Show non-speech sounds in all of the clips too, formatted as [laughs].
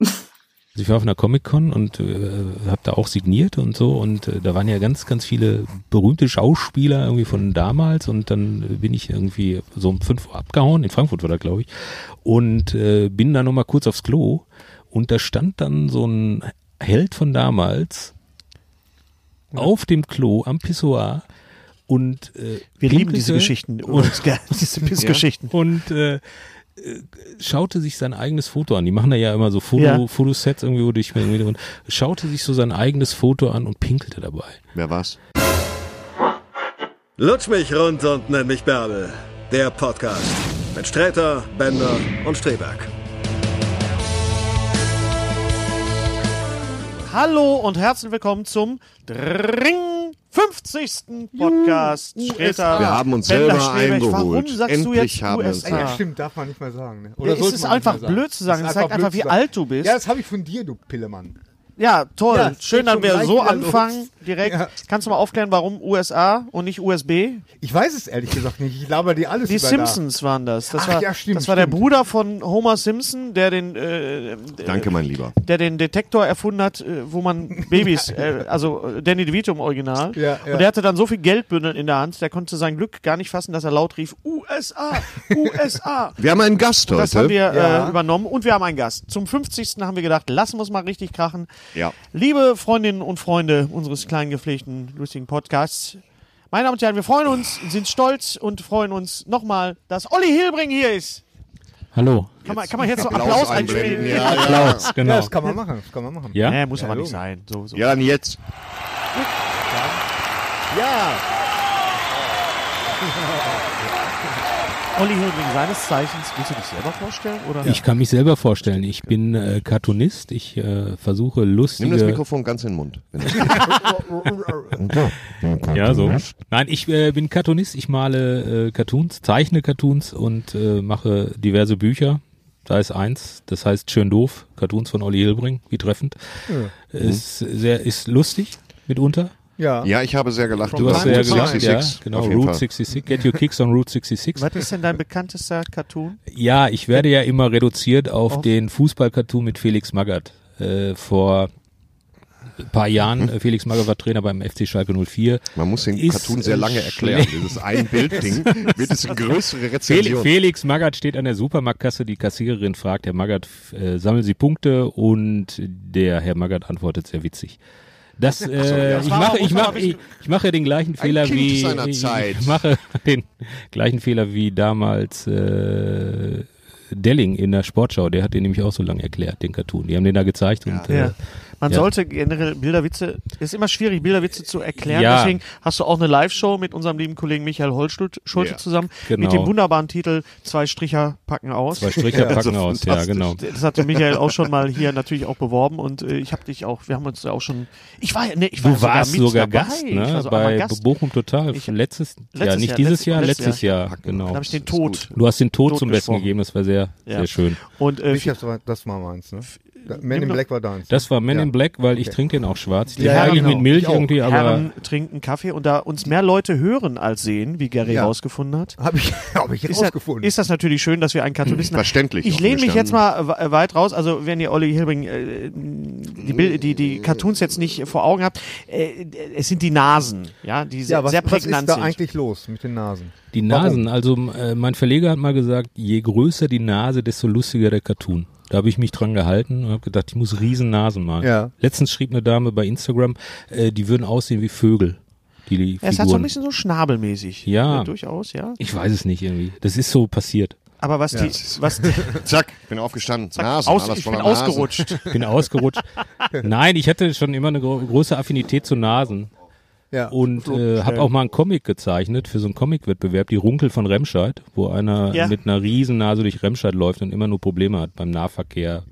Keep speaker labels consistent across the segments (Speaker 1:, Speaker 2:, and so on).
Speaker 1: Also ich war auf einer Comic-Con und äh, habe da auch signiert und so und äh, da waren ja ganz, ganz viele berühmte Schauspieler irgendwie von damals und dann äh, bin ich irgendwie so um 5 Uhr abgehauen, in Frankfurt war da glaube ich, und äh, bin dann nochmal kurz aufs Klo und da stand dann so ein Held von damals auf dem Klo am Pissoir und äh,
Speaker 2: Wir lieben
Speaker 1: pinkelte
Speaker 2: diese Geschichten,
Speaker 3: [laughs]
Speaker 2: übrigens, gell? diese Pissgeschichten.
Speaker 1: und äh, äh, schaute sich sein eigenes Foto an. Die machen da ja immer so Foto,
Speaker 2: Ja. Geschichten.
Speaker 1: Fotosets irgendwie, wo du dich irgendwie drin. Schaute sich so sein eigenes Foto an und pinkelte dabei.
Speaker 4: Wer war's?
Speaker 5: Lutsch mich rund und nenn mich Bärbel. Der Podcast mit Sträter, Bender und Streberg.
Speaker 2: Hallo und herzlich willkommen zum Dring 50. Podcast. Streter,
Speaker 4: Wir haben uns
Speaker 2: Bender,
Speaker 4: selber
Speaker 2: Schneeberg. Warum
Speaker 4: eingeholt.
Speaker 2: sagst du
Speaker 4: Endlich
Speaker 2: jetzt
Speaker 4: haben wir uns
Speaker 2: USA?
Speaker 4: Ja.
Speaker 3: Stimmt, darf man nicht mehr sagen. Ne?
Speaker 2: Es
Speaker 3: sollte
Speaker 2: ist
Speaker 3: man nicht
Speaker 2: einfach
Speaker 3: mehr sagen.
Speaker 2: blöd zu sagen.
Speaker 3: Es
Speaker 2: Das
Speaker 3: ist
Speaker 2: zeigt einfach,
Speaker 3: blöd
Speaker 2: wie
Speaker 3: zu sagen.
Speaker 2: alt du bist.
Speaker 3: Ja, das habe ich von dir, du Pillemann.
Speaker 2: Ja, toll.
Speaker 3: Ja, es
Speaker 2: Schön,
Speaker 3: geht
Speaker 2: dass
Speaker 3: schon
Speaker 2: wir
Speaker 3: gleich
Speaker 2: so
Speaker 3: wieder
Speaker 2: anfangen
Speaker 3: los.
Speaker 2: direkt.
Speaker 3: Ja.
Speaker 2: Kannst du mal aufklären, warum USA und nicht USB?
Speaker 3: Ich weiß es ehrlich gesagt nicht. Ich laber dir alles
Speaker 2: Die
Speaker 3: über
Speaker 2: Simpsons waren das. Das
Speaker 3: Ach
Speaker 2: war,
Speaker 3: ja, stimmt,
Speaker 2: das war der
Speaker 3: stimmt.
Speaker 2: Bruder von Homer Simpson, der den, äh,
Speaker 4: Danke, mein Lieber.
Speaker 2: der den Detektor erfunden hat, äh, wo man Babys, äh, also äh, Danny DeVito im Original.
Speaker 3: Ja, ja.
Speaker 2: Und der hatte dann so viel Geldbündel in der Hand, der konnte sein Glück gar nicht fassen, dass er laut rief: USA, USA.
Speaker 4: Wir haben einen Gast heute.
Speaker 2: Das haben wir
Speaker 3: Ja.
Speaker 2: äh, übernommen und wir haben einen Gast. Zum 50. haben wir gedacht, lassen wir es mal richtig krachen.
Speaker 4: ja.
Speaker 2: Liebe Freundinnen und Freunde unseres kleinen, gepflegten, lustigen Podcasts, meine Damen und Herren, wir freuen uns, sind stolz und freuen uns nochmal, dass Olli Hilbring hier ist.
Speaker 1: Hallo.
Speaker 2: Kann man, kann man jetzt so
Speaker 4: Applaus
Speaker 2: Applaus
Speaker 4: einblenden,
Speaker 2: einspielen?
Speaker 4: ja, ja.
Speaker 1: Applaus,
Speaker 3: Da.
Speaker 1: genau.
Speaker 3: Ja, das kann man machen. Das kann man machen.
Speaker 1: Ja?
Speaker 2: Nee, muss aber
Speaker 3: Ja,
Speaker 2: nicht
Speaker 3: logisch.
Speaker 2: sein. So, so.
Speaker 4: ja, dann jetzt.
Speaker 3: ja.
Speaker 2: Olli Hilbring, seines Zeichens, willst du dich selber vorstellen? Oder?
Speaker 1: Ich kann mich selber vorstellen, ich bin äh, Cartoonist, ich äh, versuche
Speaker 4: Nimm das
Speaker 1: lustige...
Speaker 4: Mikrofon ganz in den Mund. wenn das-
Speaker 1: Ja, so. Nein, ich äh, bin Cartoonist, ich male äh, Cartoons, zeichne Cartoons und äh, mache diverse Bücher. Da ist eins, das heißt Schön doof, Cartoons von Olli Hilbring, wie treffend. Ist, sehr, ist lustig mitunter.
Speaker 3: Ja.
Speaker 4: Ja, ich habe sehr gelacht.
Speaker 1: Du
Speaker 4: über
Speaker 1: hast
Speaker 4: Route
Speaker 1: ja gesagt,
Speaker 4: 66,
Speaker 1: ja, genau,
Speaker 4: auf jeden
Speaker 1: Route
Speaker 4: Fall.
Speaker 1: 66, get your kicks on Route 66.
Speaker 2: Was ist denn dein bekanntester Cartoon?
Speaker 1: Ja, ich werde ja immer reduziert auf,
Speaker 2: Auf-
Speaker 1: den Fußball-Cartoon mit Felix Magath. Äh, vor ein paar Jahren, äh, Felix Magath war Trainer beim FC Schalke 04.
Speaker 4: Man muss den
Speaker 1: Ist,
Speaker 4: Cartoon sehr
Speaker 1: äh,
Speaker 4: lange erklären. Dieses Ein-Bild-Ding wird es eine größere
Speaker 1: Felix,
Speaker 4: Rezension.
Speaker 1: Felix Magath steht an der Supermarktkasse, die Kassiererin fragt, Herr Magath, f- äh, sammeln Sie Punkte? Und der Herr Magath antwortet sehr witzig. Das,
Speaker 2: [laughs]
Speaker 1: äh, ich
Speaker 2: war
Speaker 1: mache,
Speaker 2: aber-
Speaker 1: ich
Speaker 2: muss man
Speaker 1: mache,
Speaker 2: aber
Speaker 1: ich, ich mache den gleichen Fehler
Speaker 4: Kind
Speaker 1: wie,
Speaker 4: seiner
Speaker 1: ich,
Speaker 4: Zeit.
Speaker 1: ich mache den gleichen Fehler wie damals, äh, Delling in der Sportschau, der hat den nämlich auch so lange erklärt, den Cartoon. Die haben den da gezeigt und, äh,
Speaker 2: Ja. Man
Speaker 1: Ja.
Speaker 2: sollte generell Bilderwitze, ist immer schwierig, Bilderwitze zu erklären.
Speaker 1: Ja.
Speaker 2: Deswegen hast du auch eine Live-Show mit unserem lieben Kollegen Michael Holstuhl, Schulte
Speaker 4: Ja.
Speaker 2: zusammen,
Speaker 1: Genau.
Speaker 2: mit dem wunderbaren Titel Zwei Stricher packen aus.
Speaker 1: zwei Stricher
Speaker 4: also
Speaker 1: packen aus, ja,
Speaker 4: fantastisch.
Speaker 1: genau.
Speaker 2: das hatte Michael auch schon mal hier natürlich auch beworben und äh, ich habe dich auch, wir haben uns ja auch schon, ich war ja, ne, ich war
Speaker 1: Du
Speaker 2: sogar
Speaker 1: warst
Speaker 2: mit
Speaker 1: sogar
Speaker 2: dabei.
Speaker 1: Gast,
Speaker 2: ich war
Speaker 1: ne?
Speaker 2: so einmal
Speaker 1: Bei
Speaker 2: Gast.
Speaker 1: Bochum Total.
Speaker 2: Ich-
Speaker 1: letztes, Jahr,
Speaker 2: letztes
Speaker 1: nicht
Speaker 2: Jahr,
Speaker 1: dieses
Speaker 2: letztes-
Speaker 1: Jahr,
Speaker 2: letztes
Speaker 1: letztes Jahr,
Speaker 2: Da
Speaker 1: genau.
Speaker 2: habe ich den Tod
Speaker 1: Du hast den Tod
Speaker 2: Tod
Speaker 1: zum Besten
Speaker 2: gesprochen.
Speaker 1: gegeben, das war sehr,
Speaker 2: Ja.
Speaker 1: sehr schön.
Speaker 2: und äh,
Speaker 3: Ich hab's, aber- das war meins, ne?
Speaker 6: Man in
Speaker 2: doch-
Speaker 6: Black war deins. ne?
Speaker 1: Das war Men
Speaker 6: Ja.
Speaker 1: in Black, weil ich
Speaker 6: Okay.
Speaker 1: trinke ihn auch schwarz. Ich
Speaker 6: Ja,
Speaker 1: trinke
Speaker 6: ja,
Speaker 1: eigentlich
Speaker 6: genau.
Speaker 1: mit Milch
Speaker 6: Ich auch.
Speaker 1: irgendwie, aber
Speaker 2: Herren trinken Kaffee und da uns mehr Leute hören als sehen, wie Gary
Speaker 6: Ja.
Speaker 2: rausgefunden hat,
Speaker 6: Habe ich, [laughs] hab ich
Speaker 2: ist,
Speaker 6: rausgefunden.
Speaker 2: Das, ist das natürlich schön, dass wir einen Katholisten haben.
Speaker 4: Verständlich.
Speaker 2: Ich
Speaker 4: auch
Speaker 2: lehne mich
Speaker 4: gestanden.
Speaker 2: jetzt mal äh, weit raus. Also wenn ihr Olli Hilbring äh, die, Bil- die, die Cartoons jetzt nicht vor Augen habt, äh, es sind die Nasen, ja, die sehr,
Speaker 6: ja, was,
Speaker 2: sehr
Speaker 6: was ist
Speaker 2: prägnant
Speaker 6: da
Speaker 2: sind.
Speaker 6: eigentlich los mit den Nasen?
Speaker 1: die Nasen. Also m- äh, mein Verleger hat mal gesagt, je größer die Nase, desto lustiger der Cartoon. Da habe ich mich dran gehalten und habe gedacht, ich muss riesen Nasen malen.
Speaker 6: Ja.
Speaker 1: Letztens schrieb eine Dame bei Instagram, äh, die würden aussehen wie Vögel. Die, die
Speaker 2: Ja, es hat so ein
Speaker 1: Figuren.
Speaker 2: bisschen so schnabelmäßig.
Speaker 1: Ja.
Speaker 2: Äh, durchaus, ja.
Speaker 1: ich weiß es nicht irgendwie. Das ist so passiert.
Speaker 2: Aber was die, was die
Speaker 4: Zack, bin aufgestanden. Nasen,
Speaker 2: aus,
Speaker 4: alles
Speaker 2: ich bin
Speaker 4: voller Nasen.
Speaker 2: ausgerutscht.
Speaker 1: Ich
Speaker 6: [laughs]
Speaker 1: bin ausgerutscht. Nein, ich hatte schon immer eine gro große Affinität zu Nasen.
Speaker 6: Ja.
Speaker 1: Und äh, habe auch mal einen Comic gezeichnet für so einen Comic-Wettbewerb, die Runkel von Remscheid, wo einer
Speaker 2: Ja.
Speaker 1: mit einer Riesennase durch Remscheid läuft und immer nur Probleme hat beim Nahverkehr,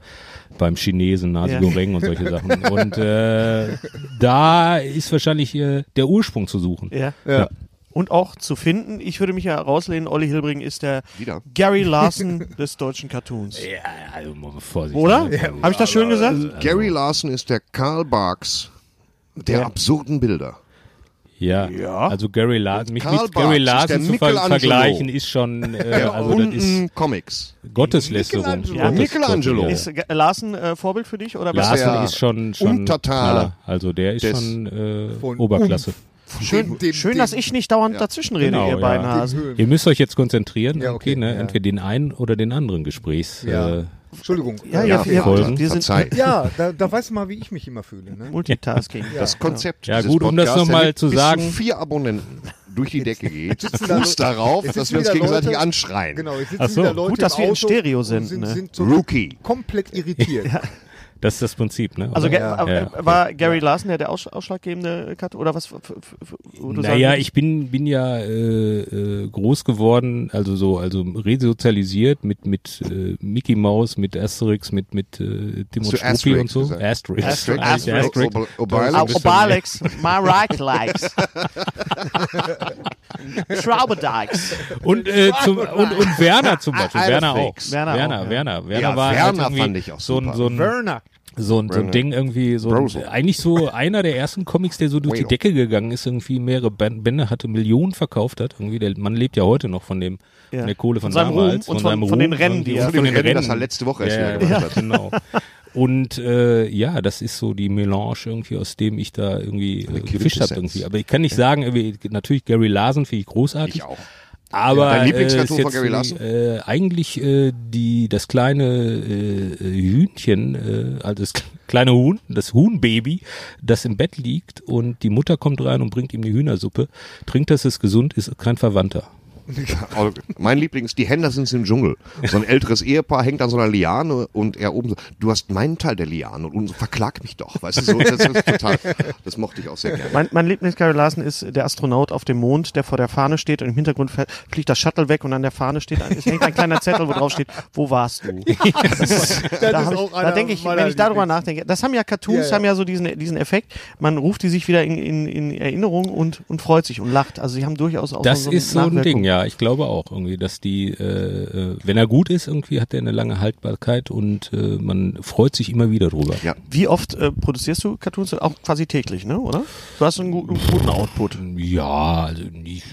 Speaker 1: beim Chinesen, Nasi
Speaker 2: Ja.
Speaker 1: Goreng und solche Sachen.
Speaker 4: [laughs]
Speaker 1: Und äh, da ist wahrscheinlich äh, der Ursprung zu suchen.
Speaker 2: Ja.
Speaker 6: Ja.
Speaker 2: Und auch zu finden, ich würde mich ja rauslehnen, Olli Hilbring ist der
Speaker 4: Wieder. [laughs]
Speaker 2: Gary Larson des deutschen Cartoons.
Speaker 1: Ja, also muss man vorsichtig.
Speaker 2: Oder?
Speaker 1: sein.
Speaker 2: Habe ich das schön gesagt?
Speaker 4: Gary Larson ist der Karl Barks der
Speaker 2: Der-
Speaker 4: absurden Bilder.
Speaker 1: Ja.
Speaker 4: Ja.
Speaker 1: Also Gary Larson, mich
Speaker 4: Karl
Speaker 1: mit Gary
Speaker 4: Barks ist
Speaker 1: Larson
Speaker 4: der
Speaker 1: zu ver
Speaker 4: Michelangelo.
Speaker 1: vergleichen, ist schon, äh,
Speaker 4: Der
Speaker 1: also das ist
Speaker 4: bunten Comics.
Speaker 1: Gotteslästerung.
Speaker 6: Michelangelo.
Speaker 1: Gottes-
Speaker 4: Michelangelo.
Speaker 1: Gottes-
Speaker 2: Ist äh, Larson äh, Vorbild für dich? Oder
Speaker 4: Larson
Speaker 2: bist
Speaker 4: der
Speaker 1: Larsen ist schon, schon
Speaker 4: Untertan
Speaker 1: Knaller. Also der ist
Speaker 4: des-
Speaker 1: schon äh,
Speaker 6: von
Speaker 1: Oberklasse.
Speaker 2: du- schön, schön dass ich nicht dauernd dazwischen rede,
Speaker 1: Genau,
Speaker 2: ihr beiden
Speaker 1: ja.
Speaker 2: Hasen.
Speaker 1: Ihr müsst euch jetzt konzentrieren,
Speaker 6: Ja,
Speaker 1: okay,
Speaker 6: okay,
Speaker 1: ne?
Speaker 6: ja.
Speaker 1: entweder den einen oder den anderen Gesprächs.
Speaker 6: Ja.
Speaker 1: Äh,
Speaker 6: Entschuldigung.
Speaker 2: Ja,
Speaker 6: ja.
Speaker 2: ja,
Speaker 4: okay.
Speaker 2: wir,
Speaker 1: Folgen.
Speaker 2: wir sind
Speaker 4: Verzeih.
Speaker 6: ja da, da weißt du mal, wie ich mich immer fühle. Ne?
Speaker 2: Multitasking.
Speaker 4: Das Konzept.
Speaker 1: Ja,
Speaker 4: dieses
Speaker 1: gut, um das
Speaker 4: Podcasts,
Speaker 1: noch mal
Speaker 4: der mit
Speaker 1: zu
Speaker 4: bis
Speaker 1: sagen.
Speaker 4: vier Abonnenten durch die Decke geht,
Speaker 6: da
Speaker 4: fußt
Speaker 6: Leute-
Speaker 4: darauf,
Speaker 6: Jetzt
Speaker 4: dass
Speaker 6: sitzen
Speaker 4: wir
Speaker 6: wieder
Speaker 4: uns
Speaker 6: Leute-
Speaker 4: gegenseitig anschreien.
Speaker 6: Genau, jetzt sitzen
Speaker 1: Ach so.
Speaker 6: wieder Leute
Speaker 2: Gut, dass
Speaker 6: im
Speaker 2: wir in
Speaker 6: Auto
Speaker 2: Stereo
Speaker 6: und
Speaker 2: sind,
Speaker 6: Sind,
Speaker 2: ne?
Speaker 6: sind so
Speaker 4: Rookie.
Speaker 6: komplett
Speaker 2: [laughs]
Speaker 6: irritiert.
Speaker 1: das ist das Prinzip, ne?
Speaker 2: Also
Speaker 1: Oder?
Speaker 2: Ga-
Speaker 6: Ja.
Speaker 2: äh,
Speaker 1: Ja, okay.
Speaker 2: war Gary Larson der, der aus, ausschlaggebende Cut oder was? f- f- f- wo du
Speaker 1: naja,
Speaker 2: sagen-
Speaker 1: ich bin, bin ja äh, äh, groß geworden, also so, also resozialisiert mit, mit äh, Mickey Mouse, mit Asterix, mit, mit äh, Tim und
Speaker 4: Hast du
Speaker 1: Struppi und
Speaker 4: Asterix
Speaker 1: so.
Speaker 4: gesagt?
Speaker 1: Asterix.
Speaker 2: Asterix.
Speaker 1: Eigentlich
Speaker 2: Asterix.
Speaker 4: Ob- ob-
Speaker 2: Ah,
Speaker 4: Obalex.
Speaker 2: Obalex, my
Speaker 1: [laughs]
Speaker 2: right likes. Schraubedikes.
Speaker 1: Und, äh, zum, und, und Werner zum Beispiel.
Speaker 4: Ah,
Speaker 1: Werner auch.
Speaker 4: Alfix.
Speaker 2: Werner
Speaker 1: Werner,
Speaker 2: auch,
Speaker 1: Werner,
Speaker 2: ja.
Speaker 1: Werner.
Speaker 4: Ja,
Speaker 1: war halt
Speaker 4: Werner
Speaker 1: irgendwie
Speaker 4: fand ich auch
Speaker 1: so ein,
Speaker 4: super.
Speaker 1: so ein,
Speaker 6: Werner.
Speaker 1: so ein, so ein
Speaker 4: Werner.
Speaker 1: Ding irgendwie, so ein,
Speaker 4: Brosel.
Speaker 1: eigentlich so einer der ersten Comics, der so durch die
Speaker 4: Bueno.
Speaker 1: Decke gegangen ist, irgendwie mehrere Ben- Bände hatte, Millionen verkauft hat. Irgendwie der Mann lebt ja heute noch von dem,
Speaker 2: Ja.
Speaker 1: von der Kohle von,
Speaker 2: Von seinem
Speaker 1: damals,
Speaker 2: Ruhm und von- von den Rennen,
Speaker 1: irgendwie
Speaker 2: die er-
Speaker 1: und
Speaker 4: Von dem Rennen, das er letzte Woche erst wieder gemacht hat.
Speaker 1: Genau. Und äh, ja, das ist so die Melange irgendwie, aus dem ich da irgendwie äh, gefischt habe
Speaker 4: Quintessenz.
Speaker 1: irgendwie. Aber ich kann nicht sagen, irgendwie, natürlich Gary Larsen finde ich großartig.
Speaker 4: Ich auch.
Speaker 1: Aber äh,
Speaker 4: Dein
Speaker 1: ist
Speaker 4: Lieblingskartoffel
Speaker 1: jetzt,
Speaker 4: Gary Larson?
Speaker 1: Äh, eigentlich äh, die das kleine äh, Hühnchen, äh, also das kleine Huhn, das Huhnbaby, das im Bett liegt und die Mutter kommt rein und bringt ihm die Hühnersuppe. Trinkt das, ist gesund, ist kein Verwandter.
Speaker 4: Oh, Mein Lieblings, die Hendersons im Dschungel. So ein älteres Ehepaar hängt an so einer Liane und er oben so, du hast meinen Teil der Liane und unten so, verklag mich doch. Weißt du, so, das, ist total, das mochte ich auch sehr gerne.
Speaker 2: Mein, mein Lieblings-Gary Larson ist der Astronaut auf dem Mond, der vor der Fahne steht und im Hintergrund fährt- fliegt das Shuttle weg und an der Fahne steht ein, es hängt ein kleiner Zettel, wo drauf steht, wo warst
Speaker 1: [laughs]
Speaker 2: du? [laughs] da hab ich, da denke ich, wenn ich darüber nachdenke, das haben ja Cartoons,
Speaker 6: Ja, ja.
Speaker 2: haben ja so diesen, diesen Effekt, man ruft die sich wieder in, in, in Erinnerung und, und freut sich und lacht. Also sie haben durchaus auch
Speaker 1: Das
Speaker 2: so, so
Speaker 1: ist so ein
Speaker 2: Nachwirkung.
Speaker 1: Ding, ja. Ich glaube auch irgendwie, dass die, äh, äh, wenn er gut ist, irgendwie hat er eine lange Haltbarkeit und äh, man freut sich immer wieder drüber.
Speaker 4: Ja.
Speaker 2: Wie oft äh, produzierst du Cartoons? Auch quasi täglich, ne? Oder? Du hast einen guten, guten Output.
Speaker 1: Ja, also nicht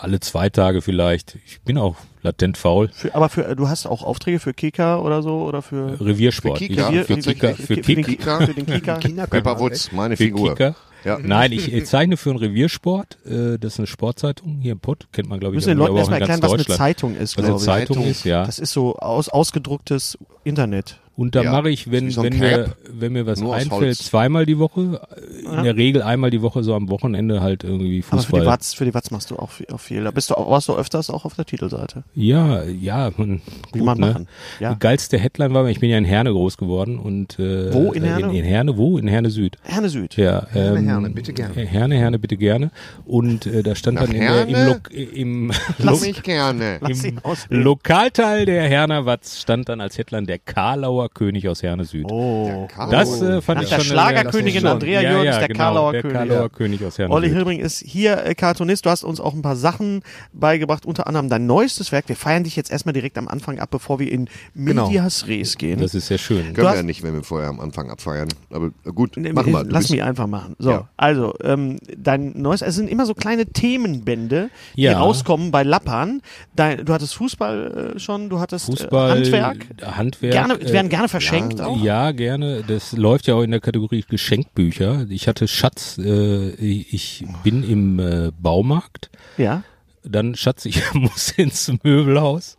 Speaker 1: alle zwei Tage vielleicht. Ich bin auch latent faul.
Speaker 2: Für, aber für, äh, du hast auch Aufträge für Kika oder so oder für
Speaker 1: Reviersport.
Speaker 4: Für Kika,
Speaker 1: Ich,
Speaker 4: Revier-
Speaker 1: für Kika,
Speaker 2: für-
Speaker 1: für
Speaker 2: für
Speaker 1: Kika.
Speaker 2: den Kika, für den Kika.
Speaker 4: Pepper Woods, meine
Speaker 1: Für
Speaker 4: Figur.
Speaker 1: Kika.
Speaker 4: Ja.
Speaker 1: Nein, ich äh, zeichne für einen Reviersport. Äh, das ist eine Sportzeitung hier im Pott. Kennt man, glaube ich,
Speaker 2: Müssen den Leuten
Speaker 1: mittlerweile auch
Speaker 2: erstmal
Speaker 1: in
Speaker 2: erklären,
Speaker 1: ganz
Speaker 2: was eine
Speaker 1: Deutschland.
Speaker 2: Zeitung ist,
Speaker 1: Was eine
Speaker 2: glaube ich.
Speaker 1: Zeitung ist, ja.
Speaker 2: Das ist so aus, ausgedrucktes Internet.
Speaker 1: Und da
Speaker 4: Ja,
Speaker 1: mache ich, wenn,
Speaker 4: wie so ein
Speaker 1: wenn, mir,
Speaker 4: Cap.
Speaker 1: wenn mir was
Speaker 4: Nur aus
Speaker 1: einfällt,
Speaker 4: Holz.
Speaker 1: zweimal die Woche. Äh, In der Regel einmal die Woche, so am Wochenende halt irgendwie
Speaker 2: Aber für die
Speaker 1: Fußball.
Speaker 2: Watz, für die Watz machst du auch viel. Auch viel. Da bist du auch, warst du öfters auch auf der Titelseite.
Speaker 1: Ja, ja, man, gut,
Speaker 2: man
Speaker 1: ne?
Speaker 2: machen, ja.
Speaker 1: Die geilste Headline war, ich bin ja in Herne groß geworden und äh,
Speaker 2: Wo in
Speaker 1: äh,
Speaker 2: Herne?
Speaker 1: In, in Herne, wo? In Herne Süd.
Speaker 2: Herne Süd.
Speaker 1: Ja,
Speaker 6: Herne,
Speaker 1: ähm,
Speaker 6: Herne, bitte gerne.
Speaker 1: Herne, Herne, bitte gerne. Und äh, da stand
Speaker 4: Nach
Speaker 1: dann in der, im,
Speaker 4: Herne?
Speaker 1: Lok, äh, im,
Speaker 4: Lass mich gerne.
Speaker 2: Lass ihn
Speaker 1: im
Speaker 2: ausreden.
Speaker 1: Lokalteil der Herner Watz stand dann als Headline der Karlauer Karlauer-König aus Herne Süd.
Speaker 2: Oh.
Speaker 1: Das äh, fand
Speaker 2: Nach
Speaker 1: ich
Speaker 2: der
Speaker 1: schon
Speaker 2: Schlagerkönigin
Speaker 1: schon-
Speaker 2: Andrea
Speaker 1: ja,
Speaker 2: Jürgens,
Speaker 1: ja,
Speaker 2: der
Speaker 1: genau,
Speaker 2: Karlauer
Speaker 1: der
Speaker 2: König.
Speaker 1: Karlauer König aus Herne
Speaker 2: Olli
Speaker 1: Süd.
Speaker 2: Hilbring ist hier äh, Cartoonist. Du hast uns auch ein paar Sachen beigebracht, unter anderem dein neuestes Werk. Wir feiern dich jetzt erstmal direkt am Anfang ab, bevor wir in Medias Res gehen.
Speaker 1: Genau. Das ist sehr schön.
Speaker 4: Können wir
Speaker 2: hast-
Speaker 4: ja nicht, wenn wir vorher am Anfang abfeiern. Aber äh, gut,
Speaker 2: Nee,
Speaker 4: machen wir. Du
Speaker 2: Lass
Speaker 4: bist-
Speaker 2: mich einfach machen. So,
Speaker 4: Ja.
Speaker 2: also ähm, dein neues, es sind immer so kleine Themenbände, die
Speaker 1: Ja.
Speaker 2: rauskommen bei Lappern. Dein, du hattest Fußball äh, schon, du hattest
Speaker 1: Fußball,
Speaker 2: äh, Handwerk.
Speaker 1: Handwerk.
Speaker 2: Gerne,
Speaker 1: äh,
Speaker 2: werden gerne verschenkt auch.
Speaker 1: Ja, gerne. Das läuft ja auch in der Kategorie Geschenkbücher. Ich hatte Schatz, äh, ich bin im äh, Baumarkt.
Speaker 2: Ja.
Speaker 1: Dann Schatz, ich [laughs] muss ins Möbelhaus.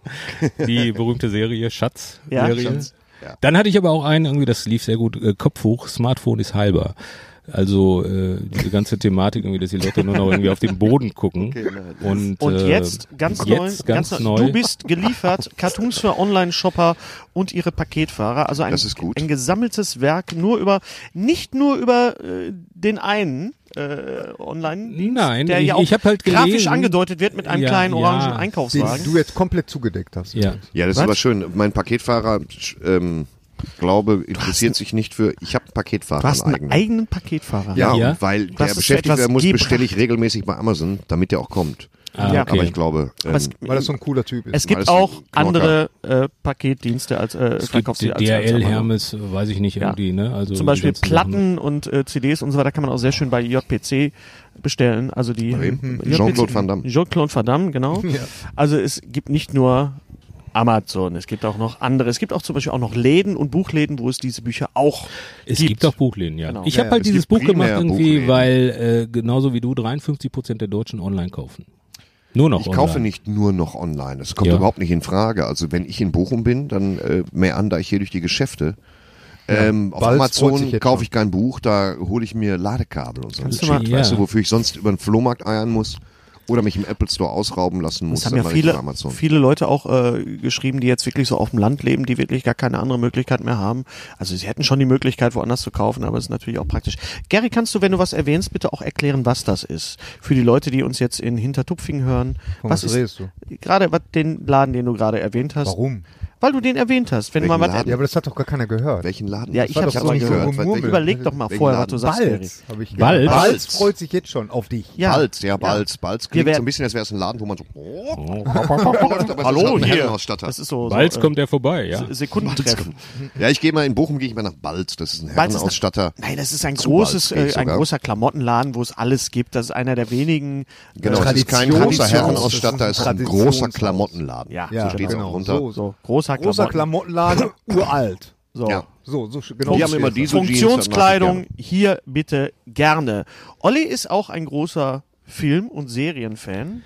Speaker 4: [laughs]
Speaker 1: Die berühmte Serie Schatz.
Speaker 2: Ja.
Speaker 1: Serie.
Speaker 4: Schatz, ja.
Speaker 1: Dann hatte ich aber auch einen, irgendwie, das lief sehr gut, äh, Kopf hoch, Smartphone ist heilbar. Also äh, diese ganze Thematik, irgendwie, dass die Leute nur noch irgendwie auf den Boden gucken. und,
Speaker 2: Und
Speaker 1: äh,
Speaker 2: jetzt ganz neu,
Speaker 1: jetzt ganz, neu.
Speaker 2: Du bist geliefert, Cartoons für Online-Shopper und ihre Paketfahrer. Also ein,
Speaker 4: Das ist gut.
Speaker 2: ein gesammeltes Werk, nur über, nicht nur über äh, den einen äh, online
Speaker 1: Nein,
Speaker 2: der ja
Speaker 1: ich-
Speaker 2: auch
Speaker 1: ich hab halt
Speaker 2: grafisch
Speaker 1: gelesen-
Speaker 2: angedeutet wird mit einem
Speaker 1: Ja,
Speaker 2: kleinen
Speaker 1: ja.
Speaker 2: orangen
Speaker 6: Den
Speaker 2: Einkaufswagen.
Speaker 6: du jetzt komplett zugedeckt hast.
Speaker 1: ja.
Speaker 4: Ja,
Speaker 2: Was?
Speaker 4: das ist aber schön. Mein Paketfahrer, sch- ähm, glaube, interessiert sich nicht für. Ich habe einen Paketfahrer.
Speaker 2: Du hast einen
Speaker 4: eigenen.
Speaker 2: eigenen Paketfahrer.
Speaker 4: Ja,
Speaker 1: Ja.
Speaker 4: Und weil
Speaker 2: Das
Speaker 4: der
Speaker 2: ist
Speaker 4: beschäftigt
Speaker 2: etwas
Speaker 4: werden muss,
Speaker 2: gebracht.
Speaker 4: bestelle ich regelmäßig bei Amazon, damit der auch kommt.
Speaker 1: Ah,
Speaker 2: Ja.
Speaker 4: Aber ich glaube, ähm,
Speaker 2: Aber es,
Speaker 6: Weil das so ein cooler Typ ist.
Speaker 2: es gibt
Speaker 4: alles ein
Speaker 2: auch
Speaker 4: Knorker.
Speaker 2: andere äh, Paketdienste als äh,
Speaker 1: es gibt
Speaker 2: Verkaufsdienste. als-
Speaker 1: DRL,
Speaker 2: als-
Speaker 1: Hermes, weiß ich nicht,
Speaker 2: Ja.
Speaker 1: irgendwie, ne? Also
Speaker 2: Zum Beispiel
Speaker 1: die ganzen Sachen.
Speaker 2: Platten und äh, CDs und so weiter kann man auch sehr schön bei JPC bestellen. Also die
Speaker 4: wem? Hm.
Speaker 2: JPC
Speaker 4: Jean-Claude Van Damme.
Speaker 2: Jean-Claude Van Damme,
Speaker 4: [laughs]
Speaker 2: genau. Also es gibt nicht nur Amazon, es gibt auch noch andere. Es gibt auch zum Beispiel auch noch Läden und Buchläden, wo es diese Bücher auch
Speaker 1: Es gibt,
Speaker 2: gibt.
Speaker 1: auch Buchläden, ja.
Speaker 2: Genau.
Speaker 1: Ich habe halt
Speaker 4: es
Speaker 1: dieses
Speaker 4: gibt
Speaker 1: Buch gemacht
Speaker 4: primär
Speaker 1: irgendwie,
Speaker 4: Buchläden.
Speaker 1: weil äh, genauso wie du 53 Prozent der Deutschen online kaufen. Nur noch
Speaker 4: ich
Speaker 1: online.
Speaker 4: kaufe nicht nur noch online. Das kommt
Speaker 1: Ja.
Speaker 4: überhaupt nicht in Frage. Also wenn ich in Bochum bin, dann äh, meander ich hier durch die Geschäfte. Ähm, auf
Speaker 6: Balz freut sich
Speaker 4: Amazon
Speaker 6: jetzt
Speaker 4: kaufe
Speaker 6: schon.
Speaker 4: ich kein Buch, da hole ich mir Ladekabel und so.
Speaker 2: Kannst du
Speaker 4: Shit,
Speaker 2: mal-
Speaker 4: weißt
Speaker 1: Ja.
Speaker 4: du, wofür ich sonst über den Flohmarkt eiern muss oder mich im Apple Store ausrauben lassen muss,
Speaker 2: Das haben ja
Speaker 4: dann mache ich über
Speaker 2: viele,
Speaker 4: Amazon.
Speaker 2: viele Leute auch äh, geschrieben, die jetzt wirklich so auf dem Land leben, die wirklich gar keine andere Möglichkeit mehr haben. Also sie hätten schon die Möglichkeit, woanders zu kaufen, aber es ist natürlich auch praktisch. Gary, kannst du, wenn du was erwähnst, bitte auch erklären, was das ist? Für die Leute, die uns jetzt in Hintertupfing hören.
Speaker 6: Von
Speaker 2: was
Speaker 6: was
Speaker 2: ist
Speaker 6: redest du?
Speaker 2: gerade was- den Laden, den du gerade erwähnt hast?
Speaker 6: Warum?
Speaker 2: Weil du den erwähnt hast. Wenn du
Speaker 4: Welchen
Speaker 2: mal was
Speaker 4: Laden?
Speaker 6: Ja, aber das hat doch gar keiner gehört.
Speaker 4: Welchen Laden?
Speaker 2: Ja, ich
Speaker 6: war
Speaker 2: hab's
Speaker 6: doch
Speaker 2: aber
Speaker 6: irgendwie
Speaker 2: gehört.
Speaker 6: so ein Murmeln.
Speaker 2: überleg doch mal
Speaker 4: Welchen
Speaker 2: vorher, was
Speaker 4: Laden?
Speaker 2: du sagst, Gary.
Speaker 4: [laughs]
Speaker 6: Balz, hab ich gedacht.
Speaker 1: Balz?
Speaker 6: Balz freut sich jetzt schon auf dich.
Speaker 2: Ja.
Speaker 4: Balz, ja, Balz, Balz.
Speaker 2: Wir
Speaker 4: Klingt so
Speaker 2: werden-
Speaker 4: ein bisschen, als wäre es ein Laden, wo man so. Hallo, Herrenausstatter.
Speaker 2: Das ist so, so
Speaker 1: Bald
Speaker 2: äh,
Speaker 1: kommt er vorbei, ja.
Speaker 2: Se- Sekundentreffen.
Speaker 4: Ja, ich gehe mal in Bochum, gehe ich mal nach Balz. Das ist ein
Speaker 2: Balz ist-
Speaker 4: Herrenausstatter.
Speaker 2: Nein, das ist ein
Speaker 4: Zu
Speaker 2: großes,
Speaker 4: Balz gehe
Speaker 2: äh,
Speaker 4: ich
Speaker 2: ein
Speaker 4: sogar.
Speaker 2: großer Klamottenladen, wo es alles gibt. Das ist einer der wenigen.
Speaker 4: Genau,
Speaker 2: äh,
Speaker 4: das ist kein
Speaker 6: Traditions-
Speaker 4: großer Herrenausstatter,
Speaker 6: das
Speaker 4: es ist
Speaker 6: ist ein
Speaker 4: ein großer
Speaker 6: Traditionshaus.
Speaker 4: Klamottenladen.
Speaker 2: Ja,
Speaker 4: so
Speaker 2: ja,
Speaker 4: steht es
Speaker 6: genau.
Speaker 4: auch runter.
Speaker 6: So,
Speaker 2: so großer,
Speaker 6: Großer
Speaker 2: Klamotten.
Speaker 4: [laughs]
Speaker 6: Klamottenladen, uralt.
Speaker 2: so.
Speaker 4: Ja.
Speaker 6: So, so genau.
Speaker 4: Die
Speaker 6: so
Speaker 4: haben immer
Speaker 6: steht's.
Speaker 4: diese
Speaker 2: Funktionskleidung
Speaker 4: Jeans,
Speaker 2: hier bitte gerne. Olli ist auch ein großer Film- und Serienfan.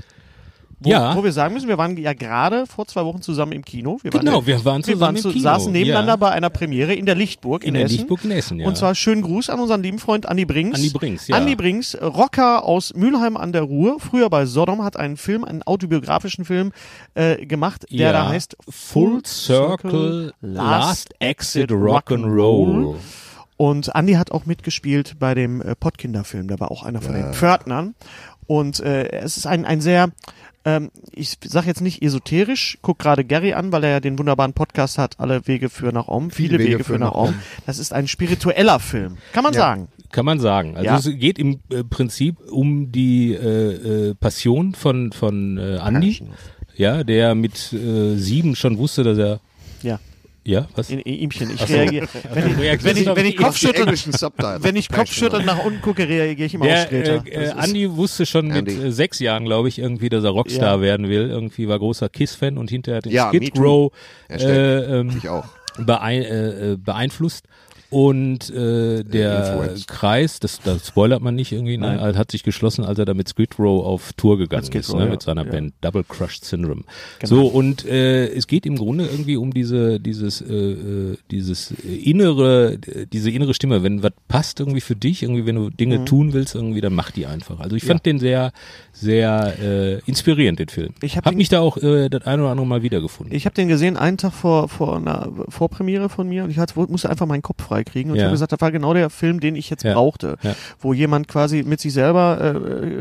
Speaker 2: Wo,
Speaker 1: Ja.
Speaker 2: wo wir sagen müssen, wir waren ja gerade vor zwei Wochen zusammen im Kino. Wir waren,
Speaker 1: Genau, wir waren
Speaker 2: wir waren
Speaker 1: zusammen im
Speaker 2: zu,
Speaker 1: Kino.
Speaker 2: saßen nebeneinander
Speaker 1: ja.
Speaker 2: bei einer Premiere in der Lichtburg in,
Speaker 1: in der
Speaker 2: Essen.
Speaker 1: Lichtburg in Essen, ja.
Speaker 2: Und zwar schönen Gruß an unseren lieben Freund Andi Brings.
Speaker 1: Andi Brings, ja.
Speaker 2: Andi Brings, Rocker aus Mülheim an der Ruhr, früher bei Sodom, hat einen Film, einen autobiografischen Film äh, gemacht, der
Speaker 1: ja.
Speaker 2: da heißt
Speaker 1: Full Circle Last Exit Rock'n'Roll.
Speaker 2: Und Andi hat auch mitgespielt bei dem äh, Pottkinder-Film, da war auch einer von den Pförtnern. Und äh, es ist ein, ein sehr, ähm, ich sag jetzt nicht esoterisch, guck gerade Gary an, weil er ja den wunderbaren Podcast hat, alle Wege führen nach Om, viele, Wege, führen nach Om. Das ist ein spiritueller Film, kann man sagen.
Speaker 1: Kann man sagen. Also
Speaker 2: Ja.
Speaker 1: es geht im äh, Prinzip um die äh, äh, Passion von, von äh, Andy, ja, der mit äh, sieben schon wusste, dass er,
Speaker 2: Ja,
Speaker 1: ja, was?
Speaker 2: in, in Ihmchen. Ich
Speaker 1: Ach so.
Speaker 2: reagiere. Wenn ich,
Speaker 1: Reaktion
Speaker 2: wenn ich, wenn ich
Speaker 1: auf die-
Speaker 4: Die
Speaker 2: Kopfschütteln,
Speaker 4: englischen Subtitles.
Speaker 2: wenn ich Kopfschütteln nach unten gucke, reagiere ich immer auf
Speaker 1: Der,
Speaker 2: Sträter.
Speaker 1: äh, äh, Andi wusste schon mit
Speaker 4: Andy.
Speaker 1: äh, sechs Jahren, glaube ich, irgendwie, dass er Rockstar
Speaker 2: Ja.
Speaker 1: werden will. Irgendwie war großer Kiss-Fan und hinterher hat den
Speaker 4: Ja, me
Speaker 1: Skid
Speaker 4: too.
Speaker 1: Row
Speaker 4: Hashtag.
Speaker 1: äh, ähm,
Speaker 4: Ich auch.
Speaker 1: beein äh, äh, beeinflusst. Und äh, der
Speaker 4: Influenced.
Speaker 1: Kreis, das, das spoilert man nicht irgendwie, ne, hat sich geschlossen, als er da mit Skid Row auf Tour gegangen
Speaker 2: Skid
Speaker 1: ist,
Speaker 2: Row,
Speaker 1: ne,
Speaker 2: ja.
Speaker 1: mit seiner
Speaker 2: Ja. Genau.
Speaker 1: Band Double Crush Syndrome. So, und äh, es geht im Grunde irgendwie um diese, dieses, äh, äh, dieses innere, äh, diese innere Stimme. Wenn was passt irgendwie für dich, irgendwie, wenn du Dinge
Speaker 2: Mhm.
Speaker 1: tun willst, irgendwie, dann mach die einfach. Also ich fand den sehr, sehr äh, inspirierend, den Film.
Speaker 2: Ich hab
Speaker 1: hab
Speaker 2: den-
Speaker 1: mich da auch äh, das ein oder andere Mal wiedergefunden.
Speaker 2: Ich habe den gesehen einen Tag vor, vor einer Vorpremiere von mir und ich hatte, musste einfach meinen Kopf freikriegen und ich
Speaker 1: Ja.
Speaker 2: habe gesagt, das war genau der Film, den ich jetzt
Speaker 1: Ja.
Speaker 2: brauchte,
Speaker 1: Ja.
Speaker 2: wo jemand quasi mit sich selber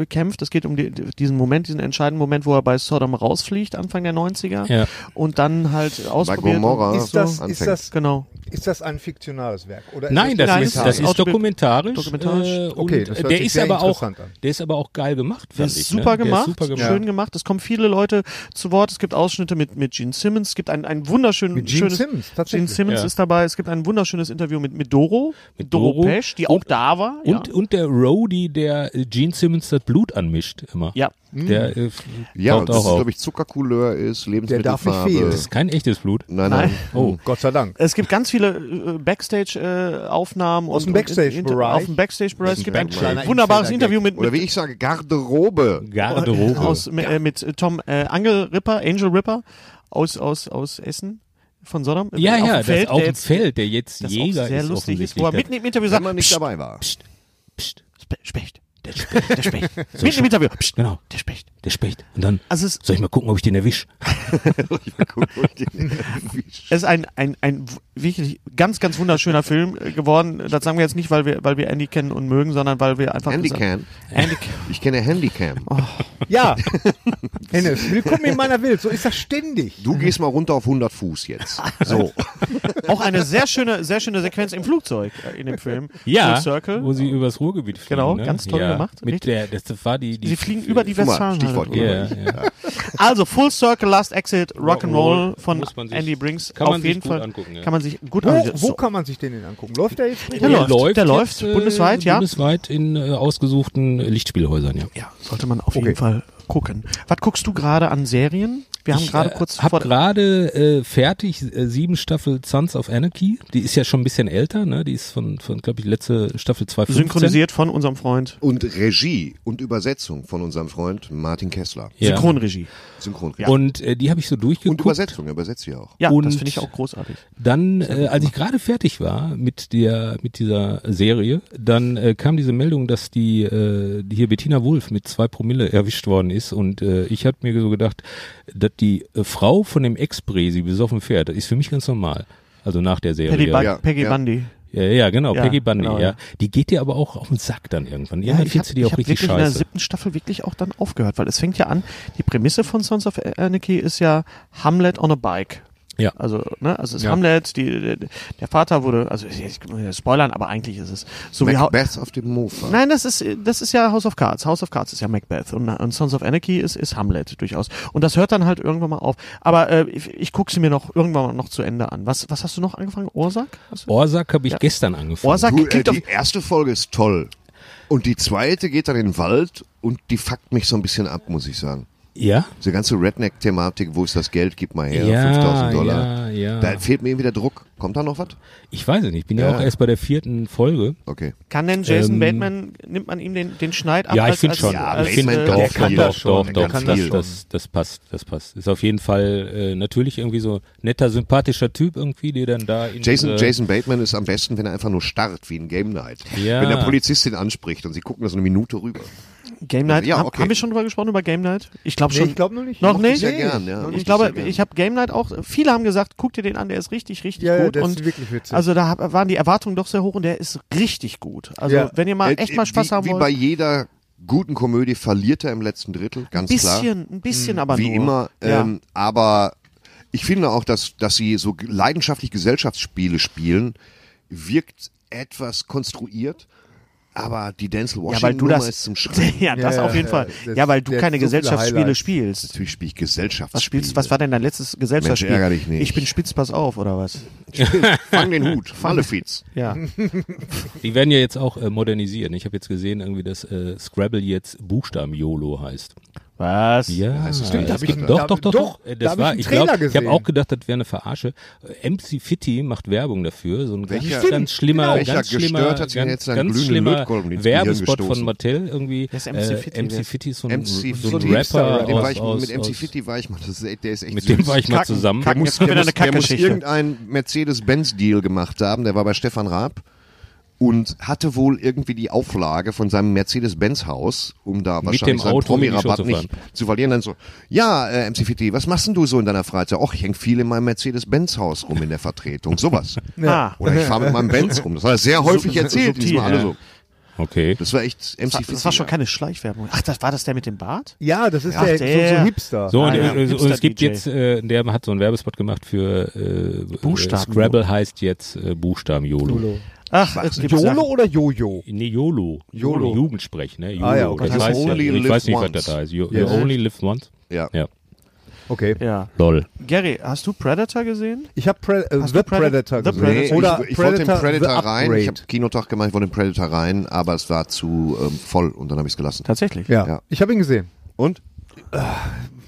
Speaker 2: äh, kämpft. Es geht um die, diesen Moment, diesen entscheidenden Moment, wo er bei Sodom rausfliegt, Anfang der 90er
Speaker 1: Ja.
Speaker 2: und dann halt
Speaker 4: Bei
Speaker 2: ausprobiert. und
Speaker 4: Gomorra
Speaker 2: so-
Speaker 6: Ist das,
Speaker 4: anfängt.
Speaker 6: ist das,
Speaker 2: Genau.
Speaker 6: Ist das ein fiktionales Werk? Oder ist
Speaker 1: Nein,
Speaker 6: das,
Speaker 1: das,
Speaker 2: Nein,
Speaker 1: ist,
Speaker 2: das
Speaker 1: das
Speaker 2: ist
Speaker 1: ist dokumentarisch.
Speaker 2: Äh, dokumentarisch.
Speaker 1: Äh,
Speaker 6: Okay,
Speaker 1: und
Speaker 6: das hört
Speaker 1: der
Speaker 6: sich
Speaker 1: ist
Speaker 6: sehr
Speaker 1: aber auch,
Speaker 6: interessant an.
Speaker 1: der ist aber auch geil gemacht,
Speaker 2: Der
Speaker 1: fand
Speaker 2: ist
Speaker 1: ich.
Speaker 2: super
Speaker 1: ne? Der ist
Speaker 2: gemacht,
Speaker 1: super gemacht.
Speaker 2: schön gemacht. Es kommen viele Leute zu Wort. Es gibt Ausschnitte mit, mit Gene Simmons. Es gibt ein, ein wunderschönes.
Speaker 6: Mit Gene
Speaker 2: schönes,
Speaker 6: Simmons,
Speaker 2: Gene
Speaker 6: tatsächlich.
Speaker 2: Simmons
Speaker 1: Ja.
Speaker 2: ist dabei. Es gibt ein wunderschönes Interview mit, mit Doro.
Speaker 1: Mit
Speaker 2: Doro,
Speaker 1: Doro.
Speaker 2: Pesch, die auch da war.
Speaker 1: Und, und der Roadie, der äh, Gene Simmons das Blut anmischt immer.
Speaker 2: ja. ja.
Speaker 1: Der äh,
Speaker 4: Ja,
Speaker 1: taucht
Speaker 4: das
Speaker 1: auch
Speaker 4: ist,
Speaker 1: auf.
Speaker 4: glaube ich, Zuckercouleur ist,
Speaker 6: darf nicht
Speaker 4: Lebensmittelfarbe.
Speaker 6: fehlen.
Speaker 1: Das ist kein echtes Blut.
Speaker 4: Nein, nein.
Speaker 1: Oh.
Speaker 6: Gott sei Dank.
Speaker 2: Es gibt ganz viele äh, Backstage-Aufnahmen.
Speaker 6: Aus dem Backstage-Bereich.
Speaker 2: Auf dem Backstage-Bereich. Es gibt ein
Speaker 6: Backstage.
Speaker 2: wunderbares
Speaker 6: Kleiner
Speaker 2: Interview mit,
Speaker 4: Oder
Speaker 2: mit,
Speaker 4: wie ich sage, Garderobe.
Speaker 1: Garderobe.
Speaker 2: Aus, mit, äh, mit äh, Tom äh, Angel Ripper, Angel Ripper aus, aus, aus Essen von Sodom. äh,
Speaker 1: ja,
Speaker 2: auf
Speaker 1: ja,
Speaker 2: dem Feld,
Speaker 1: das auf
Speaker 2: der
Speaker 1: dem
Speaker 2: jetzt-
Speaker 1: Feld, der jetzt
Speaker 2: Das
Speaker 1: Jäger
Speaker 2: auch sehr
Speaker 1: ist
Speaker 2: lustig ist,
Speaker 1: offensichtlich.
Speaker 2: wo er
Speaker 1: Der-
Speaker 2: mitten im Interview
Speaker 4: Wenn
Speaker 2: sagt,
Speaker 4: man nicht
Speaker 2: "Psst,
Speaker 4: dabei war.
Speaker 1: Psst, psst,
Speaker 2: Spe- Specht,
Speaker 1: der Specht,
Speaker 2: der Specht. mitten im Interview, Psst,
Speaker 1: Genau.
Speaker 2: der Specht.
Speaker 1: der Specht. Und dann
Speaker 2: Also es,
Speaker 1: soll ich mal gucken, ob ich den erwisch.
Speaker 4: Ich mal gucken, wo ich den-
Speaker 2: es ist ein, ein, ein w- wirklich ganz, ganz wunderschöner Film äh, geworden. Das sagen wir jetzt nicht, weil wir, weil wir Andy kennen und mögen, sondern weil wir einfach... gesagt-
Speaker 4: Handycam. Ich kenne Handycam.
Speaker 6: Ja. [laughs] Hennes, willkommen in meiner Welt. So ist das ständig.
Speaker 4: Du gehst mal runter auf 100
Speaker 1: [laughs]
Speaker 4: Fuß jetzt. So.
Speaker 2: Auch eine sehr schöne, sehr schöne Sequenz im Flugzeug äh, in dem Film. Full Circle.
Speaker 1: wo sie übers Ruhrgebiet fliegen.
Speaker 2: Genau,
Speaker 1: ne?
Speaker 2: ganz toll
Speaker 1: ja.
Speaker 2: gemacht,
Speaker 1: Mit
Speaker 2: richtig.
Speaker 1: der, das war die, die
Speaker 2: Sie fliegen über die
Speaker 4: Guck mal,
Speaker 2: Westfalen.
Speaker 4: Stichwort.
Speaker 1: Ja, ja.
Speaker 2: Also Full Circle, Last Exit, Rock'n'Roll von
Speaker 1: Muss man sich-
Speaker 2: Andy Brinks.
Speaker 1: kann man
Speaker 2: Auf
Speaker 1: sich
Speaker 2: jeden
Speaker 1: gut
Speaker 2: Fall
Speaker 1: angucken, ja.
Speaker 2: kann man sich gut
Speaker 6: Wo,
Speaker 2: ansehen.
Speaker 6: wo
Speaker 2: So.
Speaker 6: kann man sich den denn angucken? Läuft der jetzt?
Speaker 2: Der läuft, der läuft
Speaker 1: jetzt, äh,
Speaker 2: bundesweit, ja.
Speaker 1: Bundesweit in äh, ausgesuchten Lichtspielhäusern, ja.
Speaker 2: Ja, sollte man auf jeden Fall gucken. Was guckst du gerade an Serien? Wir haben gerade kurz
Speaker 1: äh, Hab
Speaker 2: vor
Speaker 1: gerade äh, fertig äh, sieben Staffel Sons of Anarchy. Die ist ja schon ein bisschen älter, ne? Die ist von, von glaube ich, letzte Staffel 2015.
Speaker 2: synchronisiert von unserem Freund
Speaker 4: Und Regie und Übersetzung von unserem Freund Martin Kessler.
Speaker 1: Ja.
Speaker 2: Synchronregie.
Speaker 4: Synchron.
Speaker 1: Und äh, die habe ich so
Speaker 4: Und
Speaker 1: durchgeguckt.
Speaker 4: Übersetzung, er übersetzt sie auch.
Speaker 2: Ja,
Speaker 1: Und-
Speaker 2: das finde ich auch großartig.
Speaker 1: Dann, äh, als ich gerade fertig war mit der mit dieser Serie, dann äh, kam diese Meldung, dass die, äh, die hier Bettina Wulff mit zwei Promille erwischt worden ist. Und äh, ich hatte mir so gedacht, dass die äh, Frau von dem Ex-Presi besoffen fährt, das ist für mich ganz normal. Also nach der Serie.
Speaker 2: Peggy, Bun
Speaker 4: Ja,
Speaker 2: Peggy
Speaker 4: ja.
Speaker 2: Bundy.
Speaker 1: Ja, ja, genau,
Speaker 2: Ja,
Speaker 1: Peggy Bundy,
Speaker 2: genau,
Speaker 1: ja.
Speaker 2: ja.
Speaker 1: Die geht dir aber auch auf den Sack dann irgendwann. Irgendwann
Speaker 2: ich
Speaker 1: findest du
Speaker 2: hab-
Speaker 1: die
Speaker 2: ich
Speaker 1: auch
Speaker 2: hab
Speaker 1: richtig
Speaker 2: wirklich in der
Speaker 1: scheiße.
Speaker 2: siebten Staffel wirklich auch dann aufgehört, weil es fängt ja an, die Prämisse von Sons of Anarchy ist ja Hamlet on a Bike.
Speaker 1: Ja.
Speaker 2: Also, ne, also es ist
Speaker 1: Ja.
Speaker 2: Hamlet, die, der, der Vater wurde, also ich, ich, ich spoilern, aber eigentlich ist es so wie Hau-
Speaker 4: Macbeth auf dem Mofa.
Speaker 2: Nein, das ist, das ist ja House of Cards. House of Cards ist ja Macbeth und, und Sons of Anarchy ist, ist Hamlet durchaus. Und das hört dann halt irgendwann mal auf. Aber äh, ich, ich gucke sie mir noch irgendwann noch zu Ende an. Was, was hast du noch angefangen? Orsak? Hast du-
Speaker 1: Orsak habe ich gestern angefangen.
Speaker 2: Orsak
Speaker 4: Du, äh,
Speaker 2: klingt doch.
Speaker 4: die erste Folge ist toll. Und die zweite geht dann in den Wald und die fuckt mich so ein bisschen ab, muss ich sagen.
Speaker 1: Ja?
Speaker 4: Diese ganze Redneck-Thematik, wo ist das Geld, gib mal her,
Speaker 1: Ja,
Speaker 4: 5000
Speaker 1: ja,
Speaker 4: Dollar.
Speaker 1: ja.
Speaker 4: Da fehlt mir irgendwie der Druck. Kommt da noch was?
Speaker 1: Ich weiß es nicht, bin ja,
Speaker 4: Ja.
Speaker 1: auch erst bei der vierten Folge.
Speaker 4: Okay.
Speaker 2: Kann denn Jason
Speaker 1: Ähm,
Speaker 2: Bateman, nimmt man ihm den, den Schneid ab?
Speaker 1: ja, ich
Speaker 2: als-
Speaker 1: finde
Speaker 2: als-
Speaker 1: schon.
Speaker 4: ja,
Speaker 2: als,
Speaker 1: ich finde,
Speaker 4: Bateman
Speaker 2: äh,
Speaker 4: kann
Speaker 1: doch,
Speaker 4: Der kann
Speaker 1: doch,
Speaker 6: das schon,
Speaker 1: doch,
Speaker 4: der
Speaker 1: doch,
Speaker 4: kann
Speaker 1: das,
Speaker 4: viel.
Speaker 1: das, das passt, das passt. Ist auf jeden Fall äh, natürlich irgendwie so netter, sympathischer Typ irgendwie, der dann da in
Speaker 4: Jason,
Speaker 1: diese-
Speaker 4: Jason Bateman ist am besten, wenn er einfach nur starrt, wie in Game Night.
Speaker 1: Ja.
Speaker 4: Wenn der Polizist ihn anspricht und sie gucken das eine Minute rüber.
Speaker 2: Game Night.
Speaker 4: Ja,
Speaker 2: Haben-
Speaker 4: okay.
Speaker 2: Haben wir schon drüber gesprochen, über Game Night? Ich glaube
Speaker 6: Nee,
Speaker 2: schon.
Speaker 6: ich glaube noch nicht.
Speaker 2: Noch
Speaker 6: Mochte
Speaker 2: nicht?
Speaker 4: Sehr gern, ja.
Speaker 2: ich
Speaker 4: Mochte
Speaker 2: glaube,
Speaker 4: sehr gern.
Speaker 2: ich habe Game Night auch, viele haben gesagt, guck dir den an, der ist richtig, richtig
Speaker 6: Ja, ja,
Speaker 2: gut.
Speaker 6: der ist
Speaker 2: und
Speaker 6: wirklich witzig.
Speaker 2: Also da hab- waren die Erwartungen doch sehr hoch und der ist richtig gut. Also
Speaker 6: Ja. Äh,
Speaker 2: wenn ihr mal echt mal Spaß
Speaker 4: Äh, wie,
Speaker 2: haben
Speaker 4: Wie
Speaker 2: wollt,
Speaker 4: bei jeder guten Komödie verliert er im letzten Drittel,
Speaker 2: ein
Speaker 4: ganz klar.
Speaker 2: bisschen, ein
Speaker 6: Hm.
Speaker 2: bisschen aber
Speaker 4: wie
Speaker 2: nur.
Speaker 4: immer.
Speaker 2: Ja.
Speaker 4: Ähm, aber ich finde auch, dass, dass sie so ge- leidenschaftlich Gesellschaftsspiele spielen, wirkt etwas konstruiert, aber die Denzel
Speaker 2: ja, weil du
Speaker 4: Washington-Nummer ist
Speaker 2: das, [laughs]
Speaker 4: zum Schreien.
Speaker 2: ja, das
Speaker 6: Ja,
Speaker 2: auf jeden
Speaker 6: ja,
Speaker 2: Fall.
Speaker 6: das-
Speaker 2: Ja, weil du
Speaker 6: der
Speaker 2: keine
Speaker 6: hat so viele
Speaker 2: Gesellschaftsspiele
Speaker 6: Highlights.
Speaker 2: spielst.
Speaker 4: Natürlich spiele ich
Speaker 2: Was
Speaker 4: Gesellschaftsspiele.
Speaker 2: spielst, was war denn dein letztes Gesellschaftsspiel?
Speaker 4: ärgere dich nicht.
Speaker 2: Ich bin Spitz, pass auf, oder was?
Speaker 4: Fang den
Speaker 2: [laughs]
Speaker 4: Hut, Malefiz.
Speaker 2: Ja.
Speaker 1: Die werden ja jetzt auch äh, modernisiert. Ich habe jetzt gesehen, irgendwie, dass äh, Scrabble jetzt Buchstaben YOLO heißt.
Speaker 2: Was?
Speaker 1: Ja,
Speaker 4: heißt das
Speaker 1: stimmt,
Speaker 4: denn?
Speaker 1: da
Speaker 4: Hab ich
Speaker 1: gibt-
Speaker 4: nicht-
Speaker 1: doch,
Speaker 6: da-
Speaker 1: doch, doch,
Speaker 6: doch,
Speaker 1: doch. Äh,
Speaker 6: da
Speaker 1: Das
Speaker 6: hab ich
Speaker 1: war,
Speaker 6: einen
Speaker 1: ich
Speaker 6: Trailer
Speaker 1: glaube, ich habe
Speaker 6: gesehen.
Speaker 1: auch gedacht, das wäre eine Verarsche. Äh, MC Fitti macht Werbung dafür, so ein ganz,
Speaker 4: Welcher-
Speaker 1: ganz schlimmer,
Speaker 4: Welcher
Speaker 1: ganz schlimmer,
Speaker 4: gestört hat sich
Speaker 1: ganz,
Speaker 4: jetzt seinen
Speaker 1: ganz
Speaker 4: glühenden
Speaker 1: schlimmer
Speaker 4: Lötkolben ins Gehirn
Speaker 1: Werbespot
Speaker 4: gestoßen?
Speaker 1: von Mattel irgendwie.
Speaker 2: Wer ist MC Fitti?
Speaker 1: Äh, MC
Speaker 2: Wer-
Speaker 1: Fitti ist so ein,
Speaker 4: MC
Speaker 1: so ein
Speaker 4: Fitti.
Speaker 1: Rapper
Speaker 4: Dem
Speaker 1: aus,
Speaker 4: war ich,
Speaker 1: aus,
Speaker 4: mit MC
Speaker 1: aus,
Speaker 4: Fitti war ich mal, das ist, echt- der ist echt
Speaker 1: Mit
Speaker 4: süß.
Speaker 1: dem war ich mal zusammen.
Speaker 4: Der muss,
Speaker 2: Jetzt kommt
Speaker 4: der
Speaker 2: wieder
Speaker 4: muss,
Speaker 2: eine
Speaker 4: der muss
Speaker 2: Kackgeschichte.
Speaker 4: irgendeinen Mercedes-Benz-Deal gemacht haben. Der war bei Stefan Raab und hatte wohl irgendwie die Auflage von seinem Mercedes-Benz-Haus, um da
Speaker 1: dem
Speaker 4: wahrscheinlich seinen
Speaker 1: Auto in die
Speaker 4: Promi-Rabatt
Speaker 1: Show zu fahren.
Speaker 4: nicht zu verlieren. Dann so, ja, äh, MC Fitti, was machst denn du so in deiner Freizeit? Och, ich häng viel in meinem Mercedes-Benz-Haus rum in der Vertretung. Sowas.
Speaker 2: Ja.
Speaker 1: [laughs]
Speaker 4: Oder ich fahre mit meinem Benz rum. Das hat er sehr häufig erzählt.
Speaker 2: subtil,
Speaker 4: Diesmal alle
Speaker 2: ja.
Speaker 4: so.
Speaker 1: Okay.
Speaker 4: Das war echt MC
Speaker 2: Das war, das war schon keine Schleichwerbung. Ach, das war das der mit dem Bart?
Speaker 6: Ja, das ist
Speaker 2: Ach,
Speaker 6: der, So,
Speaker 2: der.
Speaker 6: so Hipster.
Speaker 1: So,
Speaker 2: Ah,
Speaker 1: und,
Speaker 2: ja.
Speaker 1: äh, und es gibt
Speaker 2: Hipster-DJ.
Speaker 1: jetzt, äh, der hat so einen Werbespot gemacht für äh,
Speaker 2: Buchstaben.
Speaker 1: Scrabble heißt jetzt äh, Buchstaben YOLO.
Speaker 2: Ach,
Speaker 6: Was,
Speaker 2: es gibt Sachen.
Speaker 6: Jolo oder Jojo?
Speaker 1: Nee, YOLO.
Speaker 6: YOLO.
Speaker 1: Jugendsprech, ne? YOLO.
Speaker 6: Ah, ja, okay.
Speaker 1: das
Speaker 4: You
Speaker 1: heißt,
Speaker 4: only
Speaker 1: ich
Speaker 4: live
Speaker 1: weiß nicht, was
Speaker 4: once.
Speaker 1: das da heißt. You, you
Speaker 6: Yes.
Speaker 1: only live once?
Speaker 4: Ja.
Speaker 1: Ja.
Speaker 6: Okay.
Speaker 2: Ja.
Speaker 1: Lol.
Speaker 2: Gary, hast du Predator gesehen?
Speaker 6: Ich habe Pre äh,
Speaker 2: Hast
Speaker 6: The
Speaker 2: du Predat-
Speaker 6: Predator
Speaker 2: The
Speaker 6: gesehen.
Speaker 4: Nee, ich,
Speaker 6: oder
Speaker 4: ich wollte den
Speaker 6: Predator,
Speaker 4: Predator
Speaker 6: The
Speaker 4: rein. Ich habe
Speaker 6: Upgrade.
Speaker 4: Kinotag gemacht, ich wollte den Predator rein, aber es war zu ähm, voll und dann habe ich es gelassen.
Speaker 2: Tatsächlich.
Speaker 6: Ja,
Speaker 4: Ja.
Speaker 6: ich habe ihn gesehen.
Speaker 4: Und?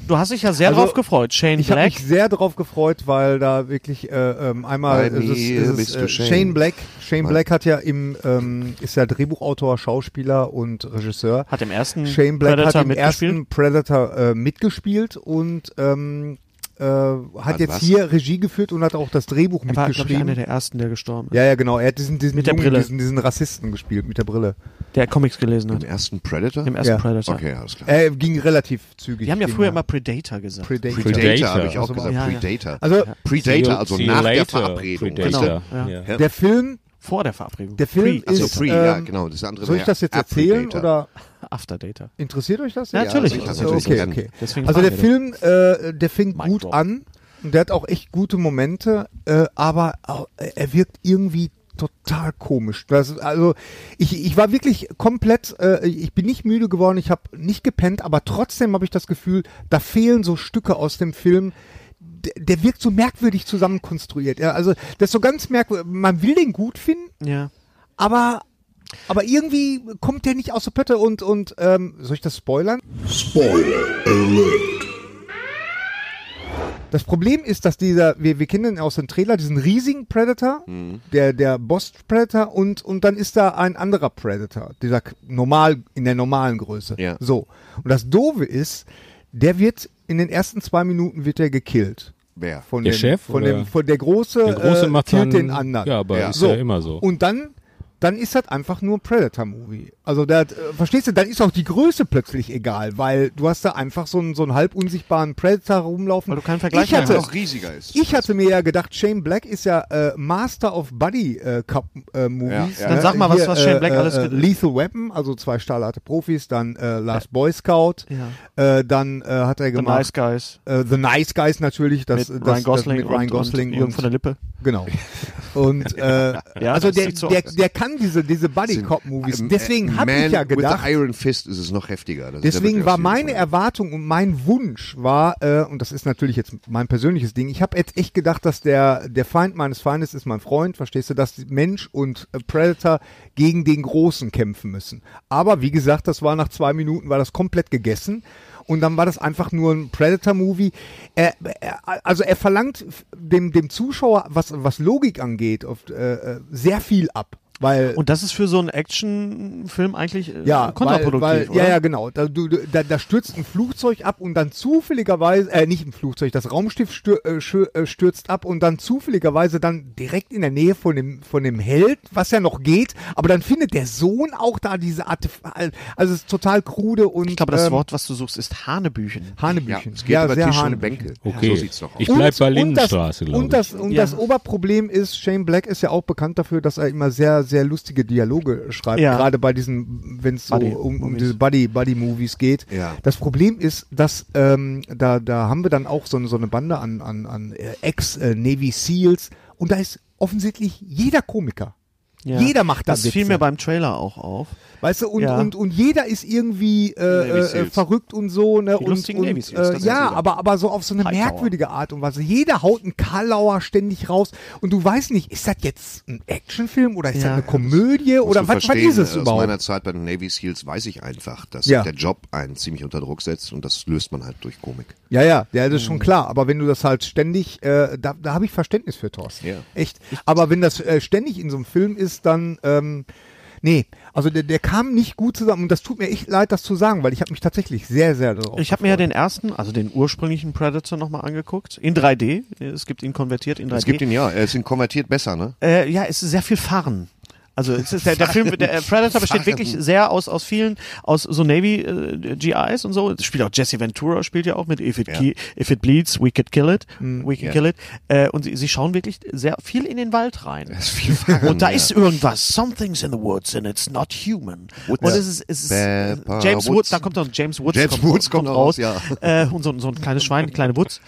Speaker 2: Du hast dich ja sehr
Speaker 6: Also,
Speaker 2: drauf gefreut. Shane
Speaker 6: Ich habe
Speaker 2: Black.
Speaker 6: mich sehr darauf gefreut, weil da wirklich äh, ähm, einmal
Speaker 4: Bei
Speaker 6: ist es,
Speaker 4: mir
Speaker 6: ist es,
Speaker 4: bist
Speaker 6: äh,
Speaker 4: du Shane.
Speaker 6: Shane. Black. Shane
Speaker 4: Mann.
Speaker 6: Black hat ja im ähm, ist ja Drehbuchautor, Schauspieler und Regisseur.
Speaker 2: Hat im ersten
Speaker 6: Shane Black
Speaker 2: Predator
Speaker 6: hat im
Speaker 2: mitgespielt?
Speaker 6: ersten Predator äh, mitgespielt und ähm, äh, hat
Speaker 4: An
Speaker 6: jetzt
Speaker 4: was?
Speaker 6: hier Regie geführt und hat auch das Drehbuch
Speaker 2: Er war, glaube ich, einer
Speaker 6: mitgeschrieben.
Speaker 2: der ersten, der gestorben ist.
Speaker 6: Ja, ja, genau. Er hat diesen, diesen,
Speaker 2: Mit der
Speaker 6: Jungen,
Speaker 2: Brille.
Speaker 6: diesen, diesen Rassisten gespielt mit der Brille.
Speaker 2: Der Comics gelesen
Speaker 4: Im
Speaker 2: hat.
Speaker 4: ersten Predator?
Speaker 2: Im ersten
Speaker 6: Ja.
Speaker 2: Predator.
Speaker 4: Okay, alles klar.
Speaker 6: Er ging relativ zügig.
Speaker 2: Die haben ja
Speaker 6: ging
Speaker 2: früher
Speaker 6: er.
Speaker 2: immer Predator gesagt.
Speaker 6: Predator.
Speaker 4: Predator,
Speaker 1: Predator.
Speaker 4: habe ich auch
Speaker 6: Also,
Speaker 4: gesagt.
Speaker 2: ja, ja.
Speaker 4: Predator.
Speaker 6: Also
Speaker 1: See you-
Speaker 4: Predator, also
Speaker 1: see you
Speaker 4: nach der
Speaker 1: later,
Speaker 4: Verabredung.
Speaker 1: Predator.
Speaker 4: weißt du? Äh,
Speaker 2: Genau, ja.
Speaker 1: Ja.
Speaker 6: der Film,
Speaker 2: Vor der Verabredung.
Speaker 6: der Film
Speaker 2: Pre, also
Speaker 6: ist.
Speaker 4: Pre,
Speaker 6: ähm,
Speaker 4: ja, genau. Das andere
Speaker 6: Soll ich
Speaker 4: wäre
Speaker 6: das jetzt
Speaker 4: A
Speaker 6: erzählen
Speaker 4: Predator.
Speaker 6: oder
Speaker 2: After Data.
Speaker 6: interessiert euch das?
Speaker 2: Ja,
Speaker 6: jetzt?
Speaker 2: natürlich.
Speaker 4: sich das
Speaker 2: Also,
Speaker 4: natürlich
Speaker 6: okay,
Speaker 4: brennen.
Speaker 6: okay.
Speaker 2: Deswegen
Speaker 6: Also der
Speaker 2: fragen wir
Speaker 6: Film, äh, der fängt
Speaker 2: Mic
Speaker 6: gut
Speaker 2: drop.
Speaker 6: an und der hat auch echt gute Momente, äh, aber au- er wirkt irgendwie total komisch. Das, also ich, ich war wirklich komplett, äh, ich bin nicht müde geworden, ich habe nicht gepennt, aber trotzdem habe ich das Gefühl, da fehlen so Stücke aus dem Film. Der, der wirkt so merkwürdig zusammenkonstruiert. Ja, also das ist so ganz merkwürdig. Man will den gut finden,
Speaker 2: doch. Ja.
Speaker 6: aber aber irgendwie kommt der nicht aus der Pötte und und ähm, soll ich das spoilern? Das Problem ist, dass dieser, wir, wir kennen ihn aus dem Trailer, diesen riesigen Predator, der, der Boss-Predator und, und dann ist da ein anderer Predator, dieser k- normal, in der normalen Größe.
Speaker 4: Ja.
Speaker 6: So. Und das Doofe ist, der wird, in den ersten zwei Minuten wird er gekillt.
Speaker 4: Wer?
Speaker 6: Von
Speaker 1: Der
Speaker 6: dem,
Speaker 1: Chef
Speaker 6: Von
Speaker 1: oder?
Speaker 6: dem, von der Große,
Speaker 1: Der Große
Speaker 6: äh,
Speaker 1: macht dann,
Speaker 6: killt den anderen.
Speaker 1: Ja, aber
Speaker 4: Ja.
Speaker 1: ist
Speaker 6: So.
Speaker 1: ja immer so.
Speaker 6: Und dann, dann ist das einfach nur ein Predator-Movie. Also da, äh, verstehst du, dann ist auch die Größe plötzlich egal, weil du hast da einfach so einen, so einen halb unsichtbaren Predator rumlaufen.
Speaker 2: Weil du keinen Vergleich
Speaker 6: ich hatte,
Speaker 2: mehr
Speaker 4: noch riesiger ist.
Speaker 6: ich hatte mir ja gedacht, Shane Black ist ja äh, Master of Buddy äh, Cup äh, Movies.
Speaker 4: Ja,
Speaker 6: ne?
Speaker 4: ja.
Speaker 2: Dann sag mal, was-
Speaker 6: Hier,
Speaker 2: was Shane Black
Speaker 6: äh,
Speaker 2: alles
Speaker 6: äh,
Speaker 2: ge-
Speaker 6: Lethal Weapon, also zwei stahlharte Profis, dann äh, Last Boy Scout, äh, dann äh, hat er
Speaker 2: The
Speaker 6: gemacht
Speaker 2: Nice Guys.
Speaker 6: äh, The Nice Guys natürlich, das,
Speaker 2: mit
Speaker 6: das,
Speaker 2: Ryan Gosling,
Speaker 6: das mit Ryan Gosling
Speaker 2: und, und, Jürgen von der Lippe.
Speaker 6: Genau. Und äh,
Speaker 2: Ja,
Speaker 6: also
Speaker 2: das
Speaker 6: der,
Speaker 2: sieht so
Speaker 6: der,
Speaker 2: aus.
Speaker 6: der kann diese, diese Buddy Cop Movies.
Speaker 4: Ähm, äh,
Speaker 6: Deswegen habe
Speaker 4: Man
Speaker 6: ich ja
Speaker 4: With the
Speaker 6: gedacht.
Speaker 4: Iron Fist ist es noch heftiger. Das ist der
Speaker 6: Deswegen
Speaker 4: wirklich
Speaker 6: war
Speaker 4: aus dem
Speaker 6: meine
Speaker 4: Film.
Speaker 6: Erwartung und mein Wunsch war, äh, und das ist natürlich jetzt mein persönliches Ding, ich habe jetzt echt gedacht, dass der, der Feind meines Feindes ist mein Freund, verstehst du, dass Mensch und äh, Predator gegen den Großen kämpfen müssen. Aber wie gesagt, das war nach zwei Minuten, war das komplett gegessen. Und dann war das einfach nur ein Predator-Movie. Er, er, also er verlangt f- dem, dem Zuschauer, was, was Logik angeht, oft, äh, äh, sehr viel ab. Weil
Speaker 2: Und das ist für so einen Actionfilm eigentlich äh,
Speaker 6: ja,
Speaker 2: kontraproduktiv,
Speaker 6: weil, weil,
Speaker 2: oder?
Speaker 6: ja, ja, genau. Da, du, du- da, da stürzt ein Flugzeug ab und dann zufälligerweise, äh, nicht ein Flugzeug, das Raumschiff stür, äh, schö- äh, stürzt ab und dann zufälligerweise dann direkt in der Nähe von dem, von dem Held, was ja noch geht, aber dann findet der Sohn auch da diese Artefakte, also es ist total krude und
Speaker 2: Ich glaube, das
Speaker 6: ähm,
Speaker 2: Wort, was du suchst, ist Hanebüchen.
Speaker 4: Ja,
Speaker 6: Hanebüchen.
Speaker 4: es geht über
Speaker 6: sehr
Speaker 4: Tisch und
Speaker 6: Hanebüchen.
Speaker 4: Bänke.
Speaker 1: Okay.
Speaker 4: So sieht's doch aus.
Speaker 1: Ich bleib bei
Speaker 6: Lindenstraße
Speaker 1: Lindenstraße, glaube
Speaker 6: Und, das, und
Speaker 2: Ja.
Speaker 6: das Oberproblem ist, Shane Black ist ja auch bekannt dafür, dass er immer sehr, sehr lustige Dialoge schreibt.
Speaker 2: Ja.
Speaker 6: Gerade bei diesen, wenn es so
Speaker 2: Buddy-
Speaker 6: um, um
Speaker 2: Movies.
Speaker 6: diese Buddy- Buddy-Movies geht.
Speaker 4: Ja.
Speaker 6: Das Problem ist, dass ähm, da, da haben wir dann auch so eine, so eine Bande an, an, an äh, Ex-Navy Seals und da ist offensichtlich jeder Komiker.
Speaker 2: Ja.
Speaker 6: Jeder macht da
Speaker 2: Das
Speaker 6: Witze.
Speaker 2: fiel mir beim Trailer auch auf.
Speaker 6: Weißt du, und,
Speaker 2: Ja.
Speaker 6: und, und jeder ist irgendwie
Speaker 4: Navy
Speaker 6: äh, äh,
Speaker 4: Seals.
Speaker 6: verrückt und so, ne?
Speaker 2: Die
Speaker 6: und,
Speaker 2: lustigen
Speaker 6: und,
Speaker 2: Navy Seals,
Speaker 6: äh,
Speaker 2: das
Speaker 6: ja,
Speaker 2: sind sie.
Speaker 6: aber, aber so auf so eine
Speaker 2: Hightower.
Speaker 6: merkwürdige Art und Weise. Jeder haut einen Karlauer ständig raus und du weißt nicht, ist das jetzt ein Actionfilm oder ist
Speaker 2: Ja.
Speaker 6: das eine Komödie
Speaker 4: Musst
Speaker 6: oder
Speaker 4: du
Speaker 6: was, was
Speaker 4: verstehen,
Speaker 6: ist es
Speaker 4: äh, Aus meiner
Speaker 6: überhaupt?
Speaker 4: Zeit bei den Navy Seals weiß ich einfach, dass
Speaker 6: Ja.
Speaker 4: der Job einen ziemlich unter Druck setzt und das löst man halt durch Komik.
Speaker 6: Ja, ja, ja, das ist
Speaker 4: Mhm.
Speaker 6: schon klar. Aber wenn du das halt ständig, äh, da, da habe ich Verständnis für Thorsten.
Speaker 4: Ja.
Speaker 6: Echt. Aber wenn das äh, ständig in so einem Film ist, dann, ähm, nee, also der, der kam nicht gut zusammen. Und das tut mir echt leid, das zu sagen, weil ich habe mich tatsächlich sehr, sehr darauf
Speaker 2: Ich habe mir ja den ersten, also den ursprünglichen Predator nochmal angeguckt. In 3D. Es gibt ihn konvertiert in 3D.
Speaker 4: Es gibt ihn ja, es sind konvertiert besser, ne?
Speaker 2: äh, ja, es ist sehr viel Fahren. Also es ist der, [laughs] der Film, der äh, Predator besteht wirklich sehr aus, aus vielen, aus so Navy äh, GIs und so. Es spielt auch Jesse Ventura, spielt ja Mhm. auch mit If It, Ki- If it Bleeds, We Could Kill It. We Could Kill It. Äh, und sie, sie schauen wirklich sehr viel in den Wald rein.
Speaker 4: Das ist viel Fahren,
Speaker 2: Und da
Speaker 4: ja.
Speaker 2: ist irgendwas. Something's in the woods and it's not human.
Speaker 4: Woods.
Speaker 2: Und es ist, es ist äh,
Speaker 4: Pepper
Speaker 2: James Woods.
Speaker 4: Woods.
Speaker 2: da kommt noch ein James Woods.
Speaker 4: James Woods kommt raus,
Speaker 2: Äh, und so, so ein kleines Schwein, kleine Woods.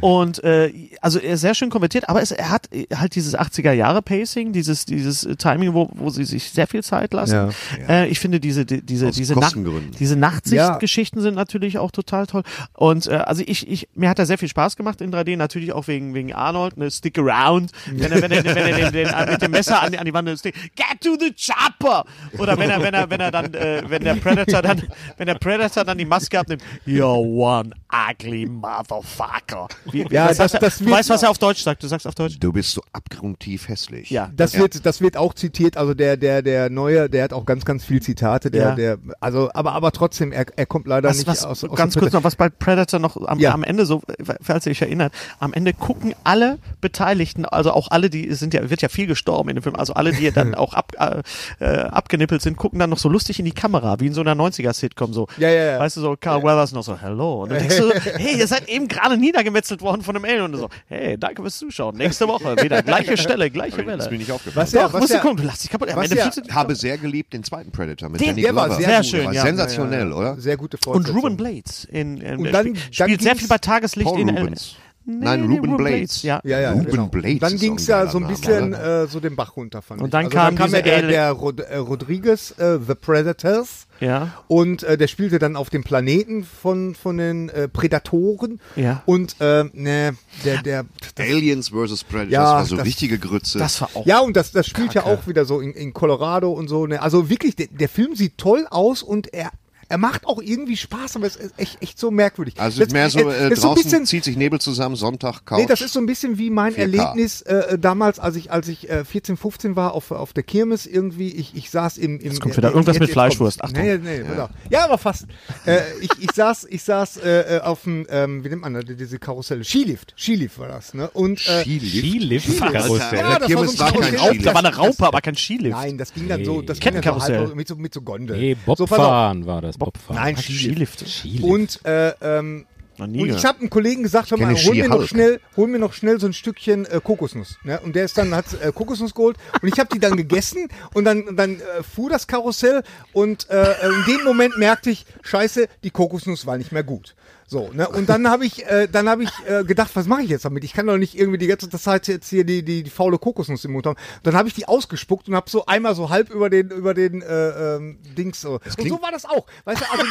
Speaker 2: Und äh, also er ist sehr schön konvertiert, aber es, er hat äh, halt dieses 80er Jahre Pacing, dieses, dieses äh, Timing, wo, wo sie sich sehr viel Zeit lassen. Äh, ich finde diese, die, diese,
Speaker 4: Aus
Speaker 2: diese, Nacht,
Speaker 4: Kostengründen.
Speaker 2: diese
Speaker 6: Ja.
Speaker 2: Nachtsichtgeschichten sind natürlich auch total toll. Und äh, also ich, ich, mir hat er sehr viel Spaß gemacht in 3D, natürlich auch wegen, wegen Arnold, ne, stick around. Wenn er, wenn er, wenn er den, den, äh, mit dem Messer an, die- an die Wand stick, get to the chopper! Oder wenn er, wenn er, wenn er dann, äh, wenn der Predator dann, wenn der Predator dann die Maske abnimmt, you're one ugly motherfucker. Wie, wie-
Speaker 6: Ja,
Speaker 2: was
Speaker 6: das-
Speaker 2: sagt er?
Speaker 6: das
Speaker 2: du
Speaker 6: wird-
Speaker 2: weißt, was er auf Deutsch sagt. Du sagst auf Deutsch?
Speaker 4: Du bist so abgrundtief hässlich.
Speaker 2: Ja.
Speaker 6: Das
Speaker 4: Ja.
Speaker 6: wird, das wird auch zitiert. Also der, der, der neue, der hat auch ganz, ganz viel Zitate. Der,
Speaker 2: Ja.
Speaker 6: der, also, aber, aber trotzdem, er, er kommt leider
Speaker 2: Was,
Speaker 6: nicht
Speaker 2: was,
Speaker 6: aus, aus
Speaker 2: ganz
Speaker 6: dem
Speaker 2: kurz noch, was bei Predator noch am,
Speaker 6: Ja.
Speaker 2: am Ende so, falls ihr euch erinnert, am Ende gucken alle Beteiligten, also auch alle, die sind ja, wird ja viel gestorben in dem Film, also alle, die
Speaker 6: [laughs]
Speaker 2: dann auch ab, äh, äh, abgenippelt sind, gucken dann noch so lustig in die Kamera, wie in so einer 90er-Sitcom so.
Speaker 6: Ja, ja, ja.
Speaker 2: Weißt du, so Carl Weathers noch so, hello. Und dann
Speaker 6: [laughs]
Speaker 2: denkst du so, hey, ihr seid eben gerade niedergemetzelt worden von einem Alien. Und du so, hey, danke fürs Zuschauen. Nächste Woche wieder, gleiche Stelle, gleiche
Speaker 4: Das ist mir
Speaker 2: Welle.
Speaker 4: nicht aufgefallen.
Speaker 6: Was ja,
Speaker 2: Doch,
Speaker 6: was
Speaker 2: musst
Speaker 6: ja,
Speaker 2: du gucken, du lachst dich kaputt. Am
Speaker 6: was
Speaker 2: Ende
Speaker 6: ja-
Speaker 2: fühlst du dich
Speaker 4: Ich habe sehr geliebt den zweiten Predator mit
Speaker 2: Den-
Speaker 4: Danny
Speaker 6: der war
Speaker 4: Glover.
Speaker 6: sehr
Speaker 2: Sehr
Speaker 6: gut.
Speaker 2: schön,
Speaker 4: war
Speaker 2: ja.
Speaker 4: sensationell, oder?
Speaker 6: sehr gute
Speaker 2: Und
Speaker 6: Fortsetzung.
Speaker 2: Ruben Blades in, in
Speaker 6: Und dann-
Speaker 2: spielt,
Speaker 6: dann
Speaker 2: spielt sehr
Speaker 6: ging's-
Speaker 2: viel bei Tageslicht
Speaker 4: Paul
Speaker 2: in
Speaker 4: Rubens.
Speaker 2: äh, Nee,
Speaker 4: Nein,
Speaker 2: nee,
Speaker 4: Ruben
Speaker 2: Ruben Blades,
Speaker 4: Blades.
Speaker 2: ja.
Speaker 6: Ja, ja,
Speaker 4: Ruben
Speaker 6: genau.
Speaker 4: Blades.
Speaker 6: Und dann
Speaker 4: ist
Speaker 6: ging es
Speaker 4: auch ein
Speaker 6: ja so ein
Speaker 4: geiler
Speaker 6: bisschen
Speaker 4: Name, oder?
Speaker 6: äh, so den Bach runter, fand
Speaker 2: Und
Speaker 6: ich.
Speaker 2: dann
Speaker 6: also
Speaker 2: kam
Speaker 6: dann kam ja
Speaker 2: diese
Speaker 6: der,
Speaker 2: Alien-
Speaker 6: der Rod äh, Rodriguez, äh, The Predators.
Speaker 2: Ja.
Speaker 6: Und äh, der spielte dann auf dem Planeten von, von den äh, Predatoren.
Speaker 2: Ja.
Speaker 6: Und äh, ne, der, der,
Speaker 4: äh, Aliens vs. Predators
Speaker 6: Ja,
Speaker 4: war so
Speaker 6: das-
Speaker 4: richtige Grütze.
Speaker 2: Das war auch.
Speaker 6: Ja, und das, das spielt ja auch wieder so in, in Colorado und so. Ne? Also wirklich, der, der Film sieht toll aus und er, er macht auch irgendwie Spaß, aber es ist echt, echt so merkwürdig.
Speaker 4: also
Speaker 6: das,
Speaker 4: mehr so, äh,
Speaker 6: das ist so
Speaker 4: draußen
Speaker 6: ein bisschen,
Speaker 4: zieht sich Nebel zusammen, Sonntag, Couch.
Speaker 6: Nee, das ist so ein bisschen wie mein
Speaker 4: 4K.
Speaker 6: Erlebnis äh, damals, als ich, als ich äh, 14, 15 war auf, auf der Kirmes irgendwie. Ich, ich saß im. im jetzt
Speaker 2: kommt wieder irgendwas mit Fleischwurst.
Speaker 6: Ach
Speaker 2: Achtung.
Speaker 6: Nee, nee, ja. ja, aber fast. äh, ich, ich saß, ich saß äh, äh, auf dem, ähm, wie nennt man das, diese Karusselle? Skilift. Skilift war das, ne? Und. Äh,
Speaker 1: Skilift-Karussell.
Speaker 6: Ja, das war so ein
Speaker 4: Kirmes war kein
Speaker 6: Skilift.
Speaker 4: Skilift.
Speaker 2: Da war eine Raupe, aber kein Skilift.
Speaker 6: Nein, das ging dann so, das ging dann so
Speaker 2: Kettenkarussell.
Speaker 6: halb, mit so mit so Gondel.
Speaker 1: Nee,
Speaker 6: so, pass auf.
Speaker 1: Bobfahren war das. Bobfahren.
Speaker 6: Nein, Skilift.
Speaker 2: Skilift.
Speaker 1: Skilift.
Speaker 6: Und äh, ähm,
Speaker 2: Noch nie
Speaker 6: und ich
Speaker 2: gehört.
Speaker 6: habe einem Kollegen gesagt, hör
Speaker 4: Kenn
Speaker 6: mal,
Speaker 4: ich
Speaker 6: hol mir
Speaker 4: Ski
Speaker 6: noch
Speaker 4: Hulk.
Speaker 6: schnell, hol mir noch schnell so ein Stückchen äh, Kokosnuss. Ne? Und der ist dann hat äh, Kokosnuss geholt und ich habe die dann gegessen und dann und dann äh, fuhr das Karussell und äh, in dem Moment merkte ich, Scheiße, die Kokosnuss war nicht mehr gut. So, ne? Und dann habe ich, äh, dann habe ich äh, gedacht, was mache ich jetzt damit? Ich kann doch nicht irgendwie die ganze Zeit jetzt hier die, die, die faule Kokosnuss im Mund haben. Dann habe ich die ausgespuckt und habe so einmal so halb über den über den äh, ähm, Dings so. Und so war das auch. Weißt du, also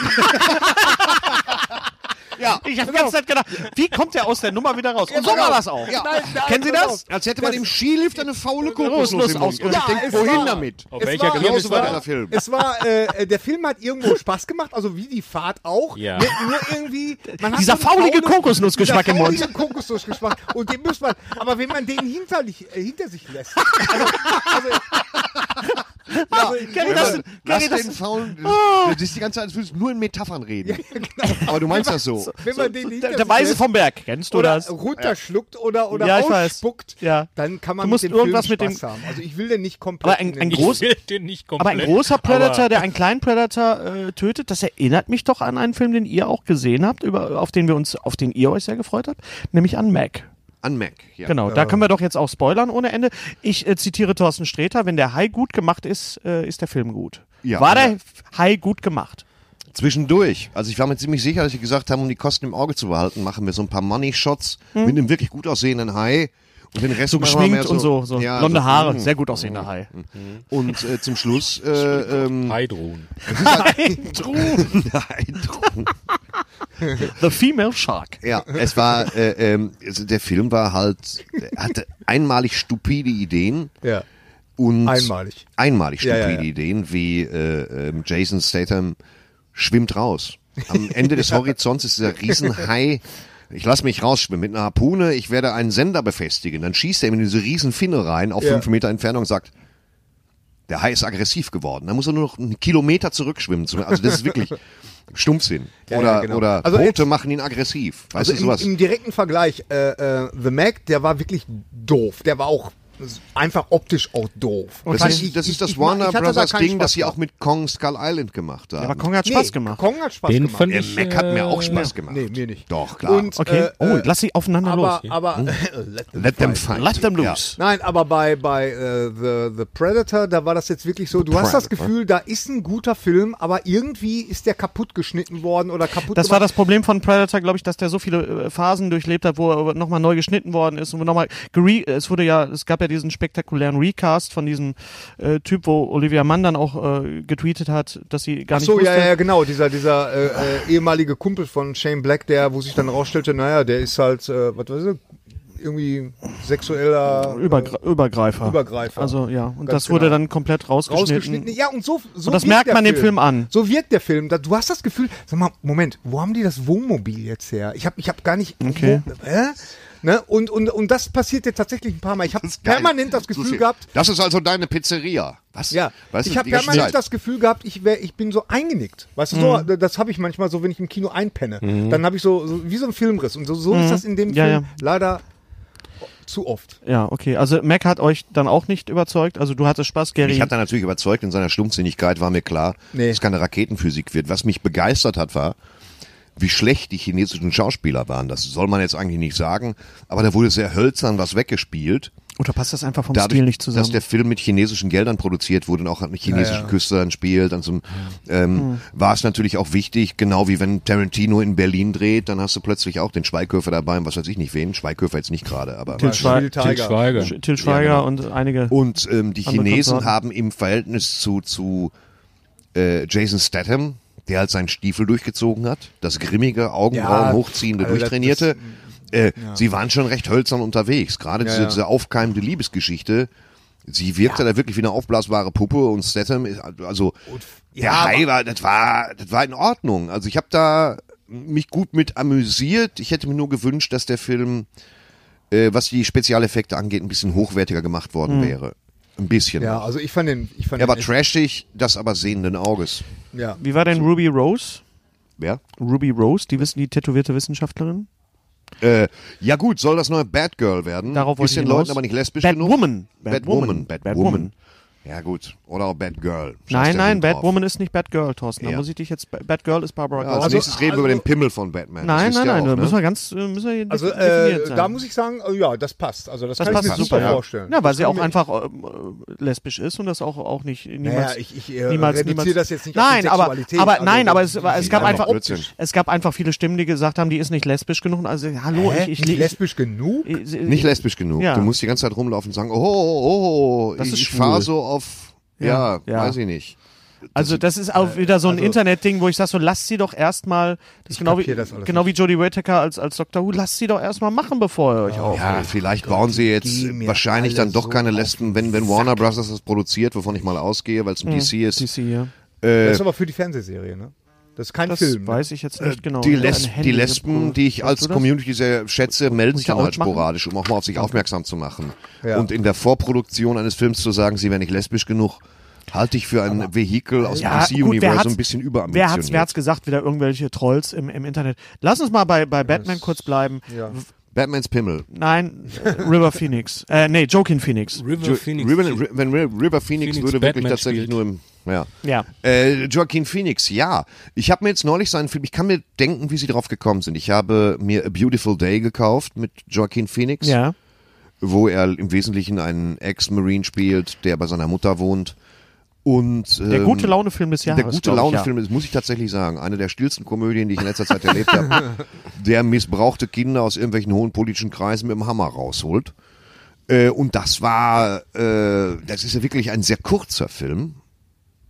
Speaker 2: Ja, ich habe die ganze Zeit gedacht, wie kommt der aus der Nummer wieder raus? Und so war das auch.
Speaker 6: Nein, nein,
Speaker 2: Kennen Sie
Speaker 6: pass
Speaker 2: das?
Speaker 4: Als hätte man im Skilift eine faule
Speaker 2: Kokosnuss
Speaker 4: Kokosnuss im Mund. Und ich
Speaker 2: ausgeschüttet.
Speaker 4: denke,
Speaker 6: es
Speaker 4: wohin
Speaker 6: war-
Speaker 4: damit?
Speaker 2: Oh.
Speaker 1: Auf
Speaker 6: es
Speaker 1: welcher
Speaker 6: war-
Speaker 2: Genau
Speaker 4: Genauso
Speaker 1: Kirmes war
Speaker 4: war
Speaker 1: das?
Speaker 4: der Film.
Speaker 6: Es war, äh, äh, der Film hat irgendwo Spaß gemacht, also wie die Fahrt auch.
Speaker 1: Ja.
Speaker 6: Nur, nur irgendwie. Man hat
Speaker 2: Dieser
Speaker 6: so eine
Speaker 2: faulige Kokosnussgeschmack
Speaker 6: dieser
Speaker 2: im Mund.
Speaker 6: faulige Kokosnussgeschmack. Und den muss man, aber wenn man den hinter, dich- äh, hinter sich lässt. Also, also,
Speaker 2: Kennt ihr
Speaker 4: Wenn
Speaker 2: das?
Speaker 4: man-
Speaker 2: Kennt
Speaker 4: Lass
Speaker 2: ihr
Speaker 4: den
Speaker 2: das?
Speaker 4: faulen.
Speaker 2: Ah.
Speaker 4: Du siehst die ganze Zeit, als würdest du nur in
Speaker 2: [laughs]
Speaker 4: Metaphern reden. Aber du meinst das so.
Speaker 6: genau. wenn man den hinter
Speaker 2: Der,
Speaker 6: sich
Speaker 2: der Weise
Speaker 6: lässt
Speaker 2: vom Berg. Kennst du
Speaker 6: oder
Speaker 2: das?
Speaker 6: runterschluckt oder, oder
Speaker 2: Ja, ich weiß.
Speaker 6: ausspuckt,
Speaker 2: Ja.
Speaker 6: dann kann man
Speaker 2: Du musst
Speaker 6: mit dem
Speaker 2: irgendwas
Speaker 6: Film
Speaker 2: mit
Speaker 6: Spaß
Speaker 2: dem-
Speaker 6: haben. Also ich will den nicht komplett.
Speaker 2: Aber ein-
Speaker 6: in den
Speaker 2: ein
Speaker 6: Griff.
Speaker 2: groß-
Speaker 1: Ich will den nicht
Speaker 2: Aber
Speaker 1: komplett.
Speaker 2: ein großer Predator,
Speaker 1: aber-
Speaker 2: der einen kleinen Predator äh, tötet, das erinnert mich doch an einen Film, den ihr auch gesehen habt, über, auf den wir uns, auf den ihr euch sehr gefreut habt, nämlich an Mac.
Speaker 4: An Mac. Ja. äh,
Speaker 2: Genau, da können wir doch jetzt auch spoilern ohne Ende. Ich äh, zitiere Thorsten Sträter, wenn der Hai gut gemacht ist, äh, ist der Film gut.
Speaker 4: Ja.
Speaker 2: War der
Speaker 4: Ja.
Speaker 2: Hai gut gemacht?
Speaker 4: Zwischendurch. Also ich war mir ziemlich sicher, dass sie gesagt haben, um die Kosten im Auge zu behalten, machen wir so ein paar Money-Shots mit einem wirklich gut aussehenden Hai. Und den Rest
Speaker 2: Hm. So
Speaker 4: machen wir
Speaker 2: geschminkt
Speaker 4: mehr
Speaker 2: und so, so
Speaker 4: Ja,
Speaker 2: blonde
Speaker 4: so-
Speaker 2: Haare,
Speaker 4: Mm.
Speaker 2: sehr gut aussehender
Speaker 4: [laughs]
Speaker 2: Hai.
Speaker 4: Und äh, zum Schluss äh,
Speaker 2: [laughs]
Speaker 4: ähm,
Speaker 1: Heidrun.
Speaker 4: [laughs] Nein,
Speaker 2: The Female Shark.
Speaker 4: Ja, es war, äh, ähm, also der Film war halt, er hatte einmalig stupide Ideen
Speaker 6: Ja.
Speaker 4: und
Speaker 6: Einmalig.
Speaker 4: einmalig
Speaker 6: Ja,
Speaker 4: stupide
Speaker 6: ja, ja.
Speaker 4: Ideen, wie äh, ähm, Jason Statham schwimmt raus.
Speaker 6: [laughs]
Speaker 4: Am Ende des Horizonts ist dieser Riesenhai. Ich lass mich rausschwimmen mit einer Harpune, ich werde einen Sender befestigen. Dann schießt er ihm in diese Riesenfinne rein, auf
Speaker 6: Ja.
Speaker 4: fünf Meter Entfernung und sagt, der Hai ist aggressiv geworden. Da muss er nur noch einen Kilometer zurückschwimmen. Also das
Speaker 6: [laughs]
Speaker 4: ist wirklich Stumpfsinn.
Speaker 6: Ja,
Speaker 4: oder
Speaker 6: ja, genau.
Speaker 4: oder
Speaker 6: Also
Speaker 4: Boote
Speaker 6: jetzt-
Speaker 4: machen ihn aggressiv.
Speaker 6: Also
Speaker 4: Weißt du
Speaker 6: im,
Speaker 4: sowas?
Speaker 6: im direkten Vergleich, äh, äh, The Mac, der war wirklich doof. Der war auch einfach optisch auch doof.
Speaker 4: Das,
Speaker 6: fand
Speaker 4: ist, das ist das
Speaker 6: ich-
Speaker 4: Warner
Speaker 6: ich hatte da
Speaker 4: Brothers
Speaker 6: keinen
Speaker 4: Ding,
Speaker 6: Spaß
Speaker 4: das sie
Speaker 6: dran.
Speaker 4: auch mit Kong Skull Island gemacht haben.
Speaker 2: Aber Kong hat Spaß
Speaker 6: Nee,
Speaker 2: gemacht.
Speaker 6: Kong hat Spaß
Speaker 1: Den
Speaker 6: gemacht.
Speaker 1: fand
Speaker 4: Der
Speaker 1: ich.
Speaker 4: Mac hat mir auch Spaß
Speaker 1: ja.
Speaker 4: gemacht.
Speaker 6: Nee, mir nicht.
Speaker 4: Doch, klar.
Speaker 6: Und,
Speaker 2: Okay.
Speaker 6: äh,
Speaker 2: oh,
Speaker 6: äh,
Speaker 2: lass sie aufeinander
Speaker 6: aber,
Speaker 2: los. Oh.
Speaker 6: aber [laughs] let them
Speaker 4: Let them
Speaker 6: fight.
Speaker 4: fight.
Speaker 2: Let them
Speaker 4: Ja.
Speaker 2: loose.
Speaker 6: Nein, aber bei, bei äh, The, The Predator, da war das jetzt wirklich so, du hast das
Speaker 4: Predator.
Speaker 6: Gefühl, da ist ein guter Film, aber irgendwie ist der kaputt geschnitten worden oder kaputt
Speaker 2: Das war
Speaker 6: gemacht.
Speaker 2: das Problem von Predator, glaube ich, dass der so viele äh, Phasen durchlebt hat, wo er nochmal neu geschnitten worden ist und wo nochmal gere- äh, es wurde ja, es gab ja diesen spektakulären Recast von diesem äh, Typ, wo Olivia Mann dann auch äh, getweetet hat, dass sie gar
Speaker 6: Ach so,
Speaker 2: nicht
Speaker 6: ja,
Speaker 2: wusste.
Speaker 6: ja, ja, genau, dieser, dieser äh, äh, ehemalige Kumpel von Shane Black, der, wo sich dann rausstellte, naja, der ist halt, äh, was weiß ich, irgendwie sexueller äh,
Speaker 2: Übergre Übergreifer.
Speaker 6: genau. Übergreifer.
Speaker 2: Also ja, und
Speaker 6: Ganz
Speaker 2: das wurde
Speaker 6: genau.
Speaker 2: dann komplett rausgeschnitten.
Speaker 6: rausgeschnitten. Ja, und so, so
Speaker 2: Und das
Speaker 6: wirkt
Speaker 2: merkt
Speaker 6: der
Speaker 2: man dem Film an.
Speaker 6: So wirkt der Film. Da- Du hast das Gefühl, sag mal, Moment, wo haben die das Wohnmobil jetzt her? Ich habe ich hab gar nicht.
Speaker 2: Okay.
Speaker 6: Wo, hä? Ne? Und, und, und das passiert dir tatsächlich ein paar Mal. Ich habe
Speaker 4: Das ist geil.
Speaker 6: permanent das Gefühl
Speaker 4: Sushi.
Speaker 6: gehabt,
Speaker 4: Das ist also deine Pizzeria. Was?
Speaker 6: ja,
Speaker 4: Weißt
Speaker 6: ich
Speaker 4: du,
Speaker 6: habe
Speaker 4: die ganze
Speaker 6: permanent
Speaker 4: Zeit.
Speaker 6: das Gefühl gehabt, ich, wär, ich bin so eingenickt. Weißt du, so,
Speaker 2: Mhm.
Speaker 6: das habe ich manchmal so, wenn ich im Kino einpenne. Dann habe ich so, so wie so ein Filmriss. Und so, so ist das in dem
Speaker 2: Mhm. Ja,
Speaker 6: Film
Speaker 2: ja.
Speaker 6: leider zu oft.
Speaker 2: Ja, okay. Also Mac hat euch dann auch nicht überzeugt. Also du hattest Spaß, Gary.
Speaker 4: Ich habe da natürlich überzeugt, in seiner Stumpfsinnigkeit war mir klar,
Speaker 6: Nee.
Speaker 4: dass es keine Raketenphysik wird. Was mich begeistert hat, war, wie schlecht die chinesischen Schauspieler waren. Das soll man jetzt eigentlich nicht sagen, aber da wurde sehr hölzern was weggespielt.
Speaker 2: Oder passt das einfach vom
Speaker 4: Dadurch,
Speaker 2: Stil nicht zusammen?
Speaker 4: dass der Film mit chinesischen Geldern produziert wurde und auch an chinesischen Küstern spielt, an so einem, ähm,
Speaker 2: Hm.
Speaker 4: war es natürlich auch wichtig, genau wie wenn Tarantino in Berlin dreht, dann hast du plötzlich auch den Schweighöfer dabei und was weiß ich nicht wen. Schweighöfer jetzt nicht gerade, aber
Speaker 2: Til Schweiger.
Speaker 6: Till
Speaker 1: Til Schweiger.
Speaker 2: Sch- Til Schweiger und einige.
Speaker 4: genau.
Speaker 6: Äh,
Speaker 4: Und ähm, die
Speaker 2: Andere
Speaker 4: Chinesen
Speaker 2: Konsorten.
Speaker 4: haben im Verhältnis zu, zu äh, Jason Statham, der halt seinen Stiefel durchgezogen hat, das grimmige, Augenbrauen
Speaker 6: Ja,
Speaker 4: hochziehende,
Speaker 6: also das-
Speaker 4: durchtrainierte, äh, sie waren schon recht hölzern unterwegs. Gerade diese,
Speaker 6: ja.
Speaker 4: diese aufkeimende Liebesgeschichte, sie wirkte da wirklich wie eine aufblasbare Puppe und Statham, ist, also der
Speaker 6: ja,
Speaker 4: Hai war, das war, das war in Ordnung. Also ich habe da mich gut mit amüsiert. Ich hätte mir nur gewünscht, dass der Film äh, was die Spezialeffekte angeht, ein bisschen hochwertiger gemacht worden
Speaker 2: Hm.
Speaker 4: wäre. Ein bisschen.
Speaker 6: Ja, also ich fand den. Ich fand
Speaker 4: Er war
Speaker 6: den echt-
Speaker 4: trashig, das aber sehenden Auges.
Speaker 6: ja.
Speaker 2: Wie war denn Ruby Rose?
Speaker 4: Wer?
Speaker 2: Ruby Rose, die wissen die tätowierte Wissenschaftlerin.
Speaker 4: Äh, ja gut, soll das neue Bad Girl werden?
Speaker 2: Darauf wollte
Speaker 4: ist
Speaker 2: ich
Speaker 4: den
Speaker 2: hinaus.
Speaker 4: Leuten aber nicht lesbisch
Speaker 2: Bad
Speaker 4: genug.
Speaker 2: Woman.
Speaker 4: Bad,
Speaker 2: Bad
Speaker 4: Woman.
Speaker 2: Woman.
Speaker 4: Bad,
Speaker 2: Bad
Speaker 4: Woman.
Speaker 2: Woman.
Speaker 4: Ja gut, oder auch Bad Girl. Scheiß
Speaker 2: Nein,
Speaker 4: der
Speaker 2: nein,
Speaker 4: Hund
Speaker 2: Bad
Speaker 4: drauf.
Speaker 2: Woman ist nicht Bad Girl, Thorsten. Da
Speaker 4: Ja.
Speaker 2: muss ich dich jetzt. Bad Girl ist Barbara
Speaker 4: Ja, als
Speaker 2: Gordon.
Speaker 4: nächstes reden wir über
Speaker 6: also-
Speaker 4: den Pimmel von
Speaker 2: nein,
Speaker 4: Batman. das
Speaker 2: nein,
Speaker 4: wisst ihr
Speaker 2: nein,
Speaker 4: auch,
Speaker 2: da
Speaker 4: ne?
Speaker 2: müssen wir ganz, äh, müssen wir
Speaker 6: Also
Speaker 2: definiert
Speaker 6: äh,
Speaker 2: sein.
Speaker 6: da muss ich sagen, äh, ja, das passt. Also das,
Speaker 2: das
Speaker 6: kann
Speaker 2: passt
Speaker 6: ich mir
Speaker 4: passt,
Speaker 6: super
Speaker 4: ja.
Speaker 6: vorstellen.
Speaker 2: Ja, weil sie
Speaker 6: kann
Speaker 2: auch
Speaker 6: mir-
Speaker 2: einfach ähm, äh, lesbisch ist und das auch, auch nicht niemals.
Speaker 6: Naja, ich, ich äh,
Speaker 2: niemals,
Speaker 6: reduziere
Speaker 2: niemals.
Speaker 6: das jetzt nicht auf
Speaker 2: nein,
Speaker 6: die
Speaker 2: aber,
Speaker 6: Sexualität.
Speaker 2: aber
Speaker 6: Also,
Speaker 2: nein, aber
Speaker 6: das-
Speaker 2: es, war- es
Speaker 4: die
Speaker 2: gab
Speaker 4: haben
Speaker 2: einfach
Speaker 4: doch Blödsinn.
Speaker 2: es gab einfach viele Stimmen, die gesagt haben, die ist nicht lesbisch genug. Und Also hallo,
Speaker 6: Hä?
Speaker 2: ich, Äh. ich,
Speaker 6: Nicht
Speaker 2: ich,
Speaker 6: lesbisch genug?
Speaker 2: ich
Speaker 4: Nicht lesbisch genug.
Speaker 2: Ja.
Speaker 4: Du musst die ganze Zeit rumlaufen und sagen, oh, oh, oh
Speaker 2: Das ist
Speaker 4: ich
Speaker 2: schwul.
Speaker 4: fahre so auf, ja,
Speaker 2: Ja.
Speaker 4: weiß ich nicht.
Speaker 2: Also das ist
Speaker 6: Äh,
Speaker 2: auch wieder so ein Internetding, wo ich sage, so lass sie doch erstmal, das ist genau wie
Speaker 6: kapier das alles
Speaker 2: genau wie Jodie Whittaker als als Dr. Who, lass sie doch erstmal machen, bevor ihr euch auf.
Speaker 4: Ja, vielleicht bauen sie jetzt
Speaker 6: Oh, geh mir
Speaker 4: wahrscheinlich
Speaker 6: alle
Speaker 4: dann doch
Speaker 6: so
Speaker 4: keine
Speaker 6: auf
Speaker 4: Lesben, wenn, wenn Warner Bros. das produziert, wovon ich mal ausgehe, weil es ein
Speaker 2: Hm.
Speaker 4: DC
Speaker 2: Sie
Speaker 4: ist.
Speaker 2: sie hier.
Speaker 6: Das ist aber für die Fernsehserie, ne? Das ist kein
Speaker 2: Das
Speaker 6: Film. ne?
Speaker 2: weiß ich jetzt nicht genau.
Speaker 4: Die,
Speaker 2: Ja,
Speaker 4: Les
Speaker 2: ein Handy
Speaker 4: die Lesben,
Speaker 2: gebrüllt.
Speaker 4: die ich
Speaker 2: Weißt
Speaker 4: als
Speaker 2: du das?
Speaker 4: Community sehr schätze, melden
Speaker 2: Muss
Speaker 4: sich
Speaker 2: ich da
Speaker 4: dann halt
Speaker 2: auch mitmachen?
Speaker 4: sporadisch, um auch mal auf sich aufmerksam zu machen.
Speaker 6: Ja.
Speaker 4: Und in der Vorproduktion eines Films zu sagen, sie wären nicht lesbisch genug, halte ich für ein Vehikel aus dem
Speaker 2: Ja, gut, wer
Speaker 4: DC-Universum
Speaker 2: hat's-
Speaker 4: ein bisschen
Speaker 2: Wer hat's, wer hat's
Speaker 4: überambitioniert.
Speaker 2: gesagt, wieder irgendwelche Trolls im, im Internet. Lass uns mal bei, bei Batman kurz bleiben.
Speaker 6: ja.
Speaker 2: W-
Speaker 4: Batmans Pimmel.
Speaker 2: Nein, äh, River Phoenix.
Speaker 6: [laughs]
Speaker 2: Äh, nee, Joaquin Phoenix.
Speaker 1: River Phoenix.
Speaker 4: River, wenn River
Speaker 1: Phoenix
Speaker 4: Phoenix, würde wirklich
Speaker 1: Batman
Speaker 4: tatsächlich
Speaker 1: spielt.
Speaker 4: nur im... Ja.
Speaker 2: Ja.
Speaker 4: Äh, Joaquin Phoenix, ja. Ich habe mir jetzt neulich seinen Film, ich kann mir denken, wie sie drauf gekommen sind. Ich habe mir A Beautiful Day gekauft mit Joaquin Phoenix,
Speaker 2: Ja.
Speaker 4: wo er im Wesentlichen einen Ex-Marine spielt, der bei seiner Mutter wohnt. Und, ähm,
Speaker 2: Der gute Laune-Film des Jahres.
Speaker 4: der gute
Speaker 2: glaub ich, ja.
Speaker 4: Laune-Film ist, muss ich tatsächlich sagen, eine der stillsten Komödien, die ich in letzter Zeit erlebt
Speaker 2: [laughs]
Speaker 4: habe. Der missbrauchte Kinder aus irgendwelchen hohen politischen Kreisen mit dem Hammer rausholt. Äh, und das war, äh, das ist ja wirklich ein sehr kurzer Film,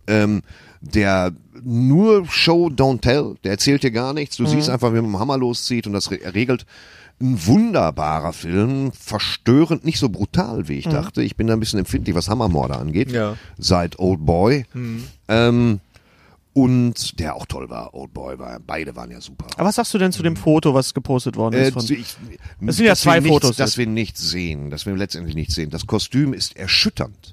Speaker 4: ähm, der nur Show, Don't Tell, der erzählt dir gar nichts. Du
Speaker 2: Mhm.
Speaker 4: siehst einfach, wie man mit dem Hammer loszieht und das re regelt. Ein wunderbarer Film, verstörend, nicht so brutal,
Speaker 2: Mhm.
Speaker 4: wie ich dachte. Ich bin da ein bisschen empfindlich, was Hammermorde angeht,
Speaker 6: Ja.
Speaker 4: seit Old Boy. Ähm, und der auch toll war, Old Boy war, beide waren ja super.
Speaker 2: Aber was sagst du denn zu dem Foto, was gepostet worden
Speaker 4: Äh,
Speaker 2: ist? Von,
Speaker 4: ich-
Speaker 2: Es sind ja
Speaker 4: dass
Speaker 2: zwei
Speaker 4: wir nichts,
Speaker 2: Fotos
Speaker 4: Dass
Speaker 2: jetzt.
Speaker 4: wir nichts sehen, dass wir letztendlich nichts sehen. Das Kostüm ist erschütternd.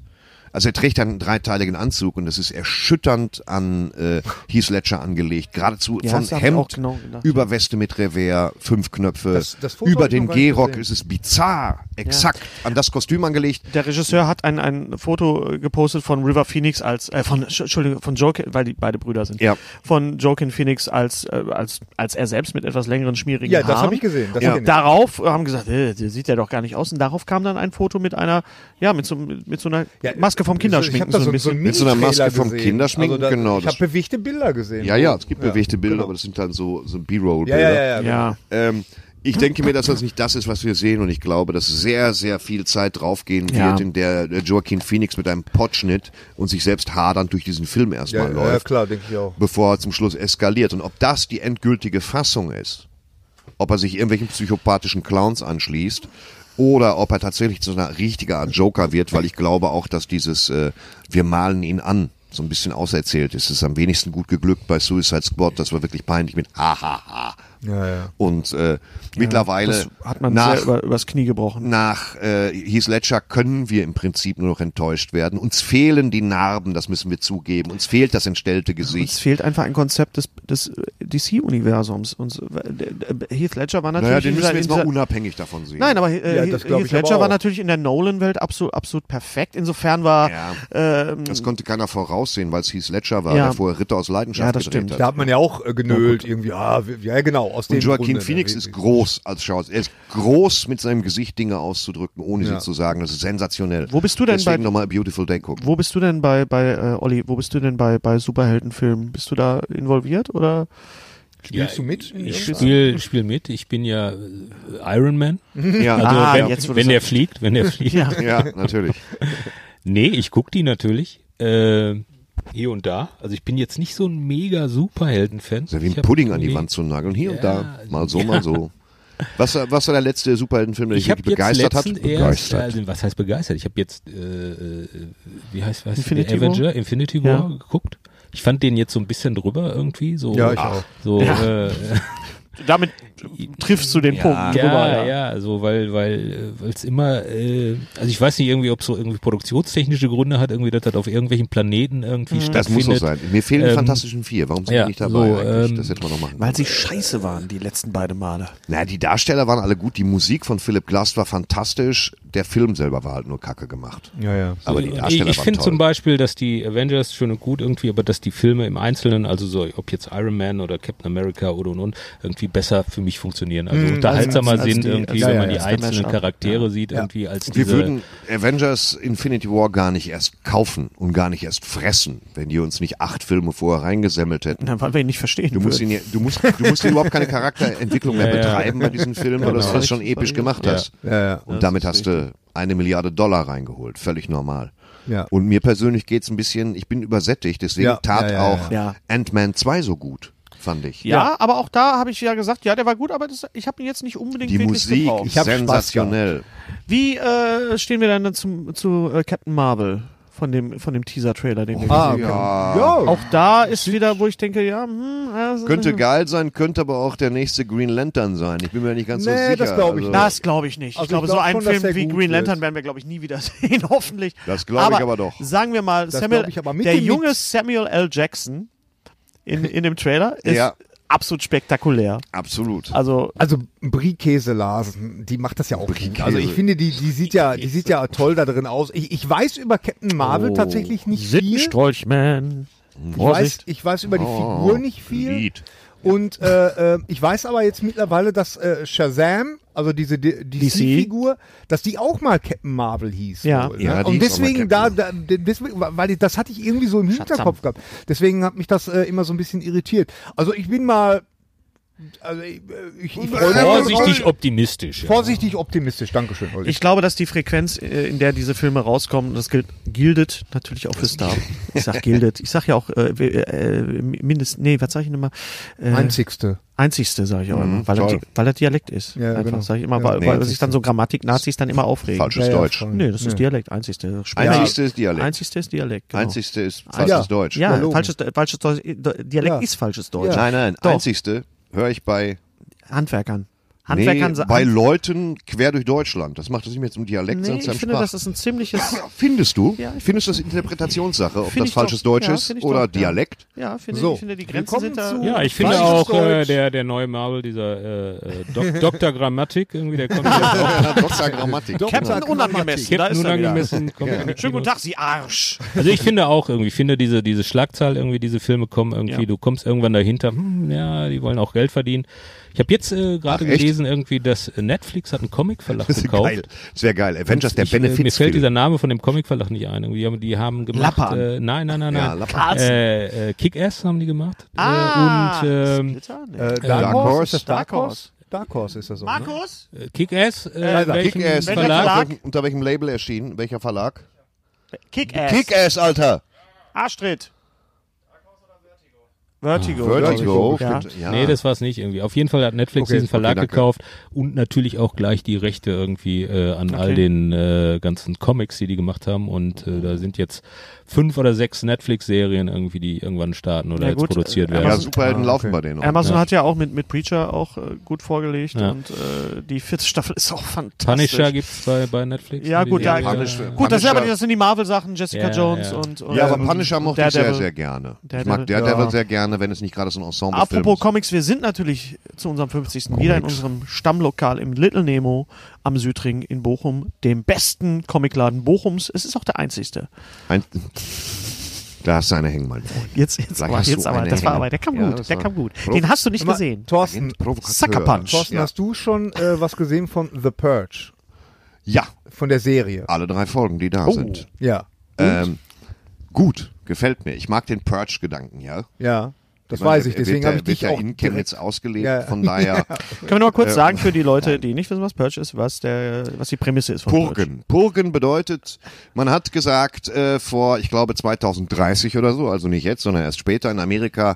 Speaker 4: Also er trägt einen dreiteiligen Anzug und das ist erschütternd an äh, Heath Ledger angelegt. Geradezu
Speaker 2: Ja,
Speaker 4: von
Speaker 2: das hab ich auch
Speaker 4: Hemd
Speaker 2: genau gedacht.
Speaker 4: über Weste mit Revers, fünf Knöpfe,
Speaker 6: Das- das Foto hab
Speaker 4: über
Speaker 6: ich noch
Speaker 4: den
Speaker 6: gar nicht
Speaker 4: Gehrock
Speaker 6: gesehen.
Speaker 4: ist es bizarr, exakt an das Kostüm angelegt.
Speaker 2: Der Regisseur hat ein, ein Foto äh, gepostet von River Phoenix als äh, von Entsch- Entschuldigung, von Joaquin, weil die beide Brüder sind.
Speaker 4: Ja.
Speaker 2: Von Joaquin Phoenix als äh, als als er selbst mit etwas längeren schmierigen
Speaker 6: Ja,
Speaker 2: Haaren.
Speaker 6: das habe ich gesehen. Das
Speaker 2: Ja.
Speaker 6: kenn ich.
Speaker 2: Darauf äh, haben gesagt, äh, der sieht ja doch gar nicht aus. Und darauf kam dann ein Foto mit einer, ja, mit so, mit so einer
Speaker 6: Ja,
Speaker 2: Maske vom
Speaker 6: Also ich- ich hab
Speaker 2: Kinderschminken.
Speaker 6: da
Speaker 2: so ein
Speaker 6: so
Speaker 2: bisschen.
Speaker 6: einen
Speaker 4: Mit so einer Maske
Speaker 6: Mini-Trailer
Speaker 4: vom
Speaker 6: gesehen. Also
Speaker 4: Kinderschminken,
Speaker 6: da-
Speaker 4: genau,
Speaker 6: Ich
Speaker 4: das-
Speaker 6: habe bewegte Bilder gesehen.
Speaker 4: Ja, ja, es gibt bewegte Bilder,
Speaker 6: genau.
Speaker 4: aber das sind dann so, so B-Roll-Bilder.
Speaker 6: Ja, ja, ja. ja.
Speaker 2: ja.
Speaker 4: Ähm, ich denke mir, dass das nicht das ist, was wir sehen und ich glaube, dass sehr, sehr viel Zeit draufgehen wird,
Speaker 2: Ja.
Speaker 4: in der äh, Joaquin Phoenix mit einem Potschnitt und sich selbst hadernd durch diesen Film
Speaker 6: Ja,
Speaker 4: erstmal
Speaker 6: genau. ja,
Speaker 4: läuft,
Speaker 6: klar, denke ich auch.
Speaker 4: bevor er zum Schluss eskaliert. Und ob das die endgültige Fassung ist, ob er sich irgendwelchen psychopathischen Clowns anschließt oder ob er tatsächlich zu einer richtigen Art Joker wird, weil ich glaube auch, dass dieses äh, Wir malen ihn an so ein bisschen auserzählt ist. Es ist am wenigsten gut geglückt bei Suicide Squad. Das war wirklich peinlich mit ah, Ahaha.
Speaker 6: Ja, ja.
Speaker 4: Und äh, mittlerweile
Speaker 6: Äh,
Speaker 2: Das hat man
Speaker 4: nach,
Speaker 2: sehr über, übers Knie gebrochen.
Speaker 4: nach äh, Heath Ledger können wir im Prinzip nur noch enttäuscht werden. Uns fehlen die Narben, das müssen wir zugeben. Uns fehlt das entstellte
Speaker 2: Uns
Speaker 4: Gesicht.
Speaker 2: fehlt einfach ein Konzept des, des äh, DC-Universums. Und so, äh, der- der Heath Ledger war natürlich.
Speaker 4: Naja, den
Speaker 2: in
Speaker 4: müssen wir
Speaker 2: dieser-
Speaker 4: jetzt
Speaker 2: in
Speaker 4: mal
Speaker 2: dieser-
Speaker 4: unabhängig davon sehen.
Speaker 2: Nein, aber äh,
Speaker 6: Ja,
Speaker 2: Heath-
Speaker 6: das glaub ich
Speaker 2: Heath
Speaker 6: aber
Speaker 2: Ledger war
Speaker 6: auch.
Speaker 2: natürlich in der Nolan-Welt absolut, absolut perfekt. Insofern war
Speaker 4: Ja.
Speaker 2: ähm,
Speaker 4: das konnte keiner voraussehen, weil es Heath Ledger war,
Speaker 2: Ja.
Speaker 4: der vorher Ritter aus Leidenschaft
Speaker 2: Ja, das
Speaker 4: gedreht
Speaker 2: stimmt.
Speaker 4: hat.
Speaker 6: Da hat man ja auch äh, genölt, irgendwie, ah, w- ja, genau, aus dem
Speaker 4: Oh Und Joaquin
Speaker 6: Grunde, ne,
Speaker 4: Phoenix
Speaker 6: wie-
Speaker 4: ist groß als Schauspieler. Er ist groß mit seinem Gesicht Dinge auszudrücken, ohne sie zu sagen. Das ist sensationell.
Speaker 2: Wo bist du denn
Speaker 4: Deswegen
Speaker 2: bei-
Speaker 4: nochmal A Beautiful
Speaker 2: [laughs]
Speaker 4: Day gucken.
Speaker 2: Wo bist du denn bei, bei äh, Olli, wo bist du denn bei, bei Superheldenfilmen? Bist du da involviert oder?
Speaker 6: Spielst du mit?
Speaker 1: Ich spiele spiel mit. Ich bin ja äh, Iron Man.
Speaker 4: Ja,
Speaker 1: Also
Speaker 2: Ah,
Speaker 1: wenn,
Speaker 2: jetzt, wo du
Speaker 1: wenn der
Speaker 2: sagst.
Speaker 1: fliegt, wenn der fliegt. [laughs]
Speaker 2: Ja.
Speaker 4: ja natürlich.
Speaker 1: Nee, ich guck die natürlich. Äh, hier und da. Also ich bin jetzt nicht so ein mega Superhelden-Fan.
Speaker 4: So wie
Speaker 1: Ich
Speaker 4: ein
Speaker 1: hab
Speaker 4: Pudding an die
Speaker 1: irgendwie-
Speaker 4: Wand zu nageln. Hier und da.
Speaker 1: Ja, also
Speaker 4: Mal so,
Speaker 1: ja.
Speaker 4: mal so. Was, war- was war der letzte Superheldenfilm, der dich
Speaker 1: Ich habe
Speaker 4: wirklich
Speaker 1: jetzt
Speaker 4: begeistert hat?
Speaker 1: letztens erst, also was heißt begeistert? Ich habe jetzt, äh, äh, wie heißt was?
Speaker 2: Infinity
Speaker 1: Der
Speaker 2: War?
Speaker 1: Avenger, Infinity War geguckt. Ich fand den jetzt so ein bisschen drüber irgendwie, so,
Speaker 6: Ja, ich auch.
Speaker 1: so, äh,
Speaker 2: Damit triffst du den Punkt.
Speaker 1: ja,
Speaker 2: drüber,
Speaker 1: ja, so, weil, weil, es immer, äh, also ich weiß nicht irgendwie, ob es so irgendwie produktionstechnische Gründe hat, irgendwie, dass das auf irgendwelchen Planeten irgendwie
Speaker 4: Mhm. Das
Speaker 1: stattfindet.
Speaker 4: muss so sein. Mir fehlen die
Speaker 1: Ähm,
Speaker 4: Fantastischen Vier. Warum sind
Speaker 1: ja,
Speaker 4: die nicht dabei
Speaker 1: so,
Speaker 4: eigentlich?
Speaker 1: ähm,
Speaker 4: das hätte man noch machen
Speaker 2: Weil
Speaker 4: können.
Speaker 2: sie scheiße waren, die letzten beiden Male.
Speaker 4: Na, die Darsteller waren alle gut. Die Musik von Philip Glass war fantastisch. Der Film selber war halt nur kacke gemacht.
Speaker 6: Ja, ja.
Speaker 4: Aber die Darsteller
Speaker 1: ich ich
Speaker 4: waren
Speaker 1: finde
Speaker 4: toll.
Speaker 1: zum Beispiel, dass die Avengers schön und gut irgendwie, aber dass die Filme im Einzelnen, also so, ob jetzt Iron Man oder Captain America oder und und, irgendwie besser für mich funktionieren. Also unterhaltsamer
Speaker 2: Hm, als- als
Speaker 1: sind
Speaker 2: die-
Speaker 1: irgendwie,
Speaker 2: als-
Speaker 1: wenn
Speaker 2: ja,
Speaker 1: man
Speaker 2: ja,
Speaker 1: die
Speaker 2: als der
Speaker 1: einzelnen
Speaker 2: Mashup.
Speaker 1: Charaktere sieht, irgendwie als
Speaker 4: wir
Speaker 1: diese.
Speaker 4: würden Avengers Infinity War gar nicht erst kaufen und gar nicht erst fressen, wenn die uns nicht acht Filme vorher reingesammelt hätten.
Speaker 2: Na, weil wir ihn nicht verstehen
Speaker 4: Du musst,
Speaker 2: würden.
Speaker 4: ihn ja, du, musst, du musst überhaupt keine Charakterentwicklung mehr
Speaker 1: Ja, ja.
Speaker 4: betreiben bei diesen Filmen, weil du das schon episch gemacht hast.
Speaker 6: Genau. Ja, ja.
Speaker 4: Und damit hast du eine Milliarde Dollar reingeholt. Völlig normal.
Speaker 6: Ja.
Speaker 4: Und mir persönlich geht's ein bisschen, ich bin übersättigt, deswegen
Speaker 6: Ja,
Speaker 4: tat
Speaker 6: ja, ja,
Speaker 4: auch
Speaker 2: ja. Ja.
Speaker 4: Ant-Man 2 so gut, fand ich.
Speaker 2: ja, aber auch da habe ich ja gesagt, ja, der war gut, aber das, ich habe ihn jetzt nicht unbedingt
Speaker 4: Die
Speaker 2: wirklich
Speaker 4: Musik,
Speaker 2: gebraucht.
Speaker 6: Ich hab Spaß
Speaker 4: sensationell.
Speaker 2: Wie äh, stehen wir dann zum, zu äh, Captain Marvel von dem, von dem Teaser-Trailer,
Speaker 4: Oh.
Speaker 2: den wir gesehen
Speaker 6: Ah,
Speaker 2: haben?
Speaker 6: okay.
Speaker 4: Ja.
Speaker 6: ja.
Speaker 2: Auch da ist wieder, wo ich denke, ja, hm, ja, so-
Speaker 4: Könnte geil sein, könnte aber auch der nächste Green Lantern sein. Ich bin mir nicht ganz so
Speaker 6: Nee,
Speaker 4: sicher.
Speaker 6: das glaub ich nicht.
Speaker 2: Das glaube ich nicht.
Speaker 6: Also
Speaker 2: ich glaube,
Speaker 6: ich glaub
Speaker 2: so einen
Speaker 6: schon, dass
Speaker 2: Film
Speaker 6: der
Speaker 2: wie
Speaker 6: gut
Speaker 2: Green Lantern
Speaker 6: wird.
Speaker 2: werden wir, glaube ich, nie wieder [laughs] sehen, hoffentlich.
Speaker 4: Das glaub ich aber doch.
Speaker 2: Sagen wir mal,
Speaker 6: Das
Speaker 2: Samuel,
Speaker 6: glaub ich aber mit
Speaker 2: der
Speaker 6: dem
Speaker 2: junge
Speaker 6: Mix.
Speaker 2: Samuel L. Jackson in, in dem Trailer ist
Speaker 4: [laughs] Ja.
Speaker 2: absolut spektakulär.
Speaker 4: Absolut.
Speaker 2: Also,
Speaker 6: Also Brikäse Larsen, die macht das ja auch gut.
Speaker 4: Brikäse.
Speaker 6: Also ich finde, die, die sieht ja, die sieht ja toll da drin aus. Ich, ich weiß über Captain Marvel
Speaker 4: Oh.
Speaker 6: tatsächlich nicht viel.
Speaker 2: Sittenstrolchman.
Speaker 4: Hm.
Speaker 6: Ich weiß,
Speaker 2: Vorsicht.
Speaker 6: ich weiß über die
Speaker 4: Oh.
Speaker 6: Figur nicht viel.
Speaker 4: Lied.
Speaker 6: Und äh, äh, ich weiß aber jetzt mittlerweile, dass äh, Shazam, also diese DC-Figur, dass die auch mal Captain Marvel hieß.
Speaker 2: Ja.
Speaker 6: wohl, ne?
Speaker 4: Ja, die
Speaker 6: Und
Speaker 4: hieß auch mal
Speaker 6: deswegen da,
Speaker 4: Captain
Speaker 6: da deswegen, weil ich, das hatte ich irgendwie so im Hinterkopf gehabt. Deswegen hat mich das äh, immer so ein bisschen irritiert. Also ich bin mal, also ich, ich, ich freue mich
Speaker 1: äh, vorsichtig
Speaker 6: drauf.
Speaker 1: optimistisch.
Speaker 6: vorsichtig optimistisch. Dankeschön, Olli.
Speaker 2: Ich glaube, dass die Frequenz, äh, in der diese Filme rauskommen, und das gilt, gildet natürlich auch für Star. Ich sag gildet. Ich sag ja auch äh, w- äh, mindestens, nee, was sag ich denn immer? Äh,
Speaker 6: Einzigste.
Speaker 2: Einzigste, sage ich auch immer, weil,
Speaker 4: toll.
Speaker 2: er, weil er Dialekt ist.
Speaker 6: Ja,
Speaker 2: Einfach,
Speaker 6: genau.
Speaker 2: sag ich immer,
Speaker 6: Ja.
Speaker 2: weil,
Speaker 4: Nee,
Speaker 2: weil sich dann so Grammatik-Nazis dann immer aufregen.
Speaker 4: Falsches
Speaker 6: Ja, ja,
Speaker 4: Deutsch.
Speaker 6: voll.
Speaker 2: Nee, das ist
Speaker 6: Nee.
Speaker 2: Dialekt, einzigste. Sprech-
Speaker 4: Einzigste ist Dialekt.
Speaker 2: Einzigste ist Dialekt, genau.
Speaker 4: Einzigste ist falsches
Speaker 6: Ah, Ja.
Speaker 4: Deutsch.
Speaker 2: Ja,
Speaker 6: Dialogen.
Speaker 2: falsches, falsches Deutsch, äh, Dialekt
Speaker 6: Ja.
Speaker 2: ist falsches Deutsch.
Speaker 4: Nein, nein,
Speaker 2: Doch.
Speaker 4: einzigste höre ich bei
Speaker 2: Handwerkern. Handwerkern
Speaker 4: nee,
Speaker 2: sa-
Speaker 4: bei
Speaker 2: Hand-
Speaker 4: Leuten quer durch Deutschland. Das macht das nicht mehr zum Dialekt,
Speaker 2: Nee,
Speaker 4: sondern
Speaker 2: ich
Speaker 4: zu einem
Speaker 2: finde,
Speaker 4: Sprach
Speaker 2: das ist ein ziemliches.
Speaker 4: Findest du?
Speaker 2: Ja, ich
Speaker 4: findest du das Interpretationssache, ob
Speaker 2: Find
Speaker 4: das
Speaker 2: ich doch.
Speaker 4: falsches Deutsch
Speaker 2: Ja,
Speaker 4: ist
Speaker 2: find ich
Speaker 4: oder
Speaker 2: doch, ja. [laughs]
Speaker 4: Dialekt?
Speaker 2: Ja, finde
Speaker 6: So.
Speaker 2: ich, finde die Grenzen
Speaker 6: Willkommen
Speaker 2: sind da.
Speaker 6: zu-
Speaker 1: Ja, ich finde
Speaker 6: Falsches
Speaker 1: auch äh,
Speaker 6: Deutsch.
Speaker 1: der, der neue Marvel, dieser äh, äh, Dok Dr. Grammatik, irgendwie,
Speaker 2: [laughs]
Speaker 1: der kommt jetzt auch
Speaker 4: Dr. Grammatik.
Speaker 2: Captain
Speaker 6: Grammatik.
Speaker 2: unangemessen. da
Speaker 1: Captain
Speaker 2: ist er wieder.
Speaker 1: unangemessen. Kommt in die
Speaker 2: Schönen guten
Speaker 1: Kinos.
Speaker 2: Tag, Sie Arsch.
Speaker 1: Also ich finde auch irgendwie, finde diese, diese Schlagzahl irgendwie, diese Filme kommen irgendwie,
Speaker 2: Ja.
Speaker 1: du kommst irgendwann dahinter, hm, ja, die wollen auch Geld verdienen. Ich habe jetzt äh, gerade
Speaker 4: Ach, echt?
Speaker 1: gelesen irgendwie, dass Netflix hat einen Comicverlag
Speaker 4: [laughs] [laughs] Das ist
Speaker 1: gekauft.
Speaker 4: geil. Das wäre geil. Avengers, der
Speaker 1: ich, äh, mir
Speaker 4: Benefits.
Speaker 1: fällt dieser Name von dem Comicverlag nicht ein. Irgendwie, Die haben, die haben gemacht.
Speaker 2: Lappan.
Speaker 1: Äh, nein, nein, nein,
Speaker 4: ja,
Speaker 1: nein.
Speaker 4: Lappa.
Speaker 1: äh, äh, Kick-Ass haben die gemacht. Äh,
Speaker 2: Ah,
Speaker 1: und ähm,
Speaker 2: Splitter? Nee.
Speaker 6: Äh,
Speaker 4: Dark
Speaker 6: Dark
Speaker 4: Horse?
Speaker 6: Horse? Ist das
Speaker 2: Dark
Speaker 6: Dark Horse? Dark Horse ist das so. Ne?
Speaker 2: Markus?
Speaker 1: Kick-Ass, äh,
Speaker 2: Äh,
Speaker 1: welchen
Speaker 4: Kick-Ass.
Speaker 2: Welcher
Speaker 1: Verlag?
Speaker 2: Verlag?
Speaker 4: Welchem- Unter welchem Label erschienen? Welcher Verlag?
Speaker 2: Kick-Ass.
Speaker 4: Kick-Ass, Alter.
Speaker 2: Arschtritt. Vertigo.
Speaker 4: Vertigo.
Speaker 2: Ja.
Speaker 4: Stimmt, ja.
Speaker 1: Nee, das war es nicht irgendwie. Auf jeden Fall hat Netflix
Speaker 6: Okay,
Speaker 1: diesen Verlag
Speaker 4: Ah. danke.
Speaker 1: gekauft und natürlich auch gleich die Rechte irgendwie äh, an all
Speaker 2: Okay.
Speaker 1: den äh, ganzen Comics, die die gemacht haben. Und äh, da sind jetzt fünf oder sechs Netflix-Serien irgendwie, die irgendwann starten oder
Speaker 2: Ja,
Speaker 1: jetzt
Speaker 2: gut,
Speaker 1: produziert
Speaker 2: äh,
Speaker 1: werden.
Speaker 4: ja,
Speaker 2: Amazon-
Speaker 4: Superhelden
Speaker 6: Ah,
Speaker 4: laufen
Speaker 6: okay.
Speaker 4: bei denen. auch.
Speaker 2: Amazon
Speaker 1: Ja.
Speaker 2: hat ja auch mit, mit Preacher auch äh, gut vorgelegt
Speaker 1: Ja.
Speaker 2: und äh, die vierte Staffel ist auch fantastisch.
Speaker 1: Punisher gibt's bei, bei Netflix.
Speaker 2: Ja,
Speaker 1: Die
Speaker 2: gut,
Speaker 1: Serie.
Speaker 2: ja, genau.
Speaker 4: Punisher.
Speaker 2: Gut, das, ist aber, das
Speaker 4: Punisher.
Speaker 2: sind die Marvel-Sachen, Jessica
Speaker 1: Ja,
Speaker 2: Jones
Speaker 1: ja.
Speaker 2: und, und
Speaker 4: Ja, aber
Speaker 2: und
Speaker 4: Punisher mochte ich
Speaker 2: äh, Daredevil.
Speaker 4: sehr, sehr gerne. Ich
Speaker 2: Daredevil,
Speaker 4: mag Daredevil
Speaker 2: ja.
Speaker 4: sehr gerne, wenn es nicht gerade so ein Ensemble-Film
Speaker 2: Apropos
Speaker 4: ist.
Speaker 2: Comics, wir sind natürlich zu unserem 50. wieder in unserem Stammlokal im Little Nemo am Südring in Bochum, dem besten Comicladen Bochums. Es ist auch der einzigste.
Speaker 4: Ein, da hast du eine hängen, mein Freund.
Speaker 2: Jetzt, jetzt
Speaker 4: Vielleicht
Speaker 2: aber,
Speaker 4: hast du
Speaker 2: jetzt aber
Speaker 4: eine
Speaker 2: das war
Speaker 4: hängen.
Speaker 2: aber, der kam
Speaker 4: Ja, das
Speaker 2: gut, der
Speaker 4: war-
Speaker 2: kam gut.
Speaker 4: Pro-
Speaker 2: Den hast du nicht
Speaker 6: Sag mal,
Speaker 2: gesehen.
Speaker 6: Thorsten,
Speaker 4: Provokateur.
Speaker 2: Sucker Punch.
Speaker 6: Thorsten
Speaker 4: Ja.
Speaker 6: hast du schon äh, was gesehen von The Purge?
Speaker 4: ja,
Speaker 6: Von der Serie?
Speaker 4: alle drei Folgen, die
Speaker 6: Oh,
Speaker 4: da sind.
Speaker 6: Ja.
Speaker 4: Ähm, gut, gefällt mir. Ich mag den Purge-Gedanken, ja.
Speaker 6: Ja. Das
Speaker 4: Ich meine,
Speaker 6: weiß ich,
Speaker 4: wird
Speaker 6: deswegen
Speaker 4: der-
Speaker 6: habe ich
Speaker 4: wird
Speaker 6: dich
Speaker 4: der
Speaker 6: auch
Speaker 4: in
Speaker 6: direkt-
Speaker 4: Chemnitz ausgelegt,
Speaker 6: Ja. [laughs]
Speaker 4: von daher
Speaker 2: Können wir noch mal kurz
Speaker 4: Äh,
Speaker 2: sagen für die Leute, die nicht wissen, was Purge ist, was der, was die Prämisse ist von Purge.
Speaker 4: Purgen. Purgen bedeutet, man hat gesagt, äh, vor, ich glaube, 2030 oder so, also nicht jetzt, sondern erst später in Amerika,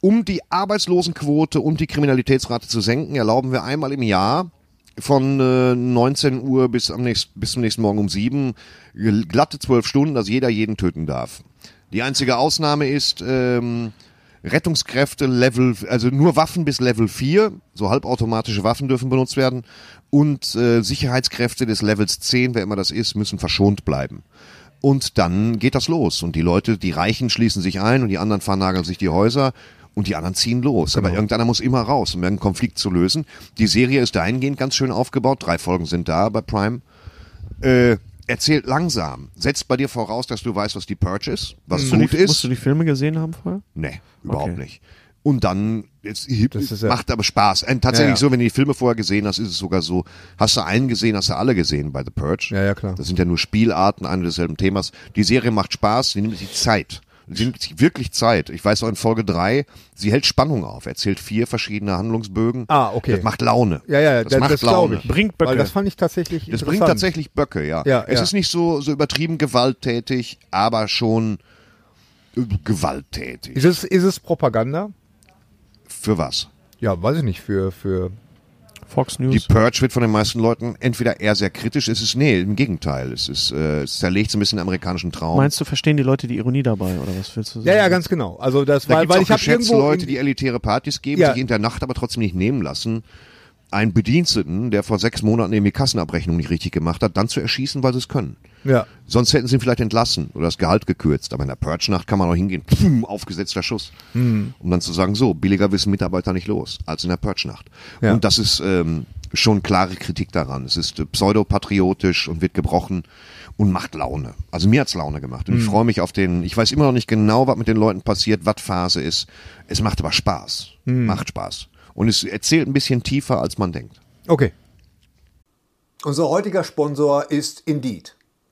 Speaker 4: um die Arbeitslosenquote und die Kriminalitätsrate zu senken, erlauben wir einmal im Jahr von äh, 19 Uhr bis, am nächsten, bis zum nächsten Morgen um 7 gl- glatte 12 Stunden, dass jeder jeden töten darf. Die einzige Ausnahme ist, ähm, Rettungskräfte Level, also nur Waffen bis Level 4, so halbautomatische Waffen dürfen benutzt werden und äh, Sicherheitskräfte des Levels 10, wer immer das ist, müssen verschont bleiben. Und dann geht das los und die Leute, die Reichen schließen sich ein und die anderen vernageln sich die Häuser und die anderen ziehen los.
Speaker 2: Genau.
Speaker 4: Aber irgendeiner muss immer raus, um einen Konflikt zu lösen. Die Serie ist dahingehend ganz schön aufgebaut, drei Folgen sind da bei Prime äh, erzählt langsam. Setzt bei dir voraus, dass du weißt, was die Purge ist, was
Speaker 2: Hm. Musst du,
Speaker 4: gut
Speaker 2: die, musst
Speaker 4: ist.
Speaker 2: du die Filme gesehen haben vorher?
Speaker 4: Nee, überhaupt
Speaker 2: Okay.
Speaker 4: nicht. Und dann, jetzt,
Speaker 6: Das ist ja-
Speaker 4: macht aber Spaß. Ähm,
Speaker 6: Ja,
Speaker 4: tatsächlich
Speaker 6: ja.
Speaker 4: so, wenn du die Filme vorher gesehen hast, ist es sogar so, hast du einen gesehen, hast du alle gesehen bei The Purge.
Speaker 6: Ja, ja, klar.
Speaker 4: Das sind ja nur Spielarten einer desselben Themas. Die Serie macht Spaß, sie nimmt sich Zeit. Sie nimmt sich wirklich Zeit. Ich weiß auch in Folge drei, sie hält Spannung auf, erzählt vier verschiedene Handlungsbögen.
Speaker 6: Ah, okay.
Speaker 4: Das macht Laune.
Speaker 6: Ja, ja,
Speaker 4: das,
Speaker 6: das,
Speaker 4: macht
Speaker 6: das glaube
Speaker 4: Laune.
Speaker 6: ich.
Speaker 2: Bringt Böcke.
Speaker 6: Weil das fand ich tatsächlich
Speaker 4: Das
Speaker 6: interessant.
Speaker 4: bringt tatsächlich Böcke, ja.
Speaker 6: Ja,
Speaker 4: es
Speaker 6: ja.
Speaker 4: ist nicht so, so übertrieben gewalttätig, aber schon äh, gewalttätig.
Speaker 6: Ist es, ist es Propaganda?
Speaker 4: Für was?
Speaker 6: Ja, weiß ich nicht, für, für
Speaker 2: Fox
Speaker 4: Die
Speaker 2: News.
Speaker 4: Purge wird von den meisten Leuten entweder eher sehr kritisch, es ist, nee, im Gegenteil, es ist, äh, es zerlegt so ein bisschen den amerikanischen Traum.
Speaker 2: Meinst du, verstehen die Leute die Ironie dabei oder was willst du sagen?
Speaker 6: Ja, ja, ganz genau. Also das
Speaker 4: da
Speaker 6: weil,
Speaker 4: gibt's
Speaker 6: weil
Speaker 4: auch
Speaker 6: ich habe irgendwo
Speaker 4: Geschäftsleute,
Speaker 6: in-
Speaker 4: die elitäre Partys geben,
Speaker 6: Ja.
Speaker 4: sich in der Nacht aber trotzdem nicht nehmen lassen, einen Bediensteten, der vor sechs Monaten eben die Kassenabrechnung nicht richtig gemacht hat, dann zu erschießen, weil sie es können.
Speaker 6: ja.
Speaker 4: Sonst hätten sie ihn vielleicht entlassen oder das Gehalt gekürzt. Aber in der Purge-Nacht kann man auch hingehen, pum, aufgesetzter Schuss.
Speaker 6: Hm.
Speaker 4: Um dann zu sagen, so, billiger wissen Mitarbeiter nicht los, als in der Purge-Nacht.
Speaker 6: Ja.
Speaker 4: Und das ist ähm, schon klare Kritik daran. Es ist äh, pseudopatriotisch und wird gebrochen und macht Laune. Also mir hat's Laune gemacht.
Speaker 6: Hm.
Speaker 4: Und ich freue mich auf den, ich weiß immer noch nicht genau, was mit den Leuten passiert, was Phase ist. Es macht aber Spaß.
Speaker 6: Hm.
Speaker 4: Macht Spaß. Und es erzählt ein bisschen tiefer, als man denkt.
Speaker 6: Okay.
Speaker 7: Unser heutiger Sponsor ist Indeed.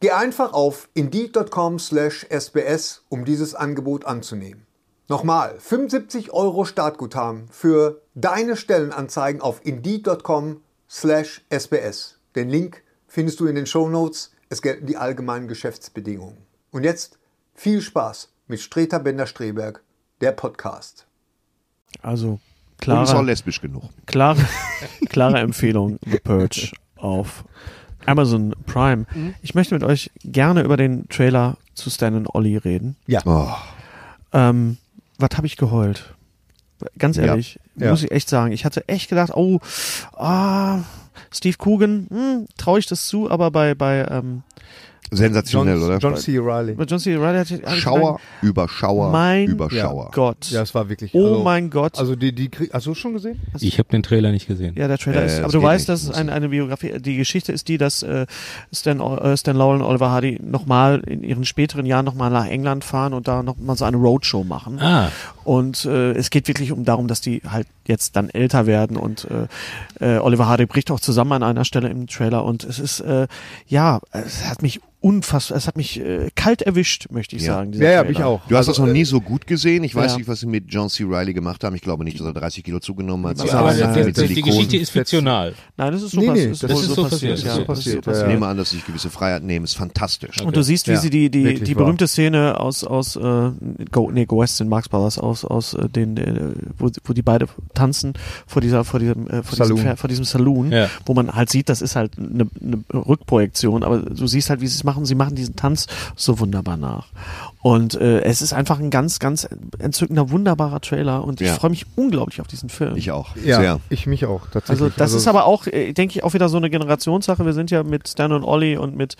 Speaker 7: Geh einfach auf indeed.com/sbs, um dieses Angebot anzunehmen. Nochmal, 75 Euro Startguthaben für deine Stellenanzeigen auf indeed.com/sbs. Den Link findest du in den Shownotes. Es gelten die allgemeinen Geschäftsbedingungen. Und jetzt viel Spaß mit Streter Bender-Streberg, der Podcast.
Speaker 2: Also,
Speaker 4: Und ist auch
Speaker 2: klare,
Speaker 4: lesbisch genug.
Speaker 2: klare, [laughs] klare Empfehlung, The Purge auf Amazon Prime.
Speaker 6: Mhm.
Speaker 2: Ich möchte mit euch gerne über den Trailer zu Stan und Ollie reden.
Speaker 4: Oh,
Speaker 2: Ähm, was habe ich geheult? Ganz
Speaker 4: Ja.
Speaker 2: ehrlich,
Speaker 6: Ja.
Speaker 2: muss ich echt sagen. Ich hatte echt gedacht, oh, ah, Steve Coogan, hm, traue ich das zu, aber bei, bei, ähm,
Speaker 4: sensationell, oder?
Speaker 6: John C. Riley.
Speaker 2: bei John C. Reilly hatte ich. hab ich
Speaker 4: Schauer
Speaker 2: gedacht,
Speaker 4: über Schauer
Speaker 2: Mein
Speaker 4: über Schauer.
Speaker 2: Gott.
Speaker 6: Ja, es war wirklich.
Speaker 2: oh
Speaker 6: also,
Speaker 2: mein Gott.
Speaker 6: Also die, die krieg, hast du schon gesehen?
Speaker 1: Ich habe den Trailer nicht gesehen.
Speaker 2: ja, der Trailer
Speaker 4: Äh,
Speaker 2: ist. Aber
Speaker 4: das
Speaker 2: du
Speaker 4: geht
Speaker 2: weißt,
Speaker 4: nicht.
Speaker 2: dass es eine, eine Biografie, die Geschichte ist die, dass äh, Stan, äh, Stan Laurel und Oliver Hardy nochmal in ihren späteren Jahren nochmal nach England fahren und da nochmal so eine Roadshow machen.
Speaker 1: Ah,
Speaker 2: Und äh, es geht wirklich um darum, dass die halt jetzt dann älter werden und äh, äh, Oliver Hardy bricht auch zusammen an einer Stelle im Trailer und es ist äh, ja, es hat mich unfassbar, es hat mich äh, kalt erwischt, möchte ich
Speaker 4: Ja.
Speaker 2: sagen. dieser
Speaker 6: Ja, ja,
Speaker 2: Trailer.
Speaker 6: mich auch.
Speaker 4: Du hast das noch nie so gut gesehen. Ich weiß
Speaker 2: ja.
Speaker 4: nicht, was sie mit John C. Riley gemacht haben. Ich glaube nicht, dass er 30 Kilo zugenommen hat. Sie
Speaker 1: aber
Speaker 4: arbeiten
Speaker 1: das,
Speaker 4: viel
Speaker 1: das,
Speaker 4: mit
Speaker 1: das, die
Speaker 4: Silikon.
Speaker 1: Geschichte ist fiktional.
Speaker 2: Nein, das ist so,
Speaker 6: Nee,
Speaker 2: pass-
Speaker 6: nee,
Speaker 2: ist
Speaker 6: das
Speaker 2: wohl
Speaker 1: ist so passiert,
Speaker 2: ja.
Speaker 1: das ist so
Speaker 2: Das ist so
Speaker 6: passiert, ja,
Speaker 4: Ich
Speaker 2: passiert.
Speaker 6: ja.
Speaker 4: nehme an, dass sie sich gewisse Freiheiten nehmen. Ist fantastisch.
Speaker 2: Und du siehst, wie
Speaker 6: Ja,
Speaker 2: sie die, die,
Speaker 6: wirklich
Speaker 2: die
Speaker 6: wahr.
Speaker 2: berühmte Szene aus, aus äh, Go, nee, Go West in Marx Brothers, aus, aus äh, den, äh, wo, wo die beide tanzen vor dieser, vor diesem, äh, vor diesem,
Speaker 6: Saloon.
Speaker 2: Fer- vor diesem Saloon,
Speaker 1: Ja.
Speaker 2: wo man halt sieht, das ist halt eine eine Rückprojektion, aber du siehst halt, wie sie es machen. Sie machen diesen Tanz so wunderbar nach. Und äh, es ist einfach ein ganz, ganz entzückender, wunderbarer Trailer und ich
Speaker 4: Ja.
Speaker 2: freue mich unglaublich auf diesen Film.
Speaker 4: Ich auch.
Speaker 6: Ja,
Speaker 4: Sehr.
Speaker 6: ich mich auch. Tatsächlich.
Speaker 2: Also das ist aber auch, äh, denke ich, auch wieder so eine Generationssache. Wir sind ja mit Stan und Olli und mit,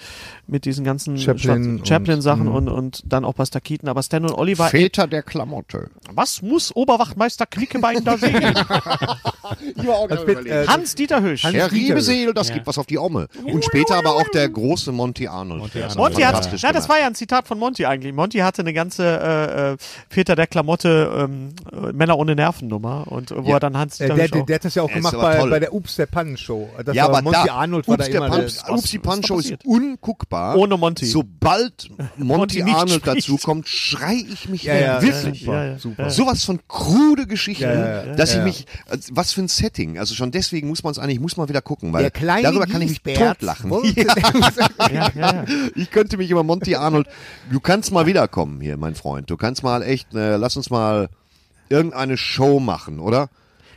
Speaker 2: mit diesen ganzen
Speaker 6: Chaplin
Speaker 2: Schwarz- Chaplin-Sachen
Speaker 6: und- Mhm.
Speaker 2: und, und, dann auch Buster Keaton. Aber Stan und Olli war,
Speaker 4: Väter der Klamotte.
Speaker 2: was muss Oberwachtmeister Knickebein
Speaker 6: [laughs]
Speaker 2: da sehen?
Speaker 6: äh,
Speaker 2: Hans-Dieter Hösch.
Speaker 6: Hans-
Speaker 4: Herr
Speaker 6: Dieter.
Speaker 4: Riebeseel, das gibt was auf die Omme. Und später aber auch der große Monty Arnold.
Speaker 1: Monty Arnold.
Speaker 2: Monty hat,
Speaker 4: Fantastisch
Speaker 2: na, das
Speaker 4: gemacht.
Speaker 2: war ja ein Zitat von Monty eigentlich. Monty hatte eine ganze äh, äh, Väter der Klamotte ähm, äh, Männer ohne Nerven Nummer und äh, wo er dann Hans
Speaker 6: Äh,
Speaker 2: Dieter
Speaker 6: der,
Speaker 2: Hösch
Speaker 6: der,
Speaker 2: auch,
Speaker 6: der hat das ja auch
Speaker 4: Ja, ist
Speaker 6: gemacht
Speaker 4: aber
Speaker 6: bei,
Speaker 4: toll.
Speaker 6: bei der Ups der Pannen Show. Das
Speaker 4: ja,
Speaker 6: war
Speaker 4: aber
Speaker 6: Monty
Speaker 4: da,
Speaker 6: Arnold war
Speaker 4: Ups,
Speaker 6: da
Speaker 4: der
Speaker 6: immer der,
Speaker 4: Pumps, Ups, die
Speaker 2: was- was
Speaker 4: Pan-Show ist
Speaker 2: passiert?
Speaker 4: unguckbar.
Speaker 2: Ohne Monty. [laughs]
Speaker 4: Sobald Monty,
Speaker 2: Monty nicht
Speaker 4: Arnold
Speaker 2: spricht.
Speaker 4: dazukommt, schrei ich mich
Speaker 6: Ja,
Speaker 4: hin.
Speaker 6: ja,
Speaker 4: wirklich.
Speaker 6: super,
Speaker 2: Ja, ja,
Speaker 6: super.
Speaker 4: Sowas von krude Geschichten,
Speaker 6: Ja, ja, ja.
Speaker 4: dass
Speaker 6: Ja, ja.
Speaker 4: ich mich, also was für ein Setting. Also schon deswegen muss man es eigentlich, muss man wieder gucken, weil
Speaker 6: der kleine
Speaker 4: Äh, darüber kann ich mich
Speaker 6: Giesbert
Speaker 4: totlachen.
Speaker 6: wollte-
Speaker 2: ja, ja, ja.
Speaker 4: [laughs] Ich könnte mich über Monty Arnold. Du kannst mal wiederkommen hier, mein Freund. Du kannst mal echt, äh, lass uns mal irgendeine Show machen, oder?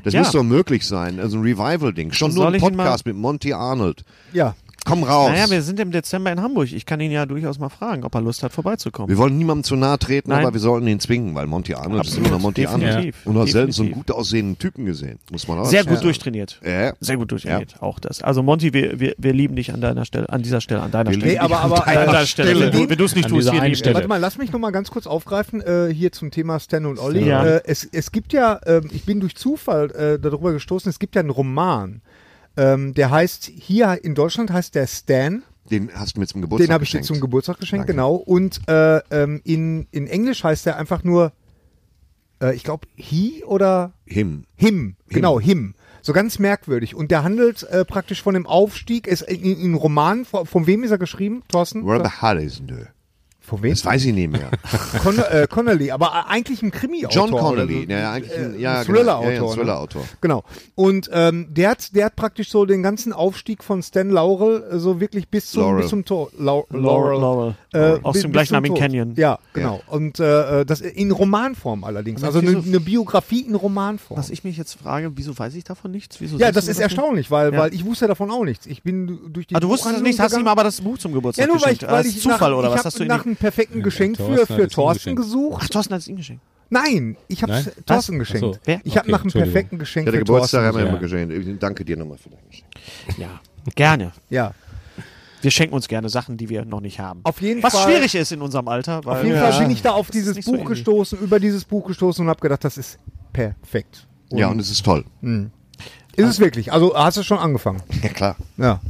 Speaker 4: Das
Speaker 2: Ja.
Speaker 4: muss doch möglich sein. Also ein Revival-Ding. Schon nur
Speaker 2: Soll
Speaker 4: ein
Speaker 2: ich ihn mal-
Speaker 4: Podcast mit Monty Arnold.
Speaker 6: [laughs] Ja,
Speaker 4: Komm raus.
Speaker 2: Naja, wir
Speaker 4: wir,
Speaker 2: sind im Dezember in Hamburg. Ich kann ihn ja durchaus mal fragen, ob er Lust hat, vorbeizukommen.
Speaker 4: wollen niemandem zu nahe treten,
Speaker 2: Nein.
Speaker 4: aber wir sollten ihn zwingen, weil Monty Arnold ist
Speaker 2: Absolut,
Speaker 4: immer noch Monty Arnold.
Speaker 2: definitiv,
Speaker 4: Und du hast selten so einen
Speaker 2: definitiv.
Speaker 4: gut aussehenden Typen gesehen. Muss
Speaker 6: Oh,
Speaker 4: man auch
Speaker 2: Sehr
Speaker 4: sagen.
Speaker 2: gut durchtrainiert.
Speaker 4: Äh,
Speaker 2: Sehr gut durchtrainiert, auch das. Also Monty, wir, wir, wir lieben dich an deiner Stelle, an dieser Stelle, an deiner
Speaker 4: Wir
Speaker 2: Stelle.
Speaker 4: lieben
Speaker 6: nee, aber, aber
Speaker 2: an deiner
Speaker 6: äh,
Speaker 2: Stelle.
Speaker 6: Stelle.
Speaker 2: Wenn du es nicht
Speaker 1: An
Speaker 2: tust,
Speaker 1: dieser
Speaker 2: wir
Speaker 1: einen
Speaker 2: lieben
Speaker 1: Stelle.
Speaker 2: dich.
Speaker 6: Warte mal, lass mich noch mal ganz kurz aufgreifen äh, hier zum Thema Stan und Olli.
Speaker 2: Ja.
Speaker 6: Äh, es, es gibt ja, ähm, ich bin durch Zufall äh, darüber gestoßen, es gibt ja einen Roman, ähm, der heißt, hier in Deutschland heißt der Stan,
Speaker 4: den hast du mir zum Geburtstag
Speaker 6: den habe ich dir
Speaker 4: geschenkt.
Speaker 6: zum Geburtstag geschenkt,
Speaker 4: Danke.
Speaker 6: genau. Und äh, ähm, in, in Englisch heißt der einfach nur, äh, ich glaube, he oder
Speaker 4: Him.
Speaker 6: Him, genau, Him. So ganz merkwürdig. Und der handelt äh, praktisch von dem Aufstieg, ist in, in einem Roman, von, von wem ist er geschrieben, Thorsten?
Speaker 4: Robert Harris, nö.
Speaker 6: Von wem?
Speaker 4: Das weiß ich
Speaker 2: [laughs]
Speaker 4: nicht mehr.
Speaker 6: Con äh, Connolly, aber eigentlich ein Krimi-Autor.
Speaker 4: John
Speaker 6: oder
Speaker 4: Connolly,
Speaker 6: so.
Speaker 4: der ja
Speaker 2: Äh,
Speaker 4: eigentlich ein, ja,
Speaker 6: ein
Speaker 4: genau,
Speaker 6: Thriller-Autor,
Speaker 4: ja, ja, ein
Speaker 6: ne?
Speaker 4: Thriller-Autor.
Speaker 6: Genau. Und ähm, der, hat, der hat praktisch so den ganzen Aufstieg von Stan Laurel äh, so wirklich bis zum,
Speaker 4: Laurel.
Speaker 6: bis zum Tor. Lau
Speaker 2: Laurel. Laurel.
Speaker 6: Äh, bis-
Speaker 2: Aus dem
Speaker 6: bis zum
Speaker 2: gleichnamigen
Speaker 6: Tod.
Speaker 2: Canyon.
Speaker 6: Ja, genau. Und äh, das in Romanform allerdings. Also eine,
Speaker 2: wieso-
Speaker 6: eine Biografie in Romanform.
Speaker 2: Was ich mich jetzt frage, wieso weiß ich davon nichts? Wieso
Speaker 6: Ja,
Speaker 2: sagst
Speaker 6: das
Speaker 2: du mir
Speaker 6: ist erstaunlich, weil,
Speaker 2: Ja.
Speaker 6: weil ich wusste davon auch nichts. Ich bin durch die
Speaker 2: Ah, du wusstest es
Speaker 6: Buchhandlung
Speaker 2: nicht, hast
Speaker 6: gegangen.
Speaker 2: ihm aber das Buch zum Geburtstag
Speaker 6: ja, nur weil ich,
Speaker 2: geschenkt.
Speaker 6: weil
Speaker 2: Als
Speaker 6: ich
Speaker 2: Ah, Zufall
Speaker 6: nach,
Speaker 2: oder
Speaker 6: ich
Speaker 2: was
Speaker 6: hab
Speaker 2: hast du in
Speaker 6: nach
Speaker 2: die...
Speaker 6: einem perfekten Geschenk
Speaker 1: Thorsten
Speaker 6: für,
Speaker 1: hat es
Speaker 6: für
Speaker 1: ihm
Speaker 6: Thorsten
Speaker 1: geschenkt.
Speaker 6: gesucht.
Speaker 2: Ach, Thorsten hat es ihm geschenkt.
Speaker 6: Nein, ich habe
Speaker 1: Nein?
Speaker 6: Thorsten
Speaker 1: Was?
Speaker 6: geschenkt.
Speaker 1: Ach so. Wer?
Speaker 6: Ich habe
Speaker 1: Okay,
Speaker 6: nach einem
Speaker 1: Entschuldigung.
Speaker 6: perfekten Geschenk
Speaker 4: Ja, der
Speaker 6: für
Speaker 4: Geburtstag haben
Speaker 6: Thorsten.
Speaker 4: wir
Speaker 1: ja.
Speaker 4: immer geschenkt. Danke dir nochmal für dein Geschenk.
Speaker 2: Ja, gerne.
Speaker 6: Ja,
Speaker 2: Wir schenken uns gerne Sachen, die wir noch nicht haben.
Speaker 6: auf jeden
Speaker 2: was
Speaker 6: Fall.
Speaker 2: schwierig ist in unserem Alter. Weil
Speaker 6: Auf jeden
Speaker 2: Ja.
Speaker 6: Fall bin ich da auf
Speaker 2: Das ist
Speaker 6: dieses
Speaker 2: nicht so
Speaker 6: Buch
Speaker 2: ähnlich.
Speaker 6: gestoßen, über dieses Buch gestoßen und habe gedacht, das ist perfekt.
Speaker 4: Ja, und es ist toll.
Speaker 6: ist es wirklich? Also hast du schon angefangen?
Speaker 4: Ja, klar.
Speaker 6: Ja.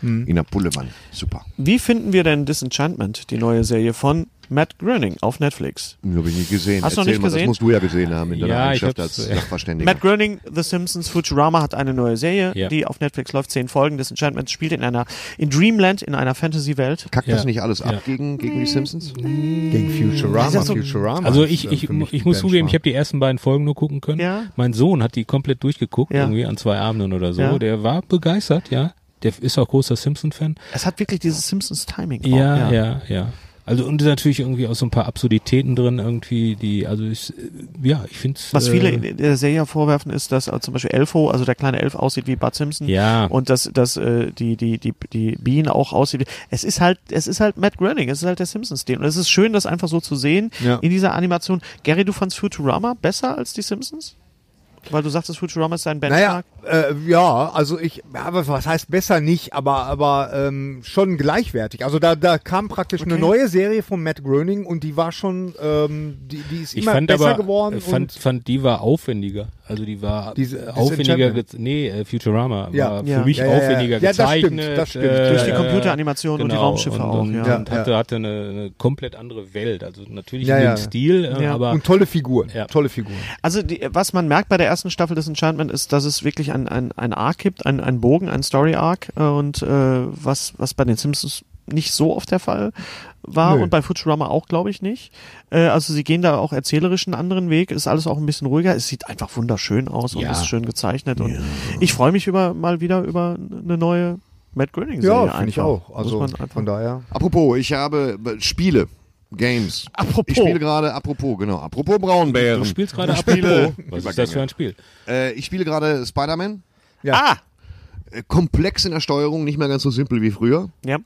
Speaker 6: Hm.
Speaker 4: In der Pullewanne. Hm. Super.
Speaker 2: Wie finden wir denn Disenchantment, die neue Serie von Matt Groening auf Netflix.
Speaker 4: Den habe ich nie gesehen.
Speaker 2: Hast du noch
Speaker 4: Erzähl
Speaker 2: nicht
Speaker 4: mal,
Speaker 2: gesehen?
Speaker 4: Das musst du ja gesehen haben in deiner
Speaker 1: Ja, ich
Speaker 4: Eigenschaft
Speaker 1: hab's,
Speaker 4: als
Speaker 1: ja.
Speaker 4: Sachverständiger.
Speaker 2: Matt Groening, The Simpsons, Futurama hat eine neue Serie,
Speaker 1: Ja.
Speaker 2: die auf Netflix läuft, zehn Folgen. Disenchantment spielt in einer, in Dreamland, in einer Fantasy-Welt.
Speaker 4: Kackt das
Speaker 1: Ja.
Speaker 4: nicht alles
Speaker 1: Ja.
Speaker 4: ab gegen, gegen die Simpsons?
Speaker 6: Gegen Futurama.
Speaker 2: Das ist so-
Speaker 6: Futurama
Speaker 1: Also
Speaker 6: ist,
Speaker 1: ich,
Speaker 6: äh,
Speaker 1: ich,
Speaker 6: für mich
Speaker 1: ich muss
Speaker 6: Benchmark.
Speaker 1: zugeben, ich habe die ersten beiden Folgen nur gucken können.
Speaker 2: Ja.
Speaker 1: Mein Sohn hat die komplett durchgeguckt,
Speaker 2: Ja.
Speaker 1: irgendwie an zwei Abenden oder so.
Speaker 2: Ja.
Speaker 1: Der war begeistert, ja. Der ist auch großer Simpson-Fan.
Speaker 2: Es hat wirklich dieses Simpsons-Timing. auch,
Speaker 1: Ja, ja, ja, Also und natürlich irgendwie auch so ein paar Absurditäten drin, irgendwie, die, also ich, ja, ich finde es.
Speaker 2: Was
Speaker 1: äh,
Speaker 2: viele in der Serie vorwerfen, ist, dass äh, zum Beispiel Elfo, also der kleine Elf, aussieht wie Bart Simpson.
Speaker 1: Ja.
Speaker 2: Und dass, dass äh, die, die, die, die Bean auch aussieht. wie- Es ist halt, es ist halt Matt Groening, es ist halt der Simpsons-Stil. Und es ist schön, das einfach so zu sehen
Speaker 6: Ja.
Speaker 2: in dieser Animation. Gary, du fandst Futurama besser als die Simpsons? Weil du sagtest, Futurama ist dein
Speaker 6: Naja,
Speaker 2: Benchmark.
Speaker 6: äh, ja, also ich, aber was heißt besser nicht, aber aber ähm, schon gleichwertig. Also da da kam praktisch eine
Speaker 2: Okay.
Speaker 6: neue Serie von Matt Groening und die war schon, ähm, die, die ist
Speaker 1: ich
Speaker 6: immer
Speaker 1: fand
Speaker 6: besser
Speaker 1: aber, äh,
Speaker 6: geworden.
Speaker 1: fand,
Speaker 6: und
Speaker 1: fand die war aufwendiger. Also die war
Speaker 6: Diese-
Speaker 1: äh,
Speaker 6: das
Speaker 1: aufwendiger.
Speaker 6: Enchantment.
Speaker 1: gez- Nee, äh, Futurama
Speaker 6: Ja.
Speaker 1: war
Speaker 2: Ja.
Speaker 1: für mich
Speaker 6: Ja, ja, ja.
Speaker 1: aufwendiger
Speaker 6: Ja, das stimmt,
Speaker 1: gezeichnet.
Speaker 6: das stimmt.
Speaker 1: Äh, genau,
Speaker 2: Durch die Computeranimation und die Raumschiffe
Speaker 1: und,
Speaker 2: auch,
Speaker 1: Und,
Speaker 2: ja.
Speaker 1: und
Speaker 6: Ja,
Speaker 1: hatte, hatte eine, eine komplett andere Welt. Also natürlich
Speaker 6: Ja,
Speaker 1: in
Speaker 6: ja.
Speaker 1: dem Stil, äh,
Speaker 2: Ja.
Speaker 1: aber
Speaker 6: und tolle Figuren,
Speaker 1: Ja.
Speaker 6: tolle Figuren.
Speaker 2: Also die, was man merkt bei der ersten Staffel des Enchantment ist, dass es wirklich ein, ein, ein Arc gibt, ein, ein Bogen, ein Story-Arc äh, und äh, was, was bei den Simpsons nicht so oft der Fall war
Speaker 6: Nö.
Speaker 2: und bei Futurama auch, glaube ich, nicht. Äh, also sie gehen da auch erzählerisch einen anderen Weg, ist alles auch ein bisschen ruhiger, es sieht einfach wunderschön aus und
Speaker 1: Ja.
Speaker 2: ist schön gezeichnet und ich freue mich über mal wieder über eine neue Matt Groening-Serie.
Speaker 6: Ja, finde ich
Speaker 2: einfach.
Speaker 6: auch. Also
Speaker 2: Muss man einfach
Speaker 6: von daher.
Speaker 4: Apropos, ich habe äh, Spiele, Games.
Speaker 2: Apropos.
Speaker 4: Ich spiele gerade, apropos, genau, apropos Braunbären.
Speaker 1: du spielst gerade
Speaker 4: Ich
Speaker 1: ab.
Speaker 4: spiele,
Speaker 1: Was ist das für ein Spiel?
Speaker 4: äh, ich spiele gerade Spider-Man.
Speaker 2: Ah!
Speaker 4: Äh, Komplex in der Steuerung, nicht mehr ganz so simpel wie früher,
Speaker 2: Ja.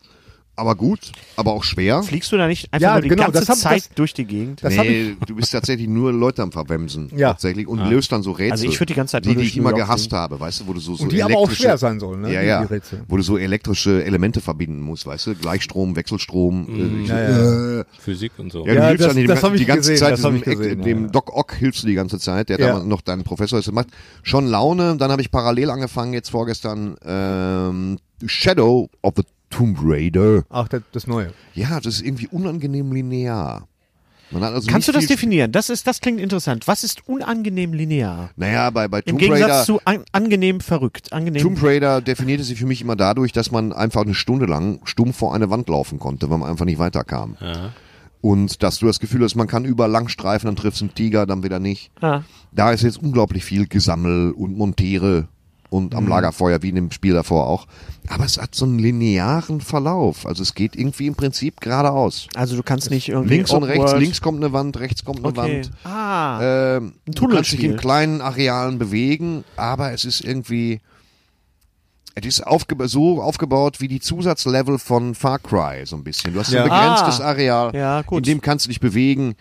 Speaker 4: aber gut, aber auch schwer.
Speaker 2: Fliegst du da nicht einfach
Speaker 6: Ja,
Speaker 2: nur die
Speaker 6: genau,
Speaker 2: ganze
Speaker 6: das hab-
Speaker 2: Zeit
Speaker 6: das-
Speaker 2: durch die Gegend?
Speaker 6: Das hab
Speaker 4: nee, du bist tatsächlich nur Leute am Verwemsen.
Speaker 6: Ja.
Speaker 4: Tatsächlich. Und löst dann so Rätsel.
Speaker 2: Also ich würd die ganze Zeit
Speaker 4: Die,
Speaker 2: nur
Speaker 4: die
Speaker 2: durch
Speaker 4: ich immer
Speaker 2: New York
Speaker 4: gehasst
Speaker 2: fliegen.
Speaker 4: habe, weißt du, wo du so, so
Speaker 6: Und die aber auch
Speaker 4: elektrische-
Speaker 6: schwer sein sollen, ne?
Speaker 4: Ja,
Speaker 6: die,
Speaker 4: ja.
Speaker 6: die Rätsel.
Speaker 4: Wo du so elektrische Elemente verbinden musst, weißt du? Gleichstrom, Wechselstrom. äh, ich,
Speaker 6: Mhm. Ja, ja.
Speaker 4: Äh,
Speaker 1: Physik und so.
Speaker 4: ja, du
Speaker 6: Ja,
Speaker 4: hilfst
Speaker 6: das-
Speaker 4: dann die,
Speaker 6: das hab ich
Speaker 4: die ganze
Speaker 6: gesehen,
Speaker 4: Zeit
Speaker 6: das hab
Speaker 4: diesem
Speaker 6: ich gesehen,
Speaker 4: Eck- dem
Speaker 6: ja.
Speaker 4: Doc Ock hilfst du die ganze Zeit, der
Speaker 6: Ja.
Speaker 4: damals noch dein Professor ist. Das macht schon Laune. Dann habe ich parallel angefangen, jetzt vorgestern, ähm, Shadow of the Tomb Raider.
Speaker 6: Ach, das, das Neue.
Speaker 4: Ja, das ist irgendwie unangenehm linear. Man hat also
Speaker 2: Kannst du
Speaker 4: nicht
Speaker 2: das
Speaker 4: viel-
Speaker 2: definieren? Das ist, das klingt interessant. Was ist unangenehm linear?
Speaker 4: Naja, bei, bei
Speaker 2: Im
Speaker 4: Tomb
Speaker 2: Gegensatz
Speaker 4: Raider.
Speaker 2: zu an, angenehm verrückt. Angenehm.
Speaker 4: Tomb Raider definierte sich für mich immer dadurch, dass man einfach eine Stunde lang stumm vor eine Wand laufen konnte, weil man einfach nicht weiterkam. Und dass du das Gefühl hast, man kann überall lang streifen, dann triffst du einen Tiger, dann wieder nicht.
Speaker 2: ah.
Speaker 4: Da ist jetzt unglaublich viel Gesammel und Montiere und
Speaker 2: Mhm.
Speaker 4: am Lagerfeuer, wie in dem Spiel davor auch. Aber es hat so einen linearen Verlauf. Also es geht irgendwie im Prinzip geradeaus.
Speaker 2: Also du kannst nicht irgendwie.
Speaker 4: Links und rechts,
Speaker 2: Oddworld-
Speaker 4: links kommt eine Wand, rechts kommt eine
Speaker 2: Okay.
Speaker 4: Wand.
Speaker 2: Ah.
Speaker 4: Ähm, du kannst dich
Speaker 2: Tunnelspiel.
Speaker 4: in kleinen Arealen bewegen, aber es ist irgendwie. Es ist aufgeb so aufgebaut wie die Zusatzlevel von Far Cry, so ein bisschen. Du hast
Speaker 6: Ja.
Speaker 4: ein begrenztes
Speaker 2: Ah.
Speaker 4: Areal,
Speaker 2: Ja, gut.
Speaker 4: in dem kannst du dich bewegen.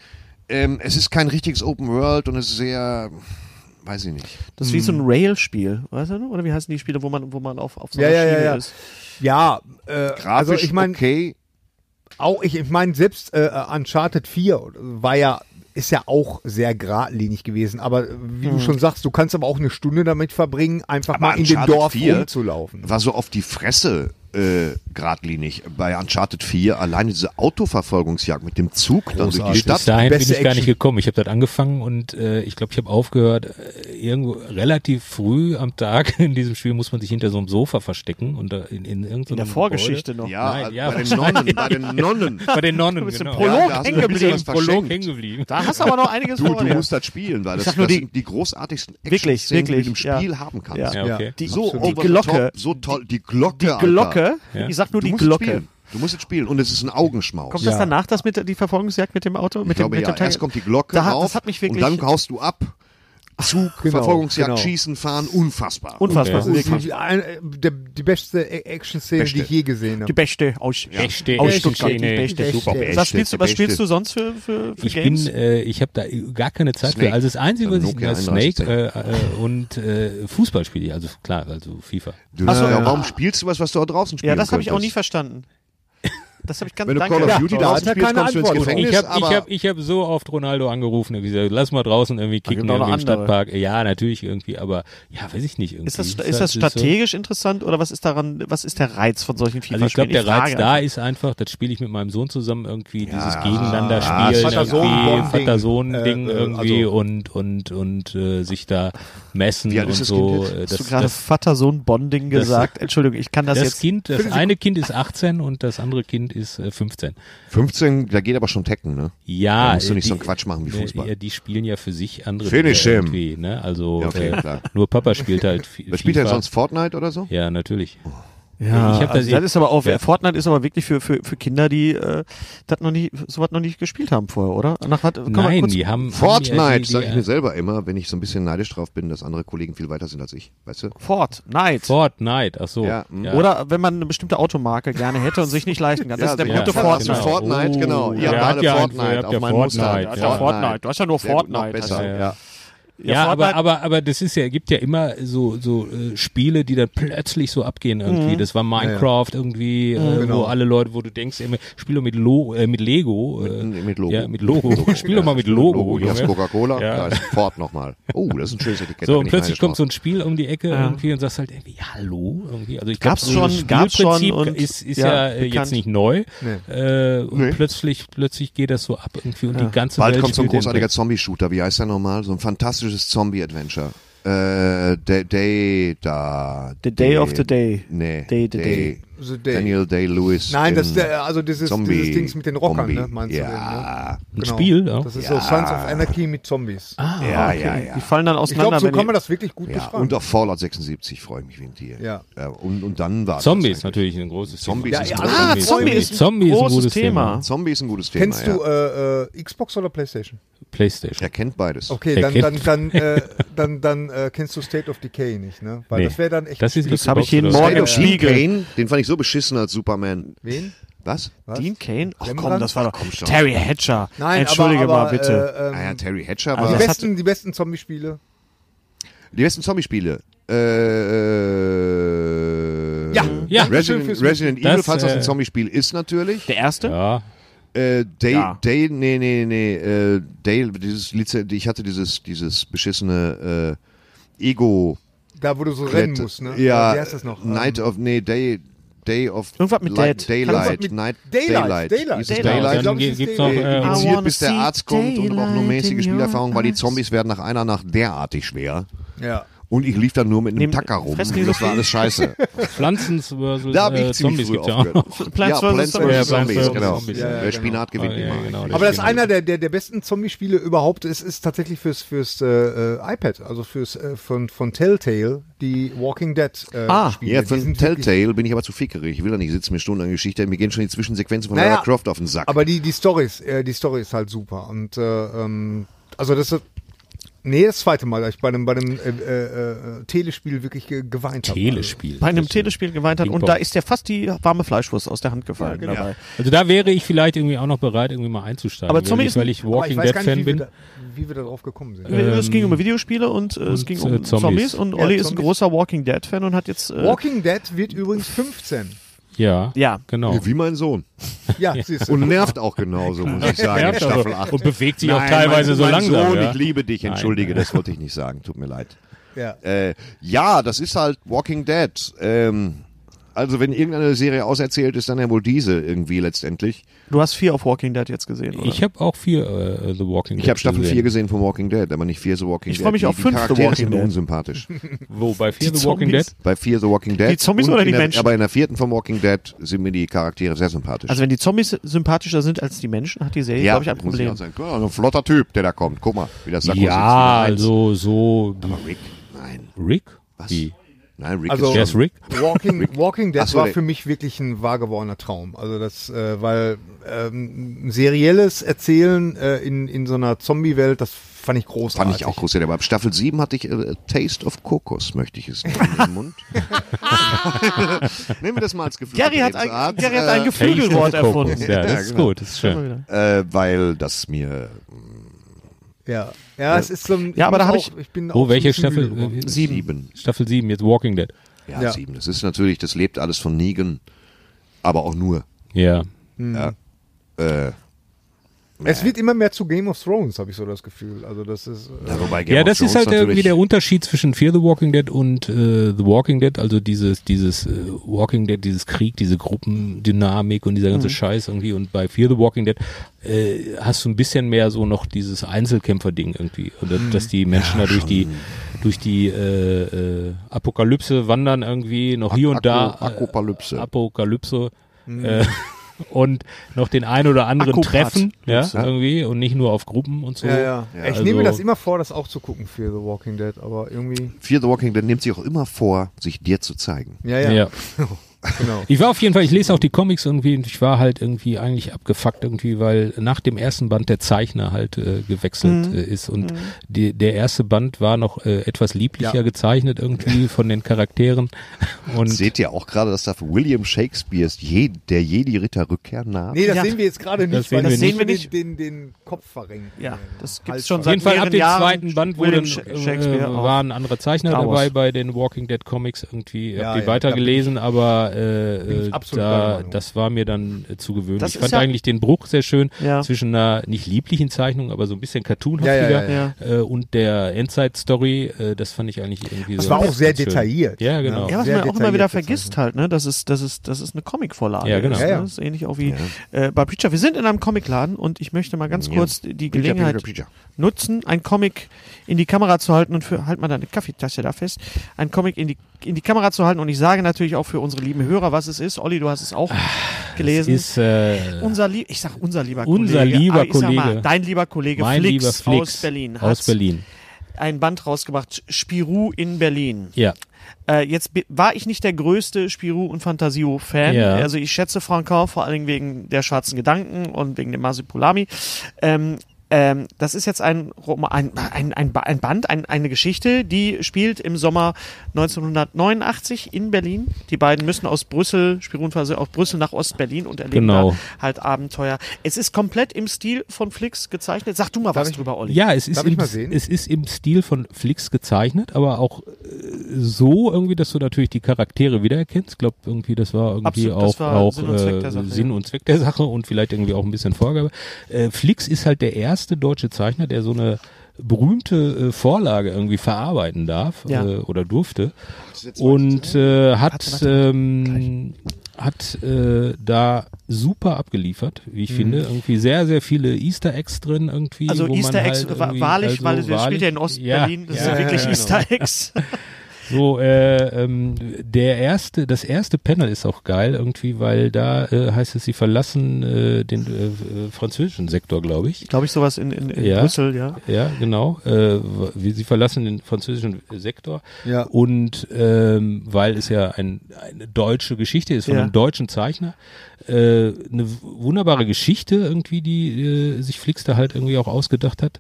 Speaker 4: Ähm, es ist kein richtiges Open World und es ist sehr. Weiß ich nicht.
Speaker 2: das ist wie
Speaker 4: hm.
Speaker 2: so ein Rail-Spiel, weißt du? noch? Oder wie heißen die Spiele, wo man, wo man auf, auf so
Speaker 6: Ja,
Speaker 2: einer
Speaker 6: ja, ja,
Speaker 2: Schiene
Speaker 6: ja.
Speaker 2: ist?
Speaker 6: Ja, äh,
Speaker 4: Grafisch
Speaker 6: also ich meine,
Speaker 4: okay.
Speaker 6: auch Oh, ich, ich meine selbst äh, Uncharted 4 war ja ist ja auch sehr geradlinig gewesen, aber wie du schon sagst, du kannst aber auch eine Stunde damit verbringen, einfach
Speaker 4: Aber
Speaker 6: mal in dem
Speaker 4: Uncharted
Speaker 6: Dorf
Speaker 4: 4
Speaker 6: rumzulaufen.
Speaker 4: War so auf die Fresse äh, geradlinig bei Uncharted 4. Alleine diese Autoverfolgungsjagd mit dem Zug dann durch die
Speaker 6: Großartig.
Speaker 4: Stadt.
Speaker 1: Bis dahin bin ich
Speaker 6: Beste
Speaker 1: gar nicht
Speaker 6: Action.
Speaker 1: gekommen. Ich habe das angefangen und äh, ich glaube, ich habe aufgehört, äh, irgendwo relativ früh am Tag [laughs] in diesem Spiel muss man sich hinter so einem Sofa verstecken und da in, in irgendeinem
Speaker 2: In der Vorgeschichte noch.
Speaker 4: Ja,
Speaker 1: Nein, ja,
Speaker 4: bei den Nonnen, bei den Nonnen.
Speaker 1: [laughs] Bei den Nonnen,
Speaker 2: bist im
Speaker 1: genau.
Speaker 2: Prolog
Speaker 4: Ja, da hast du
Speaker 2: hängen
Speaker 4: ein bisschen
Speaker 2: geblieben.
Speaker 4: was
Speaker 1: Prolog
Speaker 4: verschenkt.
Speaker 1: hängen geblieben.
Speaker 2: Da hast du aber noch einiges
Speaker 4: Du,
Speaker 2: vor
Speaker 4: du
Speaker 2: dir.
Speaker 4: musst das spielen, weil das,
Speaker 2: sag
Speaker 4: das
Speaker 2: nur die-
Speaker 4: sind die großartigsten
Speaker 2: Wirklich,
Speaker 4: Action-Szenen, die du im
Speaker 2: wirklich, ja.
Speaker 4: Spiel haben kannst.
Speaker 2: Ja.
Speaker 1: Ja, okay.
Speaker 6: Ja.
Speaker 2: Die,
Speaker 4: So
Speaker 2: die
Speaker 4: over the
Speaker 2: Glocke.
Speaker 4: top, so toll. Die Glocke,
Speaker 2: Die
Speaker 4: Alter.
Speaker 2: Glocke.
Speaker 1: Ja.
Speaker 2: Ich sag nur
Speaker 4: Du
Speaker 2: die
Speaker 4: musst es
Speaker 2: Glocke.
Speaker 4: spielen. Du musst es spielen und es ist ein Augenschmaus.
Speaker 2: Kommt
Speaker 4: ich
Speaker 2: das danach, das mit der- die Verfolgungsjagd mit dem Auto? Mit dem,
Speaker 4: glaube,
Speaker 2: mit
Speaker 4: ja,
Speaker 2: dem Teil-
Speaker 4: erst kommt die Glocke
Speaker 2: da, hat-
Speaker 4: rauf
Speaker 2: Das hat mich wirklich.
Speaker 4: und dann haust du ab. Zug,
Speaker 6: Genau,
Speaker 4: Verfolgungsjagd,
Speaker 6: genau.
Speaker 4: Schießen, Fahren, unfassbar.
Speaker 2: unfassbar.
Speaker 6: Das
Speaker 2: Wirklich.
Speaker 6: ist die, ein, äh, der, die beste E- Action-Szene,
Speaker 4: Beste.
Speaker 6: die ich je gesehen
Speaker 2: Die
Speaker 6: habe.
Speaker 2: beste aus,
Speaker 1: Beste
Speaker 2: aus
Speaker 1: Action-Szene.
Speaker 2: Stuttgart. Die beste.
Speaker 6: Beste.
Speaker 4: Super,
Speaker 6: Was
Speaker 4: beste,
Speaker 2: Was spielst, du, was
Speaker 4: beste.
Speaker 2: spielst du sonst für, für, für
Speaker 1: ich
Speaker 2: Games?
Speaker 1: bin, äh, ich habe da gar keine Zeit
Speaker 4: Snake.
Speaker 1: für. Also das Einzige, was ich
Speaker 4: Nokia
Speaker 1: ja, Snake
Speaker 4: 31.
Speaker 1: äh, äh, und äh, Fußball spiele ich, also klar, also FIFA.
Speaker 4: Du,
Speaker 2: Ach so,
Speaker 4: ja,
Speaker 2: ja.
Speaker 4: Warum spielst du was, was du auch draußen spielst?
Speaker 2: ja, das habe ich auch nie verstanden. Das habe ich ganz
Speaker 4: Wenn du
Speaker 2: danke.
Speaker 4: Call of
Speaker 2: Ja,
Speaker 4: Duty
Speaker 2: doch.
Speaker 4: da
Speaker 6: draußen hat
Speaker 4: ausspielst,
Speaker 6: keiner
Speaker 4: kommst du ins
Speaker 6: Antwort.
Speaker 4: Gefängnis.
Speaker 1: Ich habe ich
Speaker 4: aber
Speaker 1: hab, ich hab so oft Ronaldo angerufen und gesagt, lass mal draußen irgendwie kicken
Speaker 2: gibt's auch noch
Speaker 1: irgendwie im
Speaker 2: andere.
Speaker 1: Stadtpark. Ja, natürlich irgendwie, aber ja, weiß ich nicht irgendwie.
Speaker 2: Ist das,
Speaker 1: halt-
Speaker 2: ist das
Speaker 1: so-
Speaker 2: strategisch interessant oder was ist daran, was ist der Reiz von solchen
Speaker 1: Also ich glaube,
Speaker 2: FIFA-Spielen?
Speaker 1: der Reiz
Speaker 2: frage
Speaker 1: da
Speaker 2: einfach.
Speaker 1: ist einfach, das spiele ich mit meinem Sohn zusammen irgendwie, dieses
Speaker 4: Ah,
Speaker 6: das
Speaker 1: Gegeneinander-Spielen, irgendwie,
Speaker 6: Vater-Sohn-Bonding.
Speaker 1: Vater-Sohn-Ding
Speaker 6: Äh, äh,
Speaker 1: irgendwie
Speaker 6: also-
Speaker 1: und, und, und äh, sich da messen
Speaker 4: Wie alt
Speaker 1: und
Speaker 4: ist das
Speaker 1: so.
Speaker 4: Kind
Speaker 1: äh,
Speaker 2: Hast du gerade
Speaker 1: [laughs]
Speaker 2: Vater-Sohn-Bonding gesagt? Entschuldigung, ich kann das,
Speaker 1: das
Speaker 2: jetzt.
Speaker 1: Kind, das eine Kind ist 18 und das andere Kind ist äh, 15.
Speaker 4: 15, da geht aber schon Tekken, ne?
Speaker 1: Ja,
Speaker 4: Da musst du
Speaker 1: äh,
Speaker 4: nicht so einen Quatsch machen wie
Speaker 1: ne,
Speaker 4: Fußball.
Speaker 1: Ja, die spielen ja für sich andere
Speaker 4: Finish
Speaker 1: Dinge
Speaker 4: him.
Speaker 1: irgendwie, ne? Also
Speaker 4: Ja, okay,
Speaker 1: äh,
Speaker 4: klar.
Speaker 1: nur Papa spielt
Speaker 4: [laughs]
Speaker 1: halt viel.
Speaker 4: Was spielt er
Speaker 1: FIFA.
Speaker 4: sonst Oh. Fortnite oder so?
Speaker 1: Ja, natürlich.
Speaker 2: ja,
Speaker 1: ich hab
Speaker 2: also
Speaker 1: das-
Speaker 2: das ist aber auch,
Speaker 1: Ja.
Speaker 2: Fortnite ist aber wirklich für, für, für Kinder, die äh, das noch nie, sowas noch nicht gespielt haben vorher, oder? Nach, was, kann man
Speaker 1: Nein,
Speaker 2: kurz,
Speaker 1: die haben haben ja die-
Speaker 4: Fortnite,
Speaker 1: die-
Speaker 4: sage ich mir selber immer, wenn ich so ein bisschen neidisch drauf bin, dass andere Kollegen viel weiter sind als ich, weißt du?
Speaker 2: Fortnite.
Speaker 1: Fortnite, ach so.
Speaker 4: Ja, mhm.
Speaker 2: Oder wenn man eine bestimmte Automarke gerne hätte und sich nicht leisten kann. Das ist der
Speaker 4: ja,
Speaker 2: berühmte
Speaker 4: ja,
Speaker 2: Fortnite.
Speaker 4: genau. Fortnite, genau. Ihr
Speaker 1: Ja,
Speaker 4: habt
Speaker 1: hat
Speaker 4: alle
Speaker 1: ja ein- ihr
Speaker 4: Fortnite
Speaker 1: habt
Speaker 4: auf
Speaker 1: ja
Speaker 4: meinem
Speaker 1: Fortnite,
Speaker 4: Muster.
Speaker 1: ja.
Speaker 2: Fortnite. Du hast ja nur
Speaker 4: Sehr gut, noch
Speaker 2: Fortnite. also.
Speaker 4: Besser.
Speaker 1: Ja, ja.
Speaker 4: Ja.
Speaker 2: Ja,
Speaker 1: Ja, aber,
Speaker 2: Fortnite-
Speaker 1: aber, aber das ist ja, gibt ja immer so, so äh, Spiele, die dann plötzlich so abgehen irgendwie. Das war Minecraft irgendwie, äh, wo
Speaker 6: Genau.
Speaker 1: alle Leute, wo du denkst, ey, spiel doch mit, Lo äh, mit Lego. Äh,
Speaker 4: Mit- mit Logo.
Speaker 1: Ja, mit Logo. spiel doch mal mit Logo,
Speaker 4: Logo, du hast
Speaker 1: Junge.
Speaker 4: Coca-Cola,
Speaker 1: Ja.
Speaker 4: da ist Ford nochmal. Oh, das ist ein schönes Etikett. da
Speaker 1: So,
Speaker 4: bin
Speaker 1: und
Speaker 4: ich
Speaker 1: plötzlich
Speaker 4: neidisch
Speaker 1: kommt so
Speaker 4: drauf.
Speaker 1: ein Spiel um die Ecke
Speaker 2: Ja.
Speaker 1: irgendwie und sagst halt irgendwie, hallo? Irgendwie. Also ich
Speaker 2: Gab's
Speaker 1: glaub, so das
Speaker 2: schon, gab's
Speaker 1: Spielprinzip
Speaker 2: schon und-
Speaker 1: ist, ist
Speaker 2: ja,
Speaker 1: ja, äh, jetzt
Speaker 2: bekannt.
Speaker 1: nicht neu.
Speaker 6: Nee.
Speaker 1: Äh, und
Speaker 4: Nee.
Speaker 1: plötzlich, plötzlich geht das so ab irgendwie und die ganze
Speaker 4: Bald
Speaker 1: Welt
Speaker 4: kommt so ein
Speaker 1: spielt den
Speaker 4: großartiger
Speaker 1: Dreck.
Speaker 4: Zombie-Shooter, wie heißt der nochmal? So ein fantastisches Zombie-Adventure. Äh, Day, Day, da.
Speaker 2: The Day of the Day.
Speaker 4: Nee.
Speaker 2: Day, the Day.
Speaker 6: The Day.
Speaker 4: Daniel Day-Lewis.
Speaker 6: Nein, das, ist
Speaker 4: in
Speaker 6: der- also dieses,
Speaker 4: Zombie.
Speaker 6: dieses Dings mit den Rockern,
Speaker 4: Zombie.
Speaker 6: ne, meinst du?
Speaker 4: ja.
Speaker 6: Den, ne?
Speaker 1: Spiel, ja.
Speaker 6: Das ist so Sons of Anarchy mit Zombies.
Speaker 4: ja, ja, ja,
Speaker 2: Die fallen dann
Speaker 6: ich
Speaker 2: auseinander.
Speaker 6: glaube, so
Speaker 2: Ah, wenn
Speaker 6: kann man
Speaker 2: die-
Speaker 6: das wirklich gut
Speaker 4: Ja,
Speaker 6: beschreiben.
Speaker 4: und auf Fallout 76 freue ich mich wie ein Tier. Äh,
Speaker 6: Ja.
Speaker 4: und, und dann war das
Speaker 1: Zombies
Speaker 4: eigentlich.
Speaker 1: natürlich ein großes
Speaker 4: Zombies
Speaker 1: Thema.
Speaker 4: ist ein
Speaker 1: Ja,
Speaker 4: großes
Speaker 1: ja, Zombies,
Speaker 4: Thema.
Speaker 2: Zombie
Speaker 1: Zombies, Zombie ist ein großes Thema.
Speaker 4: Zombie ist ein gutes Thema.
Speaker 6: Kennst
Speaker 4: ja.
Speaker 6: du äh, äh, Xbox oder Playstation?
Speaker 1: Playstation.
Speaker 4: Er kennt beides.
Speaker 6: Okay,
Speaker 1: Er
Speaker 6: dann, dann, dann,
Speaker 1: kennt-
Speaker 4: [laughs]
Speaker 6: äh, dann, dann äh, kennst du State of Decay nicht, ne? Weil
Speaker 1: Nee.
Speaker 6: das wäre dann echt.
Speaker 1: Das ist
Speaker 6: Spiel-
Speaker 2: Das habe ich
Speaker 1: Xbox
Speaker 2: jeden
Speaker 1: oder-
Speaker 2: Morgen
Speaker 4: Ey,
Speaker 2: im
Speaker 4: doch, Dean
Speaker 2: Spiegel.
Speaker 4: Kane, den fand ich so beschissen als Superman.
Speaker 6: Wen?
Speaker 4: Was?
Speaker 6: Was?
Speaker 2: Dean Kane? Ach komm,
Speaker 6: Rembrandt?
Speaker 2: das war doch
Speaker 4: schon.
Speaker 2: Terry Hatcher.
Speaker 6: Nein,
Speaker 2: Entschuldige
Speaker 6: aber, aber,
Speaker 2: mal bitte.
Speaker 6: Äh, ähm,
Speaker 4: Ah ja, Terry Hatcher
Speaker 2: Also
Speaker 4: war.
Speaker 6: die,
Speaker 2: das
Speaker 6: besten, die besten Zombie-Spiele.
Speaker 4: Die besten Zombie-Spiele. Äh,
Speaker 6: Ja,
Speaker 1: ja.
Speaker 6: Dankeschön
Speaker 4: Resident,
Speaker 6: fürs-
Speaker 4: Resident
Speaker 1: Das,
Speaker 4: Evil, falls das ein
Speaker 1: äh,
Speaker 4: Zombie-Spiel ist, natürlich.
Speaker 2: der erste?
Speaker 1: Ja,
Speaker 4: Äh, Day,
Speaker 2: Ja.
Speaker 4: Day, nee, nee, nee, äh, Day, dieses, Lize- ich hatte dieses, dieses beschissene, äh, Ego,
Speaker 6: Da, wo du so rennen
Speaker 4: Klette-
Speaker 6: musst, ne?
Speaker 4: Ja,
Speaker 6: Wie heißt das noch?
Speaker 4: Night
Speaker 6: Ähm,
Speaker 4: of, nee, Day, Day of
Speaker 2: Irgendwas mit
Speaker 4: Light,
Speaker 2: Dad.
Speaker 4: Daylight,
Speaker 6: Irgendwas mit
Speaker 4: Night,
Speaker 6: Daylight, Daylight.
Speaker 4: Hieß es
Speaker 2: Daylight.
Speaker 4: Daylight.
Speaker 6: Ich glaub,
Speaker 1: dann
Speaker 6: es ist
Speaker 1: gibt's noch
Speaker 6: Daylight.
Speaker 4: Äh,
Speaker 1: äh,
Speaker 2: Daylight.
Speaker 4: initiiert, bis der
Speaker 2: wanna
Speaker 4: Arzt
Speaker 2: see
Speaker 4: kommt und aber auch nur
Speaker 2: daylight
Speaker 4: mäßige
Speaker 2: in your
Speaker 4: Spielerfahrung, weil die
Speaker 2: eyes.
Speaker 4: Zombies werden nach einer Nacht derartig schwer.
Speaker 6: Ja.
Speaker 4: Und ich lief dann nur mit einem
Speaker 2: Nehmen-
Speaker 4: Tacker rum.
Speaker 2: fressen die so
Speaker 4: Das war
Speaker 2: viel?
Speaker 1: [laughs]
Speaker 4: alles scheiße.
Speaker 1: Pflanzen versus
Speaker 4: Da habe
Speaker 1: äh,
Speaker 4: ich ziemlich
Speaker 1: Zombies
Speaker 4: früh
Speaker 1: gibt's ja auch.
Speaker 4: aufgehört.
Speaker 2: Plants
Speaker 4: ja,
Speaker 2: vs.
Speaker 4: Plants
Speaker 2: Zombies.
Speaker 4: vs. Zombies,
Speaker 1: Ja,
Speaker 4: genau.
Speaker 1: Zombies,
Speaker 6: ja,
Speaker 4: Der
Speaker 6: genau.
Speaker 4: Spinat [laughs] gewinnt
Speaker 1: Ah, ja,
Speaker 4: immer.
Speaker 1: genau,
Speaker 4: eigentlich.
Speaker 1: der
Speaker 6: Aber das ist
Speaker 1: Stimmt.
Speaker 6: einer der, der, der besten Zombie-Spiele überhaupt. Es ist tatsächlich fürs, fürs äh, äh, iPad, also fürs äh, von, von Telltale, die Walking Dead äh,
Speaker 2: Ah,
Speaker 6: Spiele.
Speaker 4: Ja,
Speaker 6: Die
Speaker 4: für
Speaker 6: sind wirklich-
Speaker 4: Telltale bin ich aber zu fickerig. Ich will da nicht sitzen, mir Stunden an Geschichte. Mir gehen schon die Zwischensequenzen von
Speaker 6: Naja,
Speaker 4: Lara Croft auf den Sack.
Speaker 6: Aber die, die Story ist, äh, die Story ist halt super. Und äh, ähm, also das ist. Nee, das zweite Mal, dass ich bei einem, bei einem äh, äh, äh, Telespiel wirklich ge geweint habe.
Speaker 1: Telespiel.
Speaker 2: Bei einem Telespiel geweint hat und da ist ja fast die warme Fleischwurst aus der Hand gefallen dabei.
Speaker 1: Also da wäre ich vielleicht irgendwie auch noch bereit, irgendwie mal einzusteigen.
Speaker 2: Aber
Speaker 1: weil
Speaker 2: Zombie
Speaker 1: ich-
Speaker 2: ist-
Speaker 1: weil ich
Speaker 6: Also, aber ich
Speaker 1: Walking
Speaker 6: weiß
Speaker 1: Dead
Speaker 6: gar nicht,
Speaker 1: Fan
Speaker 6: wie wir,
Speaker 1: bin.
Speaker 6: da, wie wir da drauf gekommen sind.
Speaker 2: es ging um Videospiele und, äh, es
Speaker 1: Ähm, und,
Speaker 2: ging
Speaker 1: äh,
Speaker 2: um
Speaker 1: Zombies.
Speaker 2: Zombies und
Speaker 6: Ja,
Speaker 2: Olli ist ein
Speaker 6: Zombies.
Speaker 2: großer Walking Dead Fan und hat jetzt äh,
Speaker 6: Walking Dead wird übrigens 15.
Speaker 1: Ja,
Speaker 2: Ja.
Speaker 1: genau.
Speaker 4: Wie mein Sohn.
Speaker 6: Ja, siehst du.
Speaker 4: Und nervt
Speaker 1: [laughs]
Speaker 4: auch genauso, muss ich sagen. in
Speaker 1: Nervt aber.
Speaker 4: Staffel 8.
Speaker 1: Und bewegt sich auch
Speaker 4: Nein,
Speaker 1: teilweise
Speaker 4: mein,
Speaker 1: so
Speaker 4: mein
Speaker 1: langsam.
Speaker 4: Sohn,
Speaker 1: ja.
Speaker 4: ich liebe dich, entschuldige,
Speaker 1: Nein.
Speaker 4: das wollte ich nicht sagen, tut mir leid.
Speaker 6: [laughs] Ja.
Speaker 4: Äh, ja, das ist halt Walking Dead. Ähm, also wenn irgendeine Serie auserzählt ist, dann ja wohl diese irgendwie letztendlich.
Speaker 2: Du hast viel auf Walking Dead jetzt gesehen, oder?
Speaker 1: Ich habe auch vier äh, The Walking Dead.
Speaker 4: Ich habe Staffel 4
Speaker 1: gesehen.
Speaker 4: gesehen von Walking Dead, aber nicht 4 The Walking
Speaker 2: Ich
Speaker 4: Dead.
Speaker 2: freu mich
Speaker 4: die,
Speaker 2: auf
Speaker 4: die
Speaker 2: fünf The
Speaker 4: Charaktere
Speaker 2: Walking
Speaker 4: sind
Speaker 2: Dead.
Speaker 4: mir unsympathisch. [laughs]
Speaker 1: Wo, bei vier
Speaker 2: Die
Speaker 1: The Walking
Speaker 2: Zombies?
Speaker 1: Dead?
Speaker 4: Bei 4 The Walking Dead.
Speaker 2: Die Zombies
Speaker 4: und
Speaker 2: oder
Speaker 4: in
Speaker 2: die
Speaker 4: der,
Speaker 2: Menschen?
Speaker 4: Aber in der vierten von Walking Dead sind mir die Charaktere sehr sympathisch.
Speaker 2: Also wenn die Zombies sympathischer sind als die Menschen, hat die Serie,
Speaker 4: ja,
Speaker 2: glaube ich, ein
Speaker 4: muss ich auch
Speaker 2: Problem.
Speaker 4: sagen. Ja, so ein flotter Typ, der da kommt. Guck mal, wie das Sakko
Speaker 1: Ja,
Speaker 4: sitzt.
Speaker 1: also so.
Speaker 4: Aber Rick, nein.
Speaker 1: Rick?
Speaker 4: Was?
Speaker 1: Wie?
Speaker 4: Nein, Rick
Speaker 6: Also-
Speaker 4: ist
Speaker 1: Wer
Speaker 4: schon
Speaker 1: ist Rick?
Speaker 6: Walking, Walking Dead
Speaker 4: Ach so,
Speaker 6: war
Speaker 4: der-
Speaker 6: für mich wirklich ein wahr gewordener Traum. Also das, äh, weil ähm, serielles Erzählen äh, in, in so einer Zombie-Welt, das fand ich großartig.
Speaker 4: Fand ich auch großartig. Aber ab Staffel 7 hatte ich äh, Taste of Kokos, möchte ich es nennen,
Speaker 1: [laughs]
Speaker 4: im Mund. Nehmen wir das mal als Gefühl.
Speaker 2: Gary hat ein, Gary hat ein Geflügelwort erfunden.
Speaker 1: Ja,
Speaker 4: [laughs]
Speaker 1: das ist gut, das ist schön.
Speaker 4: äh, weil das mir.
Speaker 6: Ja, ja, es ist so ein,
Speaker 2: Ja, aber da
Speaker 6: bin
Speaker 2: hab
Speaker 6: auch-
Speaker 2: ich-
Speaker 6: bin
Speaker 1: Oh,
Speaker 6: auch
Speaker 1: welche
Speaker 6: so ein bisschen
Speaker 1: Staffel?
Speaker 6: müde geworden.
Speaker 1: äh,
Speaker 4: Sieben.
Speaker 1: Staffel 7, jetzt Walking Dead.
Speaker 4: Ja,
Speaker 6: Ja.
Speaker 4: sieben. Das ist natürlich, das lebt alles von Negan, aber auch nur.
Speaker 1: Ja.
Speaker 4: Ja. Äh,
Speaker 6: Es wird immer mehr zu Game of Thrones, habe ich so das Gefühl. Also das ist. Äh,
Speaker 4: ja, wobei Game
Speaker 1: Ja,
Speaker 4: of
Speaker 1: das
Speaker 4: Thrones
Speaker 1: ist halt irgendwie
Speaker 4: natürlich-
Speaker 1: der Unterschied zwischen Fear the Walking Dead und äh, The Walking Dead, also dieses, dieses äh, Walking Dead, dieses Krieg, diese Gruppendynamik und dieser ganze
Speaker 6: Mhm.
Speaker 1: Scheiß irgendwie. Und bei Fear the Walking Dead äh, hast du ein bisschen mehr so noch dieses Einzelkämpfer-Ding irgendwie. Und
Speaker 6: Mhm.
Speaker 1: das- dass die Menschen da durch die durch die äh, äh, Apokalypse wandern irgendwie, noch hier und da.
Speaker 4: Akro- Akropalypse.
Speaker 1: Äh, Apokalypse.
Speaker 6: Mhm.
Speaker 1: Äh, [laughs] und noch den ein oder anderen
Speaker 2: Akropat.
Speaker 1: treffen, ja,
Speaker 4: Ja.
Speaker 1: irgendwie, und nicht nur auf Gruppen und so.
Speaker 6: ja, ja. Ich
Speaker 1: also-
Speaker 6: nehme mir das immer vor, das auch zu gucken für The Walking Dead, aber irgendwie.
Speaker 4: Fear the Walking Dead nimmt sich auch immer vor, sich dir zu zeigen.
Speaker 6: Ja, ja.
Speaker 1: Ja.
Speaker 6: [laughs] Genau.
Speaker 1: Ich war auf jeden Fall, ich lese auch die Comics irgendwie und ich war halt irgendwie eigentlich abgefuckt irgendwie, weil nach dem ersten Band der Zeichner halt äh, gewechselt
Speaker 6: Mhm.
Speaker 1: äh, ist und die, der erste Band war noch äh, etwas lieblicher
Speaker 6: Ja.
Speaker 1: gezeichnet irgendwie von den
Speaker 6: [laughs]
Speaker 1: Charakteren und
Speaker 4: Seht ihr auch gerade, dass da William Shakespeares Je, der Jedi-Ritter Rückkehr nahm?
Speaker 6: Nee, das
Speaker 2: Ja.
Speaker 6: sehen wir jetzt gerade nicht,
Speaker 1: sehen wir
Speaker 6: das
Speaker 2: nicht.
Speaker 6: Den, den, den Kopf verrenken.
Speaker 2: Ja, das gibt's
Speaker 6: Hals
Speaker 2: schon
Speaker 6: verrenken.
Speaker 1: auf jeden Fall ab
Speaker 2: mehreren
Speaker 1: dem
Speaker 2: Jahren
Speaker 1: zweiten Band
Speaker 2: William
Speaker 1: wurden,
Speaker 2: Sha-
Speaker 1: äh,
Speaker 2: Shakespeare auch.
Speaker 1: waren andere Zeichner
Speaker 2: Star Wars.
Speaker 1: dabei bei den Walking Dead Comics irgendwie. Ich
Speaker 6: Ja,
Speaker 1: hab die
Speaker 6: ja,
Speaker 1: weitergelesen, aber äh, äh,
Speaker 6: absolut deiner
Speaker 1: da,
Speaker 6: Meinung.
Speaker 1: das war mir dann äh, zu gewöhnlich.
Speaker 2: Das
Speaker 1: Ich
Speaker 2: ist
Speaker 1: fand
Speaker 2: ja-
Speaker 1: eigentlich den Bruch sehr schön
Speaker 2: Ja.
Speaker 1: zwischen einer nicht lieblichen Zeichnung, aber so ein bisschen
Speaker 6: Ja,
Speaker 1: cartoonhaftiger
Speaker 6: ja, ja, ja.
Speaker 2: Ja.
Speaker 1: äh, und der Endzeit-Story, äh, das fand ich eigentlich irgendwie
Speaker 6: Das
Speaker 1: so.
Speaker 6: war auch
Speaker 1: ganz
Speaker 6: sehr
Speaker 1: schön.
Speaker 6: detailliert. ne?
Speaker 1: Ja, genau.
Speaker 2: Ja, was
Speaker 6: Sehr
Speaker 2: man auch immer wieder
Speaker 6: detailliert
Speaker 2: vergisst halt, ne? Das ist, das ist, das ist eine Comicvorlage.
Speaker 1: Ja, genau.
Speaker 2: Ist,
Speaker 6: Ja, ja.
Speaker 2: Ne? Das ist ähnlich auch wie äh, bei Preacher. Wir sind in einem Comicladen und ich möchte mal ganz
Speaker 4: Ja.
Speaker 2: kurz die
Speaker 4: Preacher,
Speaker 2: Gelegenheit
Speaker 4: Preacher, Preacher.
Speaker 2: nutzen, einen Comic in die Kamera zu halten und für, halt mal deine Kaffeetasse da fest, einen Comic in die, in die Kamera zu halten und ich sage natürlich auch für unsere lieben Hörer, was es ist. Olli, du hast es auch gelesen.
Speaker 1: Ah, Ist, äh,
Speaker 2: unser lieb, ich sag unser lieber
Speaker 1: Unser
Speaker 2: Kollege,
Speaker 1: lieber
Speaker 2: aber ich sag mal,
Speaker 1: Kollege.
Speaker 2: dein lieber Kollege
Speaker 1: mein
Speaker 2: Flix,
Speaker 1: lieber Flix
Speaker 2: aus Berlin
Speaker 1: Aus
Speaker 2: hat
Speaker 1: Berlin.
Speaker 2: ein Band rausgebracht, Spirou in Berlin.
Speaker 1: Ja.
Speaker 2: Äh, jetzt bi- war ich nicht der größte Spirou und Fantasio-Fan.
Speaker 1: Ja.
Speaker 2: Also ich schätze Franco vor allen Dingen wegen der schwarzen Gedanken und wegen dem Masipulami. Ähm, ähm, das ist jetzt ein, Roma- ein, ein, ein, Ba- ein Band, ein, eine Geschichte, die spielt im Sommer 1989 in Berlin. Die beiden müssen aus Brüssel, Spirou und Fantasio, aus Brüssel nach Ostberlin und erleben
Speaker 1: Genau.
Speaker 2: da halt Abenteuer. Es ist komplett im Stil von Flix gezeichnet. Sag du mal was drüber, Olli.
Speaker 1: Ja, es ist,
Speaker 6: Darf ich
Speaker 1: im,
Speaker 6: mal sehen?
Speaker 1: es ist im Stil von Flix gezeichnet, aber auch äh, so irgendwie, dass du natürlich die Charaktere wiedererkennst. Ich glaube, irgendwie, das war irgendwie
Speaker 2: Absolut, das
Speaker 1: auch,
Speaker 2: war
Speaker 1: auch
Speaker 2: Sinn und Zweck der
Speaker 1: äh,
Speaker 2: Sache,
Speaker 1: Sinn
Speaker 2: ja.
Speaker 1: und Zweck der Sache und vielleicht irgendwie auch ein bisschen Vorgabe. Äh, Flix ist halt der erste deutsche Zeichner, der so eine berühmte äh, Vorlage irgendwie verarbeiten darf
Speaker 2: Ja.
Speaker 1: äh, oder durfte. Und äh, hat, ähm, hat äh, da super abgeliefert, wie ich finde. Irgendwie sehr, sehr viele Easter Eggs drin irgendwie.
Speaker 2: Mhm. Also
Speaker 1: wo
Speaker 2: Easter
Speaker 1: man
Speaker 2: Eggs,
Speaker 1: halt
Speaker 2: wa-
Speaker 1: irgendwie-
Speaker 2: wahrlich,
Speaker 1: also
Speaker 2: weil es wir
Speaker 1: wahrlich-
Speaker 2: spielt ja in Ostberlin, das
Speaker 1: ja,
Speaker 2: sind
Speaker 1: ja,
Speaker 2: wirklich
Speaker 1: ja, genau.
Speaker 2: Easter Eggs.
Speaker 1: So, äh, ähm, der erste, das erste Panel ist auch geil irgendwie, weil da äh, heißt es, sie verlassen äh, den äh, äh, französischen Sektor, glaube ich.
Speaker 2: Glaube ich, sowas in, in, in
Speaker 1: Ja.
Speaker 2: Brüssel, ja.
Speaker 1: Ja, genau. Äh, w- wie- sie verlassen den französischen Sektor.
Speaker 6: Ja.
Speaker 1: Und ähm, weil es ja ein, eine deutsche Geschichte ist von
Speaker 2: Ja.
Speaker 1: einem deutschen Zeichner, äh, eine w- wunderbare Geschichte irgendwie, die äh, sich Flix da halt irgendwie auch ausgedacht hat.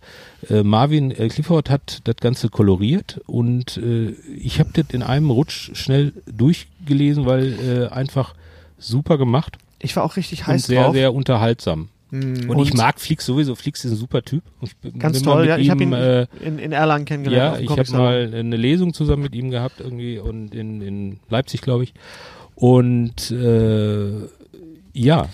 Speaker 1: Äh, Marvin äh, Clifford hat das Ganze koloriert und äh, ich habe das in einem Rutsch schnell durchgelesen, weil äh, einfach super gemacht
Speaker 2: Ich war auch richtig
Speaker 1: und
Speaker 2: heiß
Speaker 1: sehr,
Speaker 2: drauf. Hm.
Speaker 1: sehr unterhaltsam. Und, ich
Speaker 2: Und-
Speaker 1: mag Flix sowieso. Flix ist ein super Typ. Ich bin
Speaker 2: Ganz
Speaker 1: bin mal
Speaker 2: toll,
Speaker 1: mit
Speaker 2: ja. Ich habe
Speaker 1: ihm,
Speaker 2: ihn
Speaker 1: äh,
Speaker 2: in, in Erlangen kennengelernt.
Speaker 1: ja,
Speaker 2: auf dem
Speaker 1: ich habe
Speaker 2: Comic-Salon.
Speaker 1: mal eine Lesung zusammen mit ihm gehabt irgendwie und in, in Leipzig, glaube ich. Und äh, ja,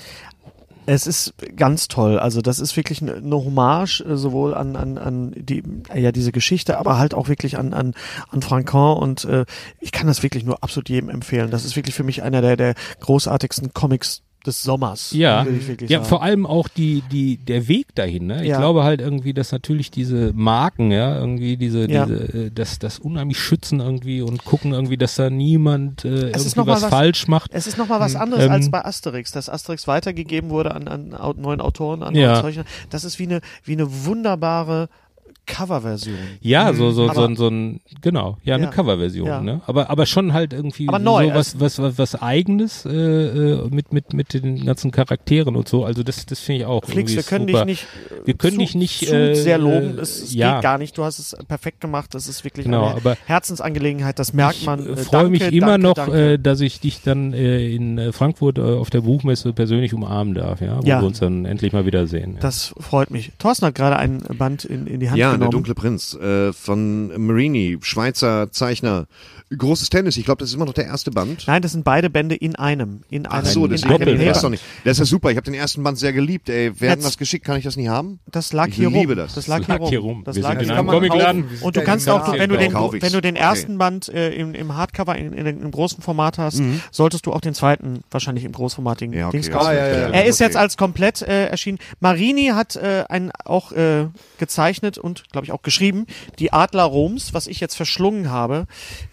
Speaker 2: Es ist ganz toll. Also das ist wirklich eine eine Hommage äh, sowohl an, an, an die, äh, ja, diese Geschichte, aber halt auch wirklich an, an, an Franquin und äh, ich kann das wirklich nur absolut jedem empfehlen. Das ist wirklich für mich einer der, der großartigsten Comics des Sommers.
Speaker 1: ja,
Speaker 2: Will ich wirklich
Speaker 1: ja,
Speaker 2: sagen.
Speaker 1: vor allem auch die, die, der Weg dahin. Ne? Ich
Speaker 2: Ja.
Speaker 1: glaube halt irgendwie, dass natürlich diese Marken, ja, irgendwie diese,
Speaker 2: Ja.
Speaker 1: diese äh, das, das unheimlich schützen irgendwie und gucken irgendwie, dass da niemand äh,
Speaker 2: Es ist
Speaker 1: irgendwie
Speaker 2: noch mal
Speaker 1: was,
Speaker 2: was-
Speaker 1: falsch macht.
Speaker 2: Es ist nochmal was anderes
Speaker 1: Ähm,
Speaker 2: als bei Asterix, dass Asterix weitergegeben wurde an, an au- neuen Autoren, an
Speaker 1: Ja.
Speaker 2: neuen Zeichnern. Das ist wie eine, wie eine wunderbare Coverversion.
Speaker 1: Ja, so so so
Speaker 2: Mhm, aber-
Speaker 1: ein so ein genau, ja eine
Speaker 2: Ja.
Speaker 1: Coverversion,
Speaker 2: Ja.
Speaker 1: ne? Aber aber schon halt irgendwie
Speaker 2: Aber neu,
Speaker 1: so was was was, was eigenes äh, äh, mit mit mit den ganzen Charakteren und so. Also das das finde ich auch
Speaker 2: Flix,
Speaker 1: irgendwie
Speaker 2: wir können
Speaker 1: super.
Speaker 2: dich nicht, äh,
Speaker 1: Wir können
Speaker 2: zu,
Speaker 1: dich nicht,
Speaker 2: zu
Speaker 1: äh,
Speaker 2: sehr loben. Es, es
Speaker 1: ja.
Speaker 2: geht gar nicht. Du hast es perfekt gemacht. Das ist wirklich
Speaker 1: Genau,
Speaker 2: eine
Speaker 1: aber
Speaker 2: Herzensangelegenheit. Das merkt man. Äh,
Speaker 1: Ich freue mich
Speaker 2: danke,
Speaker 1: immer
Speaker 2: danke,
Speaker 1: noch,
Speaker 2: danke.
Speaker 1: Äh, dass ich dich dann äh, in äh, Frankfurt äh, auf der Buchmesse persönlich umarmen darf, ja, wo
Speaker 2: Ja.
Speaker 1: wir uns dann endlich mal wiedersehen. Ja.
Speaker 2: Das freut mich. Thorsten hat gerade ein Band in, in die Hand
Speaker 4: Ja, Nein, der
Speaker 2: genommen.
Speaker 4: Dunkle Prinz äh, von Marini, Schweizer Zeichner. Großes Tennis, ich glaube, das ist immer noch der erste Band.
Speaker 2: Nein, das sind beide Bände in einem. In einem
Speaker 4: Ach so,
Speaker 2: in
Speaker 4: das
Speaker 1: ist
Speaker 2: einem
Speaker 1: Doppelband.
Speaker 4: ich weiß
Speaker 2: Paper.
Speaker 4: noch nicht. Das ist super, ich habe den ersten Band sehr geliebt. Ey, wer hat denn
Speaker 2: Jetzt-
Speaker 4: das geschickt? Kann ich das nicht haben?
Speaker 2: Das lag
Speaker 4: Ich
Speaker 2: hier rum.
Speaker 4: liebe das.
Speaker 2: Das lag hier rum. Das
Speaker 1: Wir
Speaker 2: lag
Speaker 1: sind
Speaker 2: hier
Speaker 1: in einem
Speaker 2: rum.
Speaker 6: Kann man
Speaker 1: Comicladen.
Speaker 6: kaufen, wir sind
Speaker 1: Und
Speaker 2: Und du
Speaker 6: Ja,
Speaker 2: kannst
Speaker 6: ja,
Speaker 2: auch,
Speaker 6: ja,
Speaker 2: wenn du den,
Speaker 4: kauf ich's.
Speaker 2: wenn du den
Speaker 4: Okay.
Speaker 2: ersten Band äh, im, im Hardcover in, in, im großen Format hast, solltest du auch den zweiten wahrscheinlich im großformatigen
Speaker 4: Mhm. Ja, okay.
Speaker 2: Dings kaufen.
Speaker 6: Ah, ja, ja, ja.
Speaker 2: Er ist
Speaker 4: Okay.
Speaker 2: jetzt als komplett äh, erschienen. Marini hat äh, einen auch äh, gezeichnet und, glaube ich, auch geschrieben, die Adler Roms, was ich jetzt verschlungen habe,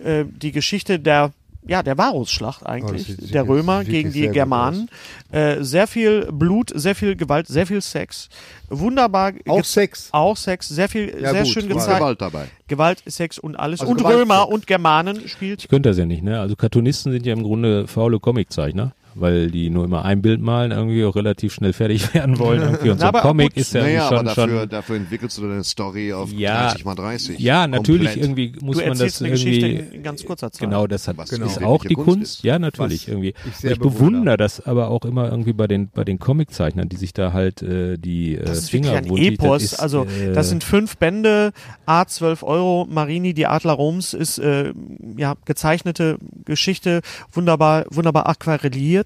Speaker 2: äh, die Geschichte der ja, der Varusschlacht
Speaker 6: Oh,
Speaker 2: eigentlich,
Speaker 6: sieht- sieht
Speaker 2: der
Speaker 6: jetzt
Speaker 2: Römer
Speaker 6: wirklich
Speaker 2: gegen
Speaker 6: sehr
Speaker 2: die
Speaker 6: gut
Speaker 2: Germanen. Äh, sehr viel Blut, sehr viel Gewalt, sehr viel Sex. Wunderbar. ge-
Speaker 6: Auch Sex.
Speaker 2: Auch Sex, sehr viel,
Speaker 6: Ja,
Speaker 2: sehr
Speaker 6: gut,
Speaker 2: schön
Speaker 6: war
Speaker 4: Ist
Speaker 2: gezeigt.
Speaker 4: Gewalt dabei.
Speaker 2: Gewalt, Sex und alles.
Speaker 6: Also
Speaker 2: und
Speaker 6: Gewalt,
Speaker 2: Römer
Speaker 6: Sex.
Speaker 2: und Germanen spielt.
Speaker 1: Ich könnte das ja nicht, ne? Also Cartoonisten sind ja im Grunde faule Comiczeichner, ne? weil die nur immer ein Bild malen, irgendwie auch relativ schnell fertig [laughs] werden wollen. Irgendwie. Und so
Speaker 2: Na,
Speaker 1: ein
Speaker 2: aber
Speaker 1: Comic
Speaker 2: gut,
Speaker 1: ist ja
Speaker 4: Naja, aber
Speaker 1: irgendwie schon,
Speaker 4: dafür,
Speaker 1: schon
Speaker 4: dafür entwickelst du deine Story auf
Speaker 1: Ja.
Speaker 4: 30 mal 30.
Speaker 1: ja, natürlich
Speaker 4: Komplett.
Speaker 1: irgendwie muss
Speaker 2: Du
Speaker 1: man
Speaker 2: erzählst
Speaker 1: das
Speaker 2: eine Geschichte
Speaker 1: irgendwie
Speaker 2: in, in ganz kurzer Zeit.
Speaker 1: Genau, das hat,
Speaker 4: Was
Speaker 1: ist
Speaker 4: die
Speaker 1: auch die
Speaker 4: wirkliche
Speaker 1: Kunst.
Speaker 4: Kunst ist.
Speaker 1: Ja, natürlich
Speaker 6: Was
Speaker 1: irgendwie.
Speaker 6: ich
Speaker 1: Ich,
Speaker 6: sehr
Speaker 1: ich bewundere
Speaker 6: bewundere.
Speaker 1: das aber auch immer irgendwie bei den bei den Comiczeichnern, die sich da halt äh, die äh,
Speaker 2: Das ist
Speaker 1: Finger
Speaker 2: wirklich ein
Speaker 1: wundlich-
Speaker 2: Epos.
Speaker 1: ist,
Speaker 2: also
Speaker 1: äh,
Speaker 2: das sind fünf Bände, A 12 Euro, Marini, die Adler Roms ist äh, ja gezeichnete Geschichte, wunderbar, wunderbar aquarelliert.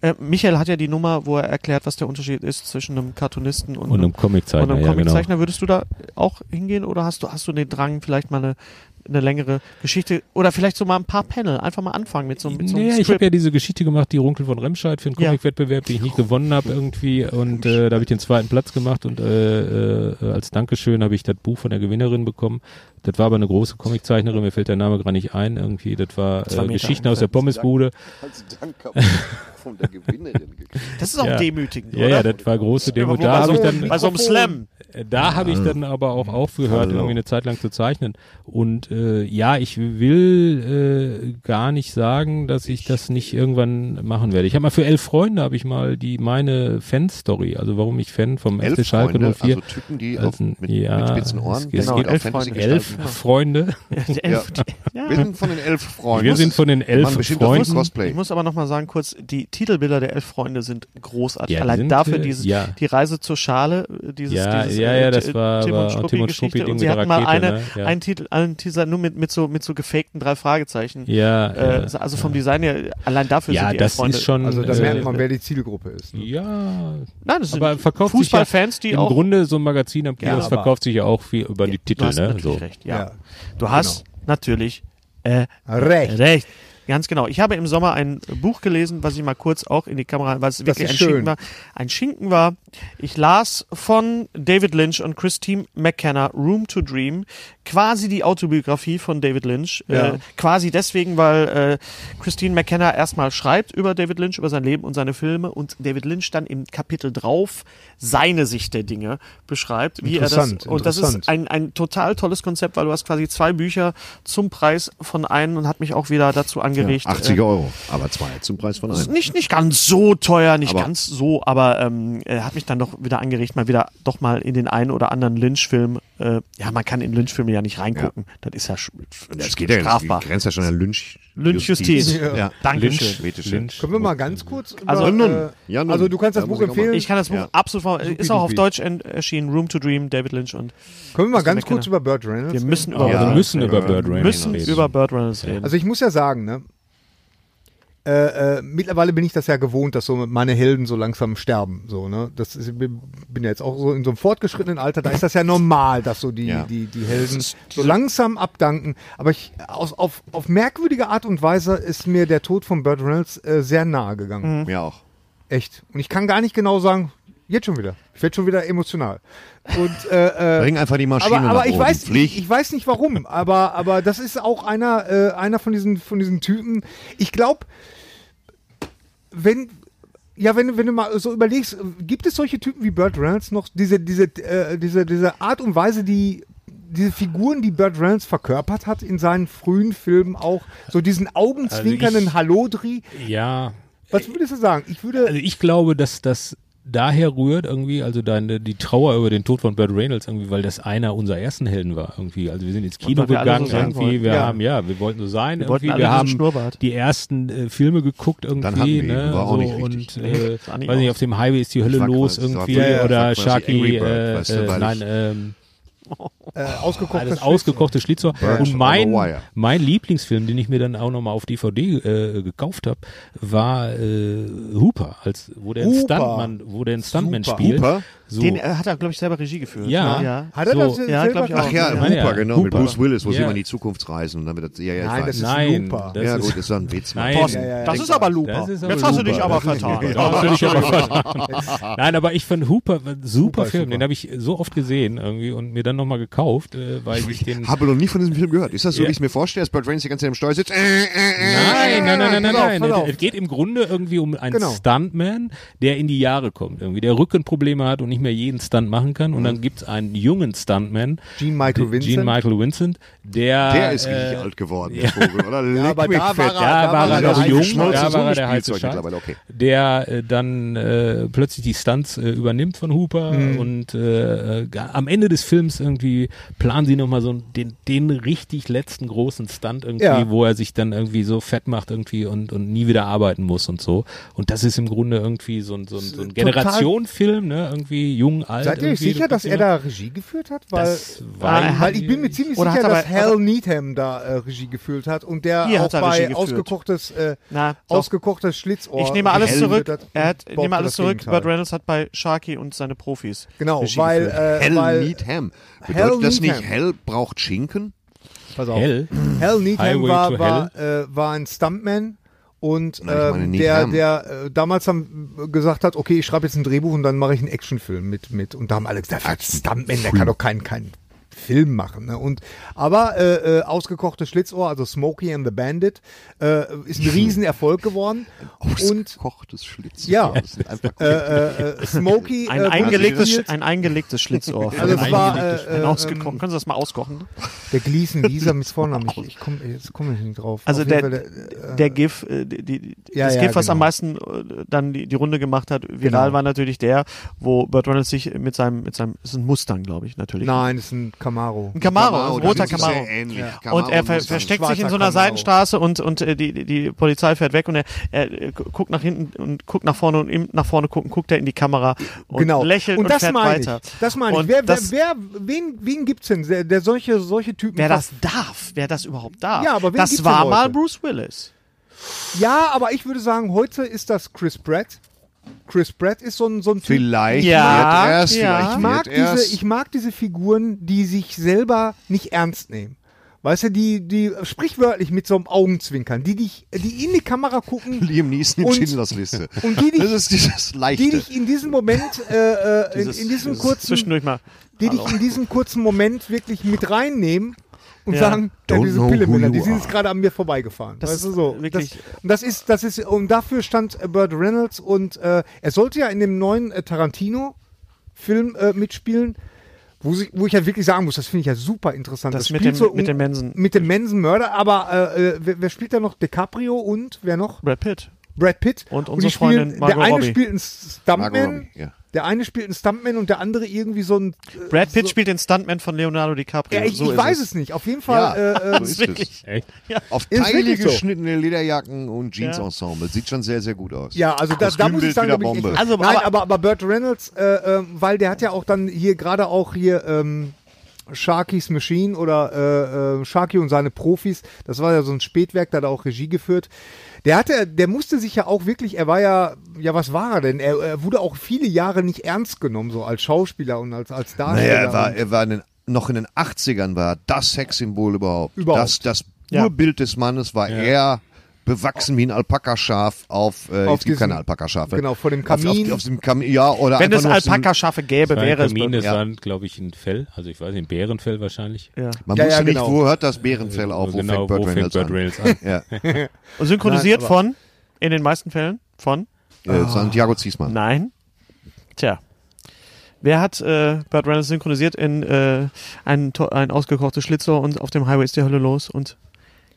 Speaker 2: Äh, Michael hat ja die Nummer, wo er erklärt, was der Unterschied ist zwischen einem Cartoonisten und,
Speaker 1: und einem Comiczeichner,
Speaker 2: und einem
Speaker 1: ja genau.
Speaker 2: Comiczeichner. Würdest du da auch hingehen oder hast du, hast du den Drang, vielleicht mal eine, eine längere Geschichte oder vielleicht so mal ein paar Panel, einfach mal anfangen mit so, mit so einem
Speaker 1: Naja, ich
Speaker 2: Strip.
Speaker 1: habe ja diese Geschichte gemacht, die Runkel von Remscheid für einen
Speaker 2: Ja.
Speaker 1: Comic-Wettbewerb, den ich nicht gewonnen habe irgendwie und äh, da habe ich den zweiten Platz gemacht und äh, äh, als Dankeschön habe ich das Buch von der Gewinnerin bekommen. Das war aber eine große Comiczeichnerin, mir fällt der Name gerade nicht ein irgendwie. Das war
Speaker 2: Zwei
Speaker 1: äh,
Speaker 2: Meter
Speaker 1: Geschichten aus der Pommesbude.
Speaker 4: Als Dank
Speaker 1: [laughs]
Speaker 4: von der Gewinnerin gekriegt.
Speaker 2: Das ist auch
Speaker 1: Ja.
Speaker 2: demütigend,
Speaker 1: Ja,
Speaker 2: oder?
Speaker 1: ja, das war große Demo.
Speaker 2: Aber wo
Speaker 1: Da
Speaker 2: bei,
Speaker 1: habe ich
Speaker 2: so, also
Speaker 1: dann
Speaker 2: bei so einem Slam.
Speaker 1: Äh, Da habe ich
Speaker 2: Also,
Speaker 1: dann aber
Speaker 2: mhm.
Speaker 1: auch aufgehört, irgendwie eine Zeit lang zu zeichnen. Und äh, ja, ich will äh, gar nicht sagen, dass ich das nicht irgendwann machen werde. Ich habe mal für elf Freunde habe ich mal die meine Fan-Story, also warum ich Fan vom FC
Speaker 4: Elf
Speaker 1: Schalke
Speaker 4: Freunde,
Speaker 1: 04
Speaker 4: also Typen, die
Speaker 1: also,
Speaker 4: auf, mit,
Speaker 1: ja,
Speaker 4: mit spitzen Ohren,
Speaker 1: es geht-
Speaker 2: es
Speaker 4: die
Speaker 2: geht
Speaker 4: auf
Speaker 2: elf
Speaker 4: Fantasy
Speaker 2: Freunde.
Speaker 1: elf
Speaker 4: gestalten.
Speaker 2: [laughs]
Speaker 1: Freunde.
Speaker 4: Ja.
Speaker 2: Ja.
Speaker 4: Wir sind von den elf Freunden.
Speaker 1: Wir sind von den elf
Speaker 4: Man bestimmt auch
Speaker 1: Freunden.
Speaker 4: das Cosplay.
Speaker 2: Ich muss aber nochmal sagen, kurz, die Titelbilder der Elf Freunde sind großartig.
Speaker 1: Ja, die
Speaker 2: Allein
Speaker 1: sind,
Speaker 2: dafür
Speaker 1: äh,
Speaker 2: dieses,
Speaker 1: ja.
Speaker 2: die Reise zur Schale, äh, dieses,
Speaker 1: Ja,
Speaker 2: dieses
Speaker 1: ja,
Speaker 2: äh,
Speaker 1: ja, das
Speaker 2: T-
Speaker 1: war-
Speaker 2: Tim
Speaker 1: war
Speaker 2: und
Speaker 1: Tim
Speaker 2: Struppi
Speaker 1: und Struppi,
Speaker 2: Geschichte.
Speaker 1: Ding
Speaker 2: Und
Speaker 1: mit
Speaker 2: sie
Speaker 1: der
Speaker 2: hatten mal
Speaker 1: Rakete,
Speaker 2: eine,
Speaker 1: ne? Ja.
Speaker 2: einen Titel, einen Teaser nur mit, mit so, mit so gefakten drei Fragezeichen.
Speaker 1: Ja,
Speaker 2: Äh,
Speaker 1: ja,
Speaker 2: also vom Design her, allein dafür
Speaker 1: ja,
Speaker 2: sind die Elf
Speaker 1: das
Speaker 2: Freunde.
Speaker 1: ist schon.
Speaker 6: Also da
Speaker 1: äh,
Speaker 6: merkt man, wer die Zielgruppe ist. Ne?
Speaker 1: ja,
Speaker 2: Nein, das sind
Speaker 1: aber verkauft sich ja
Speaker 2: Fußballfans, die
Speaker 1: im
Speaker 2: auch.
Speaker 1: Grunde so ein Magazin am
Speaker 2: Ja,
Speaker 1: Kiosk
Speaker 6: aber-
Speaker 1: verkauft sich ja auch viel über die
Speaker 2: du
Speaker 1: Titel,
Speaker 2: hast
Speaker 1: ne?
Speaker 2: natürlich
Speaker 1: So.
Speaker 2: recht, ja.
Speaker 6: Ja. genau.
Speaker 2: Du hast natürlich äh,
Speaker 6: Recht.
Speaker 2: Recht. Ganz genau. Ich habe im Sommer ein Buch gelesen, was ich mal kurz auch in die Kamera, was wirklich
Speaker 6: ist
Speaker 2: ein
Speaker 6: schön.
Speaker 2: Schinken war. Ein Schinken war. Ich las von David Lynch und Christine McKenna Room to Dream, quasi die Autobiografie von David Lynch.
Speaker 6: Ja.
Speaker 2: Äh, quasi deswegen, weil äh, Christine McKenna erstmal schreibt über David Lynch, über sein Leben und seine Filme und David Lynch dann im Kapitel drauf seine Sicht der Dinge beschreibt, wie er das.
Speaker 6: Interessant,
Speaker 2: Und das ist
Speaker 6: interessant.
Speaker 2: ein, ein total tolles Konzept, weil du hast quasi zwei Bücher zum Preis von einem und hat mich auch wieder dazu angeregt.
Speaker 4: 80
Speaker 2: äh,
Speaker 4: Euro, aber zwei zum Preis von einem.
Speaker 2: nicht, nicht ganz so teuer, nicht
Speaker 4: Aber-
Speaker 2: ganz so, aber ähm, äh, hat mich dann doch wieder angeregt, mal wieder doch mal in den einen oder anderen Lynch-Film. Äh, ja, man kann in Lynch-Filme ja nicht reingucken. Das ist ja sch-
Speaker 4: Das geht ja nicht.
Speaker 2: strafbar.
Speaker 4: Das grenzt ja schon an Lynch.
Speaker 2: Lynch-Justiz.
Speaker 4: Ja. ja.
Speaker 2: Dankeschön.
Speaker 4: Bitte schön.
Speaker 1: Lynch.
Speaker 6: Können wir mal ganz kurz?
Speaker 2: Also-
Speaker 6: über,
Speaker 4: Nun, ja, nun.
Speaker 6: also du kannst das
Speaker 4: Da
Speaker 6: Buch
Speaker 4: muss ich auch mal-
Speaker 6: empfehlen.
Speaker 2: Ich kann das Buch
Speaker 4: Ja.
Speaker 2: absolut, ist auch auf
Speaker 6: Supidupi.
Speaker 2: Deutsch en- erschienen, Room to Dream, David Lynch und
Speaker 6: Können wir mal ganz
Speaker 2: McKenna.
Speaker 6: kurz über Burt Reynolds?
Speaker 2: wir
Speaker 6: reden?
Speaker 2: müssen über,
Speaker 1: Aber
Speaker 4: Ja.
Speaker 1: wir also müssen
Speaker 4: Ja.
Speaker 1: über Bird Rain
Speaker 2: müssen
Speaker 1: reden.
Speaker 2: über Bird Reynolds reden.
Speaker 6: Also ich muss ja sagen, ne? Äh, äh, mittlerweile bin ich das ja gewohnt, dass so meine Helden so langsam sterben. So, ne? Das ist, bin bin ja jetzt auch so in so einem fortgeschrittenen Alter, da ist das ja normal, dass so die,
Speaker 4: Ja.
Speaker 6: die, die Helden so langsam abdanken. Aber ich, aus, auf, auf merkwürdige Art und Weise ist mir der Tod von Burt Reynolds äh, sehr nahe gegangen.
Speaker 4: Mir auch.
Speaker 6: Echt. Und ich kann gar nicht genau sagen, jetzt schon wieder. Ich werde schon wieder emotional. Und äh, äh,
Speaker 4: Bring einfach die Maschine
Speaker 6: aber,
Speaker 4: nach
Speaker 6: aber ich
Speaker 4: oben.
Speaker 6: weiß,
Speaker 4: Flieg.
Speaker 6: ich, weiß nicht warum, aber, aber das ist auch einer, äh, einer von, diesen, von diesen Typen. Ich glaube, wenn, ja, wenn, du- wenn du mal so überlegst, äh, gibt es solche Typen wie Burt Reynolds noch, diese, diese, äh, diese, diese Art und Weise, die diese Figuren, die Burt Reynolds verkörpert hat in seinen frühen Filmen auch, so diesen augenzwinkernden
Speaker 1: Also ich-
Speaker 6: Hallodri.
Speaker 1: Ja,
Speaker 6: Was würdest du sagen? Ich würde,
Speaker 1: also ich glaube, dass das daher rührt irgendwie, also deine, die Trauer über den Tod von Burt Reynolds irgendwie, weil das einer unserer ersten Helden war irgendwie. Also wir sind ins Kino
Speaker 2: weil wir alle
Speaker 1: gegangen
Speaker 2: so sein
Speaker 1: irgendwie,
Speaker 2: wollten.
Speaker 1: wir
Speaker 6: Ja.
Speaker 1: haben, ja, wir wollten so sein
Speaker 2: Wir wollten
Speaker 1: irgendwie,
Speaker 2: alle
Speaker 1: wir
Speaker 2: diesen
Speaker 1: haben
Speaker 2: Schnurrbart.
Speaker 1: die ersten äh, Filme geguckt irgendwie,
Speaker 4: Dann hatten wir ihn,
Speaker 1: ne,
Speaker 4: war auch
Speaker 1: so,
Speaker 4: nicht richtig.
Speaker 1: und
Speaker 2: Nee,
Speaker 1: äh,
Speaker 2: sah nicht
Speaker 1: weiß nicht,
Speaker 2: aus.
Speaker 1: auf dem Highway ist die Hölle
Speaker 4: war
Speaker 1: los
Speaker 4: quasi-
Speaker 1: irgendwie
Speaker 4: war- ja, ja,
Speaker 1: oder
Speaker 4: war quasi
Speaker 1: Sharky,
Speaker 4: Angry Bird,
Speaker 1: äh,
Speaker 4: weißt du,
Speaker 1: äh,
Speaker 4: weil
Speaker 1: nein,
Speaker 4: ich-
Speaker 1: ähm,
Speaker 8: Äh, ausgekochtes
Speaker 1: Alles ausgekochte Schlitzohr.
Speaker 4: Birds on
Speaker 1: Und
Speaker 4: the
Speaker 1: mein,
Speaker 4: wire.
Speaker 1: mein Lieblingsfilm, den ich mir dann auch nochmal auf DVD äh, gekauft habe, war äh, Hooper, als wo der ein
Speaker 8: Hooper.
Speaker 1: Stuntman, wo der ein Stuntman
Speaker 8: Super.
Speaker 1: spielt.
Speaker 4: Hooper?
Speaker 1: So.
Speaker 2: Den äh, hat er, glaube ich, selber Regie geführt.
Speaker 1: Ja.
Speaker 2: ne? ja.
Speaker 8: Hat er
Speaker 1: So.
Speaker 8: das in
Speaker 2: Ja,
Speaker 8: selber
Speaker 2: glaub ich auch.
Speaker 8: gemacht?
Speaker 4: Ach ja,
Speaker 2: Ja,
Speaker 4: Hooper,
Speaker 1: ja,
Speaker 4: genau. Mit
Speaker 1: Hooper.
Speaker 4: Bruce Willis, wo
Speaker 1: Ja.
Speaker 4: sie immer in die Zukunft reisen. Und dann wird das, ja, ja, ich
Speaker 8: Nein,
Speaker 4: weiß.
Speaker 8: das ist
Speaker 1: Nein,
Speaker 8: Looper.
Speaker 1: das
Speaker 4: ja,
Speaker 1: ist,
Speaker 4: gut, ist doch ein Witz. Mann.
Speaker 1: Nein.
Speaker 2: Thorsten,
Speaker 8: Ja, ja, ja.
Speaker 2: das ist aber Looper.
Speaker 1: Das ist aber
Speaker 2: Jetzt hast du dich
Speaker 1: Looper.
Speaker 2: aber vertan.
Speaker 1: Ja, natürlich aber vertan. Nein, aber ich fand Hooper ein super
Speaker 8: ist
Speaker 1: Film,
Speaker 8: super.
Speaker 1: den habe ich so oft gesehen irgendwie und mir dann nochmal gekauft, äh, weil ich den.
Speaker 4: Habe noch nie von diesem Film gehört. Ist das so,
Speaker 1: Ja.
Speaker 4: wie ich es mir vorstelle, dass Bert Reynolds die ganze Zeit im Steuer sitzt? Äh, äh, äh.
Speaker 1: Nein, nein, nein, nein,
Speaker 8: Pass auf,
Speaker 1: nein,
Speaker 8: pass
Speaker 1: nein.
Speaker 8: auf.
Speaker 1: Es geht im Grunde irgendwie um einen
Speaker 8: Genau.
Speaker 1: Stuntman, der in die Jahre kommt, irgendwie, der Rückenprobleme hat und nicht mehr jeden Stunt machen kann. Und dann gibt's einen jungen Stuntman,
Speaker 8: Gene Michael Vincent.
Speaker 1: Gene Michael Vincent, der.
Speaker 4: Der ist
Speaker 1: äh,
Speaker 4: richtig alt geworden, der Vogel, oder? Leck
Speaker 8: aber
Speaker 4: mich
Speaker 8: da
Speaker 4: fett.
Speaker 8: war er-
Speaker 1: da war er
Speaker 8: also der
Speaker 1: noch
Speaker 8: heiße
Speaker 1: jung,
Speaker 4: Schnauze,
Speaker 1: da
Speaker 4: so
Speaker 1: war er
Speaker 4: ein
Speaker 1: der heiße
Speaker 4: Spielzeug
Speaker 1: Scheiß,
Speaker 4: mittlerweile, okay.
Speaker 1: der äh, dann äh, plötzlich die Stunts äh, übernimmt von Hooper
Speaker 8: Mhm.
Speaker 1: und äh, äh, ga- am Ende des Films irgendwie planen sie nochmal so den, den richtig letzten großen Stunt irgendwie,
Speaker 8: Ja.
Speaker 1: wo er sich dann irgendwie so fett macht irgendwie und, und nie wieder arbeiten muss und so. Und das ist im Grunde irgendwie so ein, so ein, so ein
Speaker 8: Total-
Speaker 1: Generationenfilm, ne? irgendwie jung, alt.
Speaker 8: Seid ihr euch
Speaker 1: irgendwie,
Speaker 8: sicher, dass er da äh, Regie geführt hat? Weil,
Speaker 1: Das weiß
Speaker 8: weil ich bin mir
Speaker 1: ich-
Speaker 8: ziemlich
Speaker 2: Oder
Speaker 8: sicher,
Speaker 2: hat er
Speaker 8: dass
Speaker 2: bei-
Speaker 8: Hal Needham da äh, Regie geführt hat und der
Speaker 2: Hier
Speaker 8: auch
Speaker 2: hat er Regie
Speaker 8: bei
Speaker 2: geführt.
Speaker 8: ausgekochtes, äh,
Speaker 2: Na, doch.
Speaker 8: ausgekochtes Schlitzohr.
Speaker 2: Ich nehme alles
Speaker 8: geführt
Speaker 2: zurück.
Speaker 8: hat.
Speaker 2: Er hat,
Speaker 8: Behauptet
Speaker 2: nehme alles
Speaker 8: das
Speaker 2: zurück.
Speaker 8: Gegenteil.
Speaker 2: Burt Reynolds hat bei Sharky und seine Profis.
Speaker 8: Genau,
Speaker 2: Regie
Speaker 8: weil,
Speaker 2: geführt.
Speaker 8: äh,
Speaker 4: Hell
Speaker 8: weil
Speaker 4: Meat Ham.
Speaker 8: Hell
Speaker 4: Bedeutet das
Speaker 8: Meat
Speaker 4: nicht,
Speaker 8: Ham.
Speaker 4: Hell braucht Schinken?
Speaker 8: pass auf, [laughs]
Speaker 1: Hell.
Speaker 8: Hal Needham
Speaker 1: Highway
Speaker 8: war,
Speaker 1: to
Speaker 8: war, äh, war ein Stuntman und
Speaker 4: Nein, ich meine
Speaker 8: ähm, der,
Speaker 4: Needham.
Speaker 8: der äh, damals haben, äh, gesagt hat, okay, ich schreibe jetzt ein Drehbuch und dann mache ich einen Actionfilm mit, mit. Und da haben alle gesagt, "Was, Stuntman, der kann doch keinen, keinen Film machen. Ne? Und, aber äh, äh, ausgekochtes Schlitzohr, also Smokey and the Bandit, äh, ist ein Riesenerfolg geworden. Und
Speaker 4: Kochtes Schlitz.
Speaker 8: Ja.
Speaker 4: Das sind einfach
Speaker 8: äh, äh, äh, Smokey
Speaker 2: Ein,
Speaker 8: äh,
Speaker 2: eingelegtes,
Speaker 8: produziert-
Speaker 2: Sch- ein eingelegtes Schlitzohr.
Speaker 8: Also es war,
Speaker 2: Eingelegtes-
Speaker 8: äh,
Speaker 2: ein
Speaker 8: äh,
Speaker 2: ausgekocht.
Speaker 8: ähm,
Speaker 2: Können Sie das mal auskochen?
Speaker 8: der Gleason,
Speaker 2: [laughs]
Speaker 8: dieser mit Vornamen, ich, ich komme jetzt komme ich nicht drauf.
Speaker 2: Also
Speaker 8: Auf jeden
Speaker 2: der,
Speaker 8: Fall,
Speaker 2: der, GIF, äh, die, die,
Speaker 8: Ja,
Speaker 2: das
Speaker 8: ja,
Speaker 2: GIF, was
Speaker 8: genau.
Speaker 2: am meisten äh, dann die, die Runde gemacht hat, viral
Speaker 8: Genau.
Speaker 2: war natürlich der, wo Burt Reynolds sich mit seinem, mit seinem, ist ein Mustang, glaube ich, natürlich.
Speaker 8: Nein, das ist ein Camaro.
Speaker 2: Ein Camaro,
Speaker 8: also
Speaker 2: ein
Speaker 4: die
Speaker 2: roter
Speaker 4: sind
Speaker 2: Camaro.
Speaker 4: Sehr ähnlich. Camaro
Speaker 2: Und er ver
Speaker 4: muss dann-
Speaker 2: versteckt sich in so
Speaker 8: schwarzer
Speaker 2: einer
Speaker 8: Camaro.
Speaker 2: Seitenstraße und, und äh, die, die- die Polizei fährt weg und er, er äh, gu- guckt nach hinten und guckt nach vorne und ihm nach vorne gucken, guckt er in die Kamera und
Speaker 8: genau.
Speaker 2: lächelt und,
Speaker 8: und das
Speaker 2: fährt
Speaker 8: meine
Speaker 2: weiter.
Speaker 8: Ich. Das meine ich.
Speaker 2: Und
Speaker 8: Wer,
Speaker 2: das-
Speaker 8: wer, wer, wen, wen gibt's denn, der, der solche, solche Typen
Speaker 2: Wer das darf, wer das überhaupt darf,
Speaker 8: Ja, aber wen
Speaker 2: das
Speaker 8: gibt's
Speaker 2: war
Speaker 8: denn
Speaker 2: mal
Speaker 8: heute?
Speaker 2: Bruce Willis.
Speaker 8: Ja, aber ich würde sagen, heute ist das Chris Pratt. Chris Pratt ist so ein, so ein Typ.
Speaker 4: Vielleicht
Speaker 2: Ja,
Speaker 4: wird erst,
Speaker 2: ja.
Speaker 4: vielleicht
Speaker 8: Ich mag,
Speaker 4: wird erst.
Speaker 8: diese, ich mag diese Figuren, die sich selber nicht ernst nehmen. Weißt du, die, die sprichwörtlich mit so einem Augenzwinkern, die dich, die in die Kamera
Speaker 4: [laughs]
Speaker 8: gucken
Speaker 4: Liam Neeson in
Speaker 8: Und-
Speaker 4: Schindlers Liste.
Speaker 8: und die
Speaker 4: das
Speaker 8: dich,
Speaker 4: ist dieses
Speaker 8: die eh
Speaker 4: Leichte.
Speaker 8: dich in diesem Moment, äh, äh, in,
Speaker 2: Dieses-
Speaker 8: in diesem
Speaker 2: dieses
Speaker 8: kurzen
Speaker 2: Zwischendurch mal.
Speaker 8: die dich
Speaker 2: Hallo.
Speaker 8: in diesem kurzen Moment wirklich mit reinnehmen und
Speaker 2: Ja.
Speaker 8: sagen, ja,
Speaker 4: Don't
Speaker 8: diese
Speaker 4: know who
Speaker 8: Pillemänner,
Speaker 4: you
Speaker 8: die sind
Speaker 4: are.
Speaker 8: jetzt gerade an mir vorbeigefahren.
Speaker 2: Das
Speaker 8: weißt du
Speaker 2: ist
Speaker 8: so.
Speaker 2: wirklich-
Speaker 8: Das, und das ist, das ist, und dafür stand äh, Burt Reynolds und äh, er sollte ja in dem neuen äh, Tarantino-Film äh, mitspielen. Wo, sie, wo ich halt wirklich sagen muss, das finde ich ja super interessant.
Speaker 2: Das mit dem- mit dem Manson.
Speaker 8: um Mit dem Mensenmörder, aber äh, äh, wer, wer spielt da noch? DiCaprio und wer noch?
Speaker 2: Brad Pitt.
Speaker 8: Brad Pitt.
Speaker 2: Und
Speaker 8: die
Speaker 2: unsere
Speaker 8: spielen-
Speaker 2: Freundin
Speaker 8: Der
Speaker 2: Margot
Speaker 8: eine
Speaker 2: Robbie.
Speaker 8: spielt einen
Speaker 4: Margot
Speaker 8: Stuntman,
Speaker 4: Robbie, ja.
Speaker 8: der eine spielt einen Stuntman und der andere irgendwie so ein äh,
Speaker 2: Brad Pitt spielt den Stuntman von Leonardo DiCaprio.
Speaker 8: ja,
Speaker 4: Äh,
Speaker 8: ich,
Speaker 2: so
Speaker 8: ich
Speaker 2: ist
Speaker 8: weiß
Speaker 2: es.
Speaker 8: es nicht. Auf jeden Fall. äh,
Speaker 4: so
Speaker 8: Äh,
Speaker 4: ist
Speaker 2: wirklich.
Speaker 4: es.
Speaker 1: Echt?
Speaker 4: Auf
Speaker 8: Ist
Speaker 4: Teile
Speaker 8: wirklich so.
Speaker 4: geschnittene Lederjacken und Jeans-Ensemble. Sieht schon sehr, sehr gut aus.
Speaker 8: ja, also da, da muss
Speaker 4: Kostümbild
Speaker 8: ich sagen, da
Speaker 4: wieder
Speaker 8: bin ich
Speaker 4: Bombe.
Speaker 8: echt,
Speaker 2: Also,
Speaker 8: nein,
Speaker 2: aber-
Speaker 8: aber, aber Burt Reynolds, äh, ähm, weil der hat ja auch dann hier gerade auch hier ähm, Sharky's Machine oder äh, äh, Sharky und seine Profis, das war ja so ein Spätwerk, da hat er auch Regie geführt. Der hatte, der musste sich ja auch wirklich, er war ja, ja was war er denn? Er, er wurde auch viele Jahre nicht ernst genommen, so als Schauspieler und als, als
Speaker 4: Naja,
Speaker 8: Darsteller.
Speaker 4: er war, er war in den, noch in den 80ern war er das Sexsymbol überhaupt.
Speaker 8: Überhaupt.
Speaker 4: Das, das
Speaker 2: Ja.
Speaker 4: Urbild des Mannes war er bewachsen wie ein Alpakaschaf auf, äh,
Speaker 8: Auf
Speaker 4: es gibt keine
Speaker 8: diesem-
Speaker 4: Alpakaschafe.
Speaker 8: genau, vor dem
Speaker 4: Auf- Auf,
Speaker 8: Kamin.
Speaker 4: auf, dem Kamin, ja, oder
Speaker 2: Wenn
Speaker 4: einfach
Speaker 2: es
Speaker 4: nur auf diesem-
Speaker 2: Alpaka-Schafe gäbe,
Speaker 1: Bei
Speaker 2: wäre es.
Speaker 1: Kamin, das
Speaker 4: Ja.
Speaker 1: war, glaube ich, ein Fell, also ich weiß nicht, ein Bärenfell wahrscheinlich.
Speaker 2: Ja.
Speaker 4: Man
Speaker 8: Ja,
Speaker 4: wusste
Speaker 8: ja,
Speaker 4: nicht,
Speaker 8: genau.
Speaker 4: wo hört das Bärenfell auf, wo
Speaker 1: genau,
Speaker 4: fängt Burt
Speaker 1: wo fängt
Speaker 4: Reynolds
Speaker 1: Burt
Speaker 4: an.
Speaker 1: Reynolds an?
Speaker 4: Ja, äh,
Speaker 2: Und synchronisiert
Speaker 8: Nein, aber-
Speaker 2: von, in den meisten Fällen, von?
Speaker 4: äh, Santiago
Speaker 8: Ah.
Speaker 4: Ziesmann.
Speaker 2: Nein. Tja. Wer hat äh, Burt Reynolds synchronisiert in äh, ein, to- ein ausgekochtes Schlitzohr und auf dem Highway ist die Hölle los? Und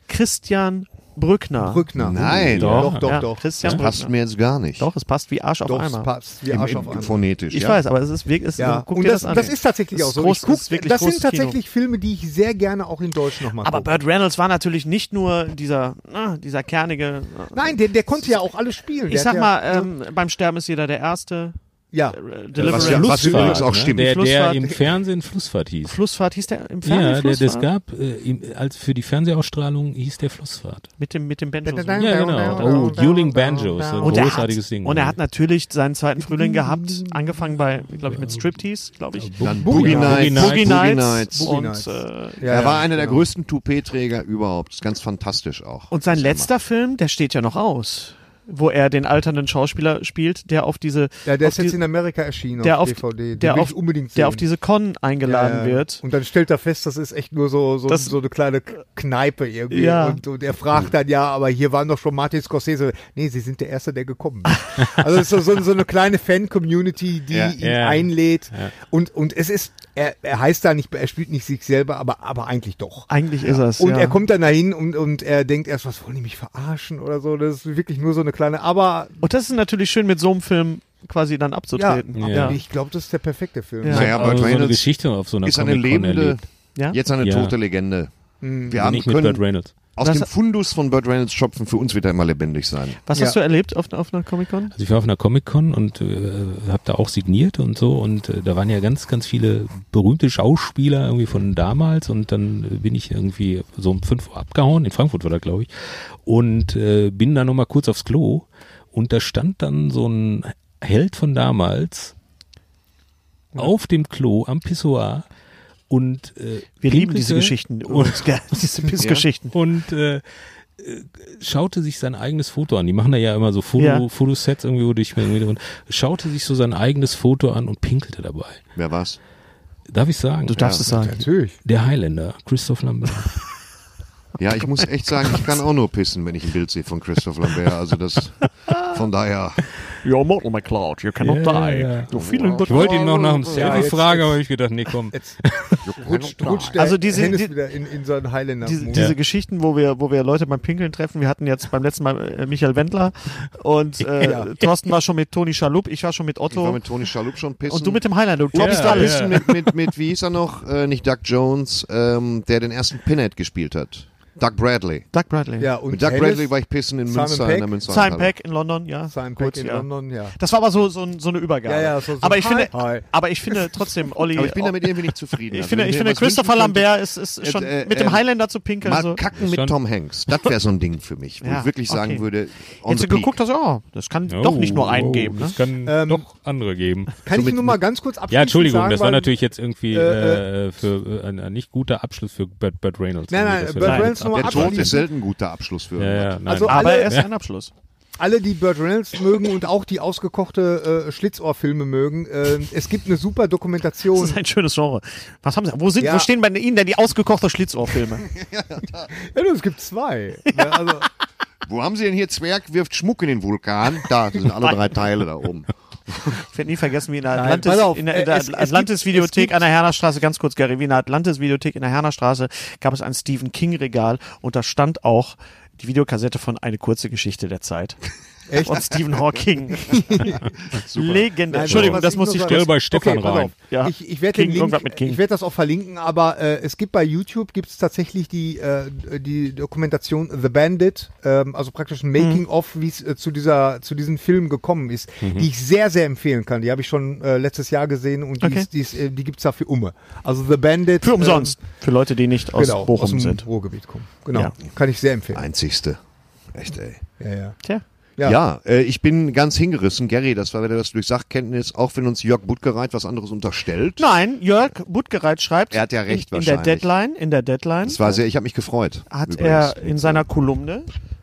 Speaker 2: Christian Brückner.
Speaker 8: Brückner.
Speaker 4: Nein.
Speaker 8: Doch, doch,
Speaker 2: ja,
Speaker 8: doch.
Speaker 2: Christian Brückner.
Speaker 4: Passt mir jetzt gar nicht.
Speaker 2: Doch, es passt wie Arsch auf
Speaker 8: Doch, es
Speaker 2: Eimer.
Speaker 8: passt wie
Speaker 4: Im,
Speaker 8: Arsch
Speaker 4: im,
Speaker 8: auf Eimer.
Speaker 4: phonetisch.
Speaker 2: Ich
Speaker 4: ja.
Speaker 2: weiß, aber es ist wirklich. Es,
Speaker 8: Ja,
Speaker 2: guck
Speaker 8: und
Speaker 2: dir
Speaker 8: das,
Speaker 2: das, an.
Speaker 8: das ist tatsächlich
Speaker 2: Das
Speaker 8: auch
Speaker 2: ist
Speaker 8: so.
Speaker 2: groß-
Speaker 8: ich guck,
Speaker 2: das ist wirklich
Speaker 8: das sind
Speaker 2: großes Kino.
Speaker 8: tatsächlich Filme, die ich sehr gerne auch in Deutsch nochmal
Speaker 2: Aber
Speaker 8: gucke.
Speaker 2: Burt Reynolds war natürlich nicht nur dieser, na, dieser kernige.
Speaker 8: Nein, der, der konnte ja auch alles spielen.
Speaker 2: ich
Speaker 8: Der hat
Speaker 2: sag ähm,
Speaker 8: ja,
Speaker 2: mal, ähm, beim Sterben ist jeder der Erste.
Speaker 6: Ja.
Speaker 2: Äh,
Speaker 4: Was
Speaker 2: Delivery
Speaker 4: ja- was
Speaker 2: Flussfahrt,
Speaker 4: [laughs] übrigens auch
Speaker 2: ne?
Speaker 4: stimmt.
Speaker 1: Der, der
Speaker 2: Flussfahrt-
Speaker 1: im Fernsehen Flussfahrt hieß.
Speaker 2: Flussfahrt hieß der im Fernsehen
Speaker 1: Ja, der,
Speaker 2: Flussfahrt?
Speaker 1: das gab, äh, im, als für die Fernsehausstrahlung hieß der Flussfahrt.
Speaker 2: Mit dem, mit dem Banjo.
Speaker 1: Ja, genau. Oh, Dueling Banjos, ein
Speaker 2: Und er, hat,
Speaker 1: großartiges Ding. ne?
Speaker 2: und er hat natürlich seinen zweiten
Speaker 6: Mm.
Speaker 2: Frühling gehabt, angefangen bei, glaube ich, mit Striptease, glaube ich.
Speaker 1: Dann
Speaker 4: Boogie Nights.
Speaker 2: Boogie Nights.
Speaker 6: Boogie
Speaker 2: Und,
Speaker 6: Nights.
Speaker 2: äh,
Speaker 4: er war einer der größten Toupet-Träger überhaupt. Ist ganz fantastisch auch.
Speaker 2: und sein
Speaker 4: Sag mal.
Speaker 2: letzter Film, der steht ja noch aus, wo er den alternden Schauspieler spielt, der auf diese,
Speaker 6: Ja, der
Speaker 2: auf
Speaker 6: ist jetzt
Speaker 2: die-
Speaker 6: in Amerika erschienen auf
Speaker 2: der auf-
Speaker 6: DVD. Den
Speaker 2: der
Speaker 6: will
Speaker 2: auf-
Speaker 6: ich unbedingt sehen.
Speaker 2: der auf diese Con eingeladen
Speaker 6: Ja, ja.
Speaker 2: wird.
Speaker 6: Und dann stellt er fest, das ist echt nur so, so,
Speaker 2: Das-
Speaker 6: so eine kleine K- Kneipe irgendwie.
Speaker 2: Ja.
Speaker 6: Und, und er fragt dann, ja, aber hier waren doch schon Martin Scorsese. Nee, sie sind der Erste, der gekommen
Speaker 2: [laughs]
Speaker 6: ist. Also es ist so, so, so eine kleine Fan-Community, die
Speaker 4: Ja.
Speaker 6: ihn
Speaker 1: Ja.
Speaker 6: einlädt. Und, und es ist, er, er heißt da nicht, er spielt nicht sich selber, aber, aber eigentlich doch.
Speaker 2: Eigentlich ist es.
Speaker 6: Und
Speaker 2: ja.
Speaker 6: er kommt dann dahin und, und er denkt erst, was wollen die mich verarschen oder so. Das ist wirklich nur so eine kleine, aber
Speaker 2: Und das ist natürlich schön, mit so einem Film quasi dann
Speaker 6: ja,
Speaker 2: abzutreten.
Speaker 1: Ja.
Speaker 6: ich glaube, das ist der perfekte Film.
Speaker 2: Ja.
Speaker 4: Naja, aber
Speaker 1: aber äh, so
Speaker 4: Reynolds
Speaker 1: eine Geschichte auf so einer
Speaker 4: ist eine
Speaker 1: Comic-Con
Speaker 4: lebende,
Speaker 1: erlebt.
Speaker 2: ne? Ja?
Speaker 4: jetzt eine
Speaker 1: Ja.
Speaker 4: tote Legende. Wir
Speaker 1: Aber
Speaker 4: haben
Speaker 1: Nicht mit Burt
Speaker 4: können
Speaker 1: Reynolds.
Speaker 4: aus
Speaker 2: Das-
Speaker 4: dem Fundus von Burt Reynolds schöpfen, für uns wird er immer lebendig sein.
Speaker 2: Was hast du
Speaker 6: Ja.
Speaker 2: erlebt auf, auf einer Comic-Con?
Speaker 1: Also ich war auf einer Comic-Con und äh, habe da auch signiert und so und äh, da waren ja ganz, ganz viele berühmte Schauspieler irgendwie von damals und dann äh, bin ich irgendwie so um 5 Uhr abgehauen, in Frankfurt war da glaube ich, und äh, bin dann nochmal kurz aufs Klo und da stand dann so ein Held von damals auf dem Klo am Pissoir und äh,
Speaker 2: Wir lieben diese
Speaker 1: pinkelte
Speaker 2: Geschichten.
Speaker 1: und,
Speaker 2: übrigens,
Speaker 6: [laughs]
Speaker 2: gell? diese Pissgeschichten.
Speaker 1: und äh, äh, schaute sich sein eigenes Foto an. Die machen da ja immer so Foto,
Speaker 2: Ja. Geschichten
Speaker 1: Fotosets irgendwie, wo ich mir irgendwie und schaute sich so sein eigenes Foto an und pinkelte dabei.
Speaker 4: Wer war's?
Speaker 1: Darf ich sagen?
Speaker 2: Du darfst es sagen.
Speaker 6: Natürlich.
Speaker 1: Der Highlander,
Speaker 6: [laughs]
Speaker 1: Christoph Lambert.
Speaker 4: Ja, ich muss echt sagen, ich kann auch nur pissen, wenn ich ein Bild sehe von Christoph Lambert. Also das, von daher.
Speaker 2: You're mortal, my cloud. You cannot
Speaker 1: Ja, ja,
Speaker 2: die.
Speaker 1: ja.
Speaker 2: You're feeling
Speaker 1: Ich wollte ihn noch nach dem
Speaker 6: Ja,
Speaker 1: Selfie
Speaker 6: jetzt-
Speaker 1: fragen,
Speaker 6: jetzt-
Speaker 1: aber ich gedacht, nee, komm.
Speaker 6: Jetzt rutscht, rutscht der
Speaker 2: Also diese-
Speaker 6: Hennes
Speaker 2: die-
Speaker 6: wieder in, in so einen Highlander.
Speaker 2: Diese, diese
Speaker 1: Ja.
Speaker 2: Geschichten, wo wir, wo wir Leute beim Pinkeln treffen. Wir hatten jetzt beim letzten Mal äh, Michael Wendler und äh,
Speaker 6: Ja.
Speaker 2: Thorsten war schon mit Toni Schalup, ich war schon mit
Speaker 4: Ich war
Speaker 2: Otto
Speaker 4: mit Toni Schalup schon pissen.
Speaker 2: und du mit dem Highlander. Du
Speaker 4: Bobby
Speaker 2: topst
Speaker 4: Star
Speaker 1: ja.
Speaker 2: alles.
Speaker 4: Pissen [laughs] mit, mit, mit, wie hieß er noch? Äh, nicht Doug Jones, ähm, der den ersten Pinhead gespielt hat. Doug Bradley.
Speaker 2: Doug Bradley.
Speaker 6: ja, und
Speaker 4: Mit Doug
Speaker 6: Hennes-
Speaker 4: Bradley war ich pissen in
Speaker 6: Simon
Speaker 4: Münster, in
Speaker 6: Pegg.
Speaker 4: der Münster.
Speaker 2: Simon Peck in London, ja.
Speaker 6: Simon
Speaker 2: Kurz,
Speaker 6: Peck in
Speaker 2: ja.
Speaker 6: London, ja.
Speaker 2: Das war aber so, so, ein- so eine Übergabe.
Speaker 6: Ja, ja, so- so-
Speaker 2: aber, ich
Speaker 6: Hi.
Speaker 2: finde,
Speaker 6: Hi.
Speaker 2: aber ich finde trotzdem, Olli.
Speaker 4: Aber ich bin damit irgendwie nicht zufrieden.
Speaker 2: ich
Speaker 4: Also,
Speaker 2: finde,
Speaker 4: wenn
Speaker 2: ich
Speaker 4: mir
Speaker 2: finde
Speaker 4: was wünschen
Speaker 2: Christopher
Speaker 4: könnte-
Speaker 2: Lambert ist, ist, ist schon
Speaker 4: Äh, äh,
Speaker 2: mit dem
Speaker 4: äh,
Speaker 2: Highlander zu pinkeln.
Speaker 4: Mal
Speaker 2: so.
Speaker 4: kacken mit
Speaker 1: Schon.
Speaker 4: Tom Hanks. Das wäre so ein Ding für mich, wo
Speaker 2: Ja,
Speaker 4: ich wirklich sagen
Speaker 2: okay.
Speaker 4: würde, on
Speaker 2: Jetzt
Speaker 4: the
Speaker 2: so
Speaker 4: peak.
Speaker 2: geguckt, also, oh, das kann doch nicht nur einen geben. Ne?
Speaker 1: Oh, Das kann
Speaker 6: Ähm,
Speaker 1: doch andere geben.
Speaker 6: Kann ich
Speaker 4: Somit-
Speaker 6: nur mal ganz kurz abschließen?
Speaker 1: Ja, Entschuldigung,
Speaker 6: sagen,
Speaker 1: das war
Speaker 6: weil-
Speaker 1: natürlich jetzt irgendwie
Speaker 6: äh,
Speaker 1: äh, für äh, ein, ein nicht guter Abschluss für Burt, Burt Reynolds.
Speaker 6: Nein, nein,
Speaker 1: Irgendwie,
Speaker 6: Burt
Speaker 1: dass wir da jetzt
Speaker 6: Reynolds nochmal
Speaker 4: Der Tod
Speaker 6: abschließen.
Speaker 4: ist selten ein guter Abschluss für
Speaker 1: ab- Ja, ja,
Speaker 4: irgendwas.
Speaker 1: nein.
Speaker 6: Also
Speaker 2: Aber
Speaker 6: alle-
Speaker 2: er ist ein Abschluss.
Speaker 6: Alle, die Burt Reynolds mögen und auch die ausgekochte äh, Schlitzohrfilme mögen, äh, es gibt eine super
Speaker 2: Das
Speaker 6: Dokumentation.
Speaker 2: ist ein schönes Genre. Was haben Sie? Wo, sind,
Speaker 6: Ja.
Speaker 2: wo stehen bei Ihnen denn die ausgekochter Schlitzohrfilme?
Speaker 6: Ja, du, es gibt zwei. Ja, also,
Speaker 4: Wo haben Sie denn hier Zwerg wirft Schmuck in den Vulkan? Da sind alle drei Teile da oben.
Speaker 2: Ich werde nie vergessen, wie in der
Speaker 6: Nein,
Speaker 2: Atlantis,
Speaker 6: pass auf,
Speaker 2: in der,
Speaker 6: äh,
Speaker 2: in der
Speaker 6: es- es gibt-
Speaker 2: Atlantis
Speaker 6: es
Speaker 2: Videothek
Speaker 6: gibt-
Speaker 2: an der Hernerstraße, ganz kurz, Gary, wie in der Atlantis Videothek in der Hernerstraße gab es ein Stephen King Regal und da stand auch die Videokassette von Eine kurze Geschichte der Zeit.
Speaker 6: Echt?
Speaker 2: Und Stephen
Speaker 6: [laughs]
Speaker 2: Hawking. Legende.
Speaker 6: Nein,
Speaker 2: Entschuldigung,
Speaker 6: was
Speaker 2: das
Speaker 6: ich
Speaker 2: muss
Speaker 6: nur
Speaker 2: ich
Speaker 6: sagen-
Speaker 1: Stell bei Stefan
Speaker 6: pass
Speaker 1: rein.
Speaker 6: auf.
Speaker 2: Ja.
Speaker 6: Ich, ich werde
Speaker 2: King,
Speaker 6: den
Speaker 2: irgendwas
Speaker 6: Link,
Speaker 2: mit King.
Speaker 6: ich werde das auch verlinken, aber äh, es gibt bei YouTube gibt's tatsächlich die, äh, die Dokumentation The Bandit, ähm, also praktisch
Speaker 2: Mhm.
Speaker 6: ein Making-of, wie es äh, zu, dieser, zu diesem Film gekommen ist,
Speaker 2: Mhm.
Speaker 6: die ich sehr, sehr empfehlen kann. Die habe ich schon äh, letztes Jahr gesehen und die,
Speaker 2: Okay.
Speaker 6: ist, die, ist, äh, die gibt's da für Umme. Also The Bandit.
Speaker 2: Für umsonst. Für Leute, die nicht
Speaker 6: Ähm,
Speaker 2: aus
Speaker 6: genau,
Speaker 2: Bochum
Speaker 6: aus dem
Speaker 2: sind.
Speaker 6: Ruhrgebiet kommen. Genau.
Speaker 2: Ja.
Speaker 6: Kann ich sehr empfehlen.
Speaker 4: Einzigste. Echt, ey.
Speaker 6: Ja, ja.
Speaker 2: Tja.
Speaker 6: Ja.
Speaker 4: Ja, äh, ich bin ganz hingerissen, Gary, das war wieder das durch Sachkenntnis, auch wenn uns Jörg Buttgereit was anderes unterstellt.
Speaker 2: Nein, Jörg Buttgereit schreibt.
Speaker 4: Er hat ja recht
Speaker 2: in, in der
Speaker 4: wahrscheinlich.
Speaker 2: Deadline, in der Deadline
Speaker 4: Das war sehr, ich habe mich gefreut.
Speaker 2: hat
Speaker 4: übrigens.
Speaker 2: er in seiner Kolumne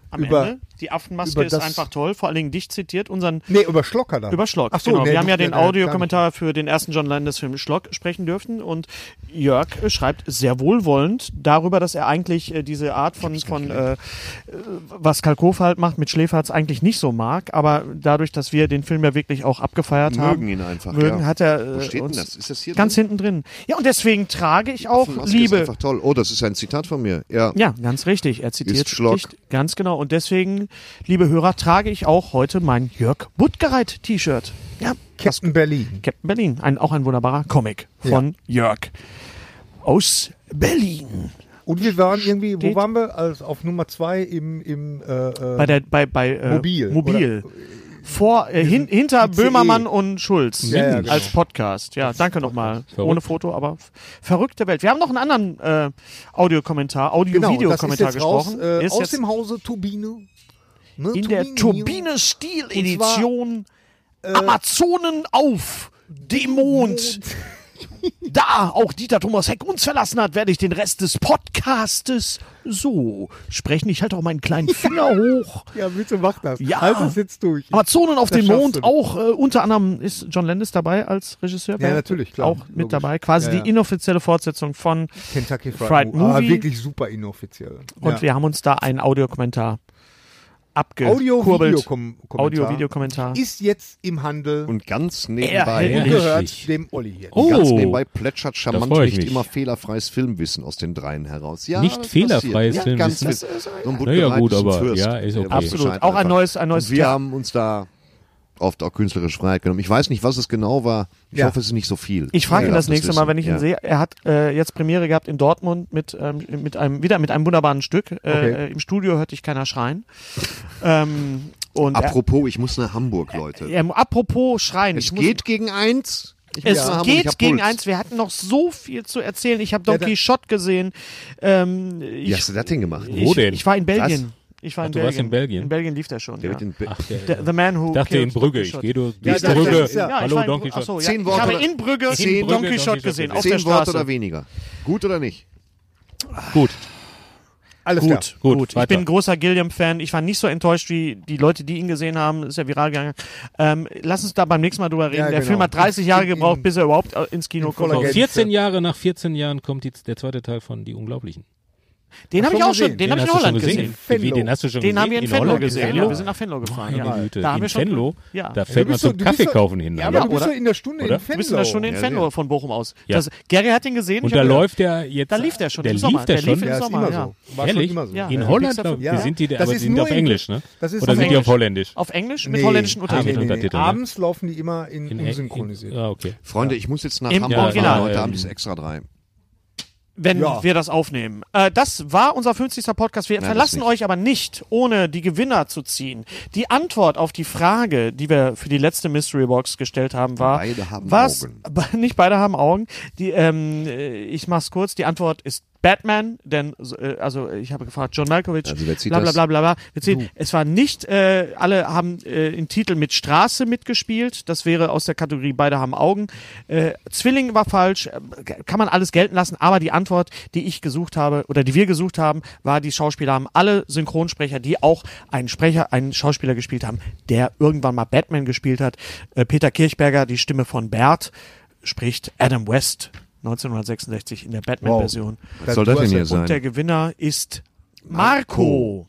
Speaker 2: am
Speaker 6: Über-
Speaker 2: Ende, die Affenmaske
Speaker 6: über
Speaker 2: ist
Speaker 6: das-
Speaker 2: einfach toll, vor allen Dingen dich zitiert, unseren
Speaker 6: Nee, über Schlocker da.
Speaker 2: Über Schlock,
Speaker 6: Ach so,
Speaker 2: genau.
Speaker 6: nee,
Speaker 2: Wir haben ja
Speaker 6: du-
Speaker 2: den
Speaker 4: äh,
Speaker 6: ja, äh, ja,
Speaker 2: Audiokommentar für den ersten John Landis-Film Schlock sprechen dürfen und Jörg äh, schreibt sehr wohlwollend darüber, dass er eigentlich äh, diese Art von, von äh, äh, was Kalkofe halt macht mit Schläferz eigentlich nicht so mag, aber dadurch, dass wir den Film ja wirklich auch abgefeiert haben,
Speaker 4: mögen ihn einfach.
Speaker 2: mögen,
Speaker 4: ja.
Speaker 2: hat er
Speaker 4: Wo
Speaker 2: äh,
Speaker 4: steht denn
Speaker 2: uns
Speaker 4: das? Ist das hier
Speaker 2: ganz
Speaker 4: drin?
Speaker 2: hinten drin. Ja, und deswegen trage ich auch
Speaker 4: Maske Ist
Speaker 2: Liebe.
Speaker 4: einfach toll. Oh, das ist ein Zitat von mir. Ja.
Speaker 2: Ja, ganz richtig. Er zitiert
Speaker 4: Ist Schlock.
Speaker 2: dich ganz genau. Und deswegen, liebe Hörer, trage ich auch heute mein Jörg Buttgereit-T-Shirt. Ja,
Speaker 6: Captain Berlin.
Speaker 2: Captain Berlin. Ein, auch ein wunderbarer Comic von Jörg aus Berlin.
Speaker 6: Und wir waren irgendwie, wo
Speaker 2: Steht-
Speaker 6: waren wir? Also auf Nummer zwei im, im äh, äh,
Speaker 2: Bei der bei bei äh,
Speaker 6: Mobil,
Speaker 2: Mobil. vor, äh, hin, hinter Böhmermann und Schulz
Speaker 6: E. Ja, ja, genau.
Speaker 2: als Podcast. Ja, danke nochmal.
Speaker 1: Verrückt.
Speaker 2: Ohne Foto, aber f- verrückte Welt. Wir haben noch einen anderen äh, Audiokommentar,
Speaker 6: Genau,
Speaker 2: Audio-Video-Kommentar gesprochen.
Speaker 6: Raus, äh,
Speaker 2: Ist
Speaker 6: aus
Speaker 2: jetzt
Speaker 6: dem Hause Turbine. Ne,
Speaker 2: in der
Speaker 6: Turbine.
Speaker 2: Turbine Stil Edition
Speaker 6: äh,
Speaker 2: Amazonen auf dem Mond. [laughs] Da auch Dieter Thomas Heck uns verlassen hat, werde ich den Rest des Podcastes so sprechen. Ich halte auch meinen
Speaker 6: [laughs]
Speaker 2: kleinen Finger hoch.
Speaker 6: Ja, bitte mach das.
Speaker 2: Ja.
Speaker 6: Halt das jetzt durch.
Speaker 2: Amazonen auf
Speaker 6: Das
Speaker 2: dem
Speaker 6: schaffst
Speaker 2: Mond
Speaker 6: du.
Speaker 2: auch äh, unter anderem ist John Landis dabei als Regisseur.
Speaker 6: Ja,
Speaker 2: bei-
Speaker 6: natürlich, klar.
Speaker 2: Auch mit
Speaker 6: Logisch.
Speaker 2: dabei. Quasi
Speaker 6: Ja, ja.
Speaker 2: die inoffizielle Fortsetzung von.
Speaker 6: Kentucky Fried,
Speaker 2: Fried
Speaker 6: Movie. Aber
Speaker 2: Movie.
Speaker 6: wirklich super inoffiziell.
Speaker 2: Und
Speaker 6: ja.
Speaker 2: wir haben uns da einen Audiokommentar abgekurbelt.
Speaker 6: Audio-Video-Kommentar
Speaker 2: Audio-Videokommentar.
Speaker 6: ist jetzt im Handel und
Speaker 4: Und ganz nebenbei,
Speaker 1: Erhältlich.
Speaker 6: gehört dem Olli hier.
Speaker 1: Oh.
Speaker 4: ganz nebenbei plätschert charmant
Speaker 1: freu ich
Speaker 4: nicht
Speaker 1: mich.
Speaker 4: immer fehlerfreies Filmwissen aus den dreien heraus. Ja,
Speaker 1: Nicht
Speaker 4: das
Speaker 1: fehlerfreies
Speaker 4: passiert. Ja, ganz
Speaker 1: Filmwissen?
Speaker 4: wiss- so ein
Speaker 1: Naja, gut,
Speaker 4: buntgereiftes
Speaker 1: aber
Speaker 4: Fürst.
Speaker 1: ja, ist
Speaker 4: Der
Speaker 1: okay.
Speaker 4: weiß
Speaker 2: Absolut.
Speaker 4: Bescheid
Speaker 2: Auch ein
Speaker 4: einfach.
Speaker 2: neues- ein neues
Speaker 4: Und Wir
Speaker 2: Ter-
Speaker 4: haben uns da oft auch künstlerisch Freiheit genommen. Ich weiß nicht, was es genau war. Ich
Speaker 6: Ja.
Speaker 4: hoffe, es ist nicht so viel.
Speaker 2: Ich frage ihn
Speaker 4: Ja,
Speaker 2: das nächste Mal,
Speaker 4: wissen.
Speaker 2: wenn ich
Speaker 4: Ja.
Speaker 2: ihn sehe. Er hat äh, jetzt Premiere gehabt in Dortmund mit, ähm, mit einem, wieder mit einem wunderbaren Stück. Äh,
Speaker 6: Okay.
Speaker 2: äh, Im Studio hört dich keiner schreien. ähm, und er,
Speaker 4: Apropos, ich muss nach Hamburg, Leute.
Speaker 2: ähm, apropos schreien.
Speaker 4: es
Speaker 2: ich muss-
Speaker 4: geht gegen eins. Ich muss
Speaker 2: es
Speaker 4: nach Hamburg, ich
Speaker 2: geht
Speaker 4: hab
Speaker 2: gegen
Speaker 4: Puls.
Speaker 2: eins. Wir hatten noch so viel zu erzählen. Ich habe Don
Speaker 6: da-
Speaker 2: Quixote gesehen. Ähm, ich,
Speaker 4: Wie hast du das denn gemacht?
Speaker 1: Wo
Speaker 2: ich,
Speaker 1: denn?
Speaker 2: ich war in Belgien. Ich war in
Speaker 1: du
Speaker 2: Belgien.
Speaker 1: warst in Belgien?
Speaker 2: In Belgien lief der schon.
Speaker 4: Der
Speaker 2: Ja.
Speaker 4: wird den Be-
Speaker 2: The, the man who
Speaker 1: Ich dachte
Speaker 2: killed
Speaker 1: in Brügge,
Speaker 2: Don
Speaker 1: ich
Speaker 2: Quixote.
Speaker 1: gehe durch
Speaker 6: Ja,
Speaker 1: durch
Speaker 6: da-
Speaker 1: Brügge.
Speaker 6: das ist ja-
Speaker 2: Ja,
Speaker 1: Hallo,
Speaker 2: ich war in,
Speaker 1: Don
Speaker 2: Brü-
Speaker 1: Quixote.
Speaker 2: Achso, ja.
Speaker 4: Zehn
Speaker 2: Ich
Speaker 4: Worte
Speaker 2: habe
Speaker 4: oder-
Speaker 2: in Brügge
Speaker 4: Zehn
Speaker 2: Don
Speaker 1: Brügge, Don
Speaker 2: Quixote
Speaker 1: Quixote.
Speaker 2: gesehen, auf der
Speaker 4: Zehn Worte oder
Speaker 2: Straße.
Speaker 4: weniger. Gut oder nicht?
Speaker 1: Gut,
Speaker 6: Alles klar.
Speaker 2: Gut,
Speaker 1: Gut,
Speaker 2: gut.
Speaker 1: weiter.
Speaker 2: Ich bin ein großer Gilliam-Fan. Ich war nicht so enttäuscht wie die Leute, die ihn gesehen haben. Ist ja viral gegangen. Ähm, lass uns da beim nächsten Mal drüber reden.
Speaker 6: Ja,
Speaker 2: Der
Speaker 6: genau.
Speaker 2: Film hat 30 Jahre
Speaker 6: In- in-
Speaker 2: gebraucht, bis er überhaupt äh, ins Kino
Speaker 6: in voller
Speaker 2: kommt.
Speaker 6: Gänze.
Speaker 1: 14 Jahre nach 14 Jahren kommt die, der zweite Teil von Die Unglaublichen.
Speaker 6: Hast
Speaker 2: Den habe
Speaker 6: du
Speaker 2: ich auch
Speaker 6: gesehen?
Speaker 2: schon. Den, habe
Speaker 1: hast
Speaker 2: ich in
Speaker 1: du schon
Speaker 2: Holland gesehen.
Speaker 6: gesehen.
Speaker 1: Wie, den hast du schon
Speaker 2: Den
Speaker 1: gesehen?
Speaker 2: haben wir in Venlo
Speaker 1: Holland
Speaker 2: gesehen. Ja,
Speaker 6: Venlo?
Speaker 2: wir sind nach Venlo gefahren.
Speaker 1: Meine
Speaker 2: Ja.
Speaker 1: Güte,
Speaker 2: Da haben
Speaker 1: in
Speaker 2: wir schon.
Speaker 1: Venlo?
Speaker 2: Ja.
Speaker 1: Da fällt man
Speaker 6: bist doch-
Speaker 1: zum Kaffee
Speaker 6: bist doch-
Speaker 1: kaufen hin.
Speaker 6: Ja,
Speaker 1: oder?
Speaker 6: aber du bist
Speaker 2: oder?
Speaker 6: doch in der Stunde
Speaker 1: Oder?
Speaker 6: in
Speaker 2: Du
Speaker 6: Venlo.
Speaker 2: bist in der Stunde in
Speaker 4: Ja,
Speaker 2: Venlo
Speaker 4: sehr.
Speaker 2: von Bochum aus.
Speaker 1: Ja.
Speaker 2: Das, Gary hat den gesehen.
Speaker 1: Und
Speaker 2: Ich
Speaker 1: da
Speaker 2: hab gedacht,
Speaker 1: läuft der jetzt.
Speaker 2: Da lief der schon
Speaker 1: Der
Speaker 2: im
Speaker 1: lief
Speaker 2: Sommer.
Speaker 1: der
Speaker 2: Der lief
Speaker 1: schon.
Speaker 2: im
Speaker 6: Ja, ist
Speaker 2: Sommer,
Speaker 6: immer
Speaker 2: ja.
Speaker 6: so. War
Speaker 1: Ehrlich?
Speaker 6: schon immer so.
Speaker 2: Ja.
Speaker 1: In Holland,
Speaker 2: Pixar-
Speaker 1: glaub,
Speaker 6: Ja.
Speaker 1: wir sind die,
Speaker 6: Das
Speaker 1: aber die
Speaker 6: ist
Speaker 1: sind
Speaker 6: nur
Speaker 1: auf
Speaker 6: in-
Speaker 1: Englisch, ne?
Speaker 6: das ist
Speaker 1: Oder
Speaker 6: auf
Speaker 1: sind die auf
Speaker 2: Englisch.
Speaker 1: Holländisch?
Speaker 2: auf Englisch mit
Speaker 6: Nee.
Speaker 2: holländischen
Speaker 1: mit
Speaker 6: Nee,
Speaker 2: Untertiteln.
Speaker 6: nee, nee.
Speaker 1: Untertitel, ne?
Speaker 6: Abends laufen die immer in, unsynchronisiert.
Speaker 1: Ah, okay.
Speaker 4: Freunde, ich muss jetzt nach
Speaker 2: Im
Speaker 4: Hamburg.
Speaker 2: Original.
Speaker 4: fahren. Heute
Speaker 1: Ähm,
Speaker 4: Abend ist extra drei.
Speaker 2: wenn
Speaker 6: Ja.
Speaker 2: wir das aufnehmen. Äh, das war unser 50. Podcast. Wir
Speaker 4: Nein,
Speaker 2: verlassen
Speaker 4: das nicht.
Speaker 2: euch aber nicht, ohne die Gewinner zu ziehen. Die Antwort auf die Frage, die wir für die letzte Mystery Box gestellt haben, war
Speaker 4: Beide haben
Speaker 2: was?
Speaker 4: Augen.
Speaker 2: [laughs] Be- Nicht beide haben Augen. Die, ähm, äh, ich mach's kurz. Die Antwort ist Batman, denn so, äh, also äh, ich habe gefragt John Malkovich.
Speaker 4: Also wer zieht
Speaker 2: bla, bla,
Speaker 4: das?
Speaker 2: bla, bla, bla. Wir ziehen. Es war nicht. Äh, alle haben äh, in Titel mit Straße mitgespielt. Das wäre aus der Kategorie beide haben Augen. Äh, Zwilling war falsch. Äh, Kann man alles gelten lassen. Aber die Antwort, die ich gesucht habe oder die wir gesucht haben, war die Schauspieler haben alle Synchronsprecher, die auch einen Sprecher, einen Schauspieler gespielt haben, der irgendwann mal Batman gespielt hat. Äh, Peter Kirchberger, die Stimme von Bert, spricht Adam West 1966 in der Batman-Version.
Speaker 4: Was soll das denn hier
Speaker 2: Und der
Speaker 4: sein?
Speaker 2: Gewinner ist Marco.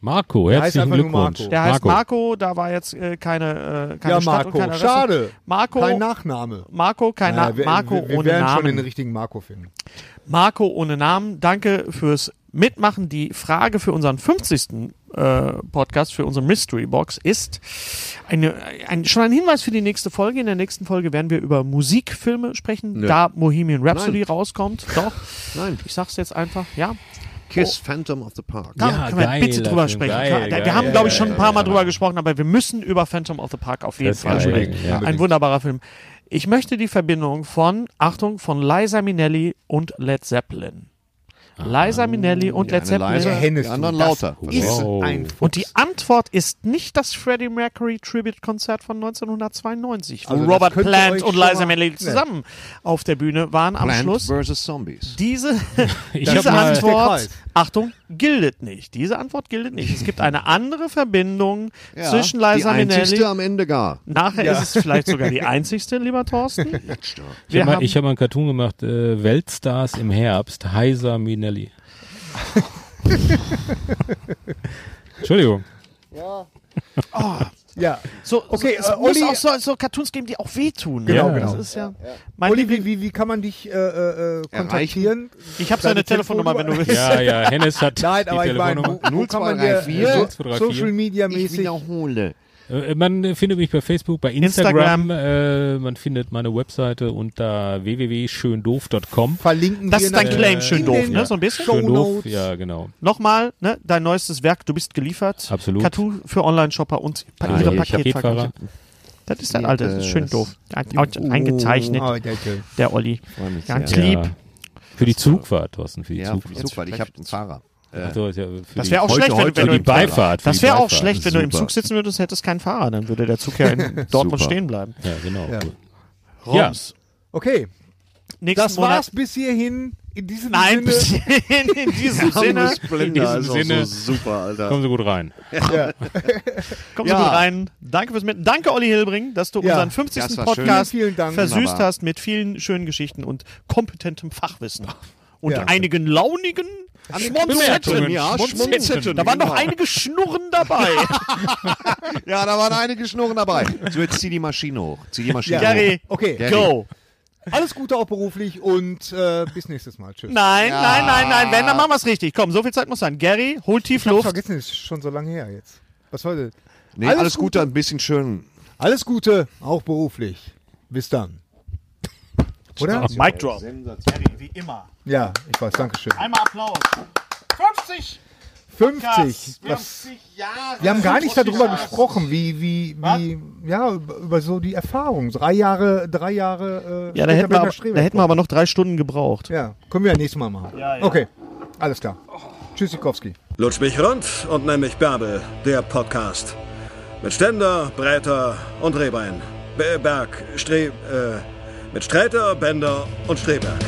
Speaker 1: Marco,
Speaker 6: heißt
Speaker 1: herzlichen
Speaker 6: einfach nur
Speaker 1: Glückwunsch.
Speaker 6: Marco.
Speaker 2: Der heißt Marco, da war jetzt äh, keine, äh, keine
Speaker 6: Ja,
Speaker 2: Stadt und
Speaker 6: Marco,
Speaker 2: keine Adresse.
Speaker 6: schade.
Speaker 2: Marco,
Speaker 6: Kein Nachname.
Speaker 2: Marco, kein
Speaker 6: Naja,
Speaker 2: Na
Speaker 6: wir,
Speaker 2: Marco
Speaker 6: wir, wir
Speaker 2: ohne
Speaker 6: werden
Speaker 2: Namen.
Speaker 6: schon den richtigen Marco finden.
Speaker 2: Marco ohne Namen, danke fürs Mitmachen. Die Frage für unseren 50. Äh, Podcast, für unsere Mystery Box ist eine, ein, schon ein Hinweis für die nächste Folge. In der nächsten Folge werden wir über Musikfilme sprechen,
Speaker 4: Nö.
Speaker 2: da Bohemian Rhapsody
Speaker 4: Nein.
Speaker 2: rauskommt. Doch,
Speaker 4: Nein,
Speaker 2: ich sag's jetzt einfach, ja.
Speaker 4: Kiss
Speaker 2: Oh.
Speaker 4: Phantom of the Park.
Speaker 2: Da
Speaker 1: Ja,
Speaker 2: können wir
Speaker 1: geil,
Speaker 2: bitte drüber
Speaker 1: Film,
Speaker 2: sprechen.
Speaker 1: geil,
Speaker 2: Klar, da,
Speaker 1: geil,
Speaker 2: wir haben, glaube ich,
Speaker 1: geil,
Speaker 2: schon ein paar Mal
Speaker 1: geil.
Speaker 2: drüber gesprochen, aber wir müssen über Phantom of the Park auf jeden
Speaker 1: Das ist
Speaker 2: Fall
Speaker 1: geil,
Speaker 2: sprechen.
Speaker 1: ja.
Speaker 2: Ein wunderbarer Film. Ich möchte die Verbindung von, Achtung, von Liza Minnelli und Led Zeppelin.
Speaker 1: Ah,
Speaker 2: Liza Minnelli und
Speaker 4: Der
Speaker 2: Led
Speaker 4: eine leiser,
Speaker 2: Zeppelin.
Speaker 6: Hennes,
Speaker 4: die anderen
Speaker 6: du, das
Speaker 4: lauter. Was
Speaker 6: Ist
Speaker 4: ist-
Speaker 1: Wow.
Speaker 6: ein
Speaker 2: Und die Antwort ist nicht das Freddie Mercury Tribute Konzert von 1992, wo
Speaker 6: Also das
Speaker 2: Robert
Speaker 6: könnt ihr euch
Speaker 2: Plant und
Speaker 6: schon mal-
Speaker 2: Liza Minnelli zusammen auf der Bühne waren am
Speaker 4: Plant
Speaker 2: Schluss.
Speaker 4: vs. Zombies.
Speaker 2: Diese,
Speaker 1: [laughs] Ich hab
Speaker 2: diese
Speaker 1: mal-
Speaker 2: Antwort,
Speaker 6: Das ist der
Speaker 2: Achtung, gildet nicht. Diese Antwort gildet nicht. Es gibt eine andere Verbindung
Speaker 4: Ja,
Speaker 2: zwischen Liza
Speaker 4: die einzigste
Speaker 2: Minnelli.
Speaker 4: am Ende gar.
Speaker 2: Nachher
Speaker 6: Ja.
Speaker 2: ist es vielleicht sogar die einzigste, lieber Thorsten.
Speaker 1: Ich
Speaker 2: Wir
Speaker 1: habe mal,
Speaker 2: haben-
Speaker 1: ich hab mal einen Cartoon gemacht, äh, Weltstars im Herbst, Heiser
Speaker 2: [laughs]
Speaker 1: Minelli. Entschuldigung.
Speaker 6: ja.
Speaker 2: So,
Speaker 6: Okay,
Speaker 2: okay, so,
Speaker 6: äh,
Speaker 2: es muss
Speaker 6: Olli-
Speaker 2: auch so, so Cartoons geben, die auch wehtun.
Speaker 1: Genau,
Speaker 2: ja.
Speaker 1: genau.
Speaker 2: Das ist ja, mein
Speaker 6: Olli, wie,
Speaker 2: Liebling-
Speaker 6: wie, wie kann man dich äh, äh, äh, kontaktieren?
Speaker 2: ich habe seine
Speaker 6: deine
Speaker 2: Telefonnummer, wenn du willst.
Speaker 1: Ja, ja,
Speaker 2: [laughs]
Speaker 1: Hennes hat
Speaker 6: Nein,
Speaker 1: die
Speaker 6: aber ich meine,
Speaker 1: Telefonnummer.
Speaker 6: wo, wo kann man dir
Speaker 4: 0234?
Speaker 6: äh, ne, Social Media
Speaker 4: Ich
Speaker 6: mäßig
Speaker 4: wiederhole.
Speaker 1: Äh, Man findet mich bei Facebook, bei Instagram, Äh, man findet meine Webseite unter www.schöndoof.com.
Speaker 8: Verlinken
Speaker 2: Das
Speaker 8: wir
Speaker 2: ist dein
Speaker 8: natürlich-
Speaker 6: äh,
Speaker 2: Claim, schön
Speaker 8: in
Speaker 2: doof,
Speaker 8: den
Speaker 2: ne? So ein bisschen.
Speaker 8: Show-
Speaker 1: Schöndoof,
Speaker 8: Notes.
Speaker 1: ja genau.
Speaker 2: Nochmal, ne? Dein neuestes Werk, du bist geliefert.
Speaker 1: Absolut.
Speaker 2: Tattoo für Online-Shopper und pa
Speaker 1: Ah,
Speaker 2: ihre
Speaker 1: nee, ich hab
Speaker 2: Paketverkäufer.
Speaker 1: Jetfahrer.
Speaker 2: Das ist dein alter, das ist schön doof. Ein- ein- Eingezeichnet,
Speaker 8: Oh, danke.
Speaker 2: der Olli.
Speaker 4: Freue mich
Speaker 2: Ganz
Speaker 4: sehr.
Speaker 2: lieb.
Speaker 1: Ja. Für die Zugfahrt, Thorsten, für die
Speaker 4: Ja, für die
Speaker 1: Zugfahrt.
Speaker 4: Zugfahrt. Ich habe einen Fahrer.
Speaker 1: Ach so, ist ja für
Speaker 2: Das
Speaker 1: die-
Speaker 2: wäre auch
Speaker 4: heute-
Speaker 2: schlecht, wenn,
Speaker 4: heute
Speaker 2: wenn
Speaker 1: für
Speaker 2: du
Speaker 1: die
Speaker 2: im Zug-
Speaker 1: Beifahrt. für
Speaker 2: Das
Speaker 1: die
Speaker 2: wäre auch
Speaker 1: Beifahrt.
Speaker 2: schlecht, wenn du im
Speaker 4: Super.
Speaker 2: Zug sitzen würdest, hättest keinen Fahrer. Dann würde der Zug ja
Speaker 4: [laughs]
Speaker 2: in Dortmund
Speaker 4: Super.
Speaker 2: stehen bleiben.
Speaker 1: Ja, genau.
Speaker 8: Ja.
Speaker 1: Ja.
Speaker 2: Roms.
Speaker 8: Okay,
Speaker 2: Nächsten
Speaker 8: das
Speaker 2: Monat.
Speaker 8: war's bis hierhin. In diesem
Speaker 2: Nein,
Speaker 8: Sinne.
Speaker 2: in, [laughs]
Speaker 8: [laughs]
Speaker 2: in diesem Sinne.
Speaker 4: Splendor
Speaker 1: In diesem
Speaker 4: ist auch so
Speaker 1: Sinne.
Speaker 4: super, Alter.
Speaker 1: Kommen Sie gut rein.
Speaker 2: Komm
Speaker 4: Ja.
Speaker 2: so gut rein. Danke fürs Mitmachen. Danke, Olli Hilbring, dass du
Speaker 8: Ja.
Speaker 2: unseren
Speaker 4: Das
Speaker 2: 50.
Speaker 4: war schön.
Speaker 2: Podcast
Speaker 8: Vielen, vielen Dank.
Speaker 2: versüßt
Speaker 4: Wunderbar.
Speaker 2: hast mit vielen schönen Geschichten und kompetentem Fachwissen. Und
Speaker 8: Ja.
Speaker 2: einigen launigen Schmonzetten.
Speaker 1: Bemerkungen.
Speaker 4: Ja,
Speaker 1: Schmonzetten.
Speaker 4: Schmonzetten.
Speaker 2: Da waren noch
Speaker 4: Genau.
Speaker 2: einige Schnurren dabei.
Speaker 4: Ja, da waren einige Schnurren dabei. So, jetzt zieh die Maschine hoch. Zieh die Maschine
Speaker 8: [laughs] Ja.
Speaker 4: hoch.
Speaker 2: Gary,
Speaker 8: Okay,
Speaker 4: Gary.
Speaker 2: go.
Speaker 8: alles Gute auch beruflich und äh, bis nächstes Mal. Tschüss.
Speaker 2: Nein, nein, nein, nein. Wenn, dann machen wir es richtig. Komm, so viel Zeit muss sein. Gary, hol tief
Speaker 8: Ich hab's
Speaker 2: Luft.
Speaker 8: vergessen, ist schon so lange her jetzt. Was heute?
Speaker 4: Nee,
Speaker 8: Alles
Speaker 4: alles, Gute, ein bisschen schön.
Speaker 8: Alles Gute, auch beruflich. Bis dann. [laughs] Oder?
Speaker 2: Mic drop. Gary, wie immer.
Speaker 8: Ja, ich weiß, Dankeschön.
Speaker 2: Einmal Applaus. 50
Speaker 8: 50. Was,
Speaker 2: Jahre.
Speaker 8: wir haben gar nicht darüber gesprochen, wie, wie, wie, ja, über über so die Erfahrung. Drei Jahre, drei Jahre. Äh,
Speaker 2: Ja, da hätten, wir,
Speaker 8: Peter
Speaker 2: aber-
Speaker 8: Strebeck
Speaker 2: da hätten wir aber noch drei Stunden gebraucht.
Speaker 8: Ja, können wir ja nächstes Mal machen.
Speaker 2: Ja, ja.
Speaker 8: Okay, alles klar. Tschüss, Sikowski.
Speaker 5: Lutsch mich rund und nenn mich Bärbel, der Podcast. Mit Ständer, Breiter und Rehbein. Be- Berg, Stre... Äh, mit Streiter, Bender und Streberg.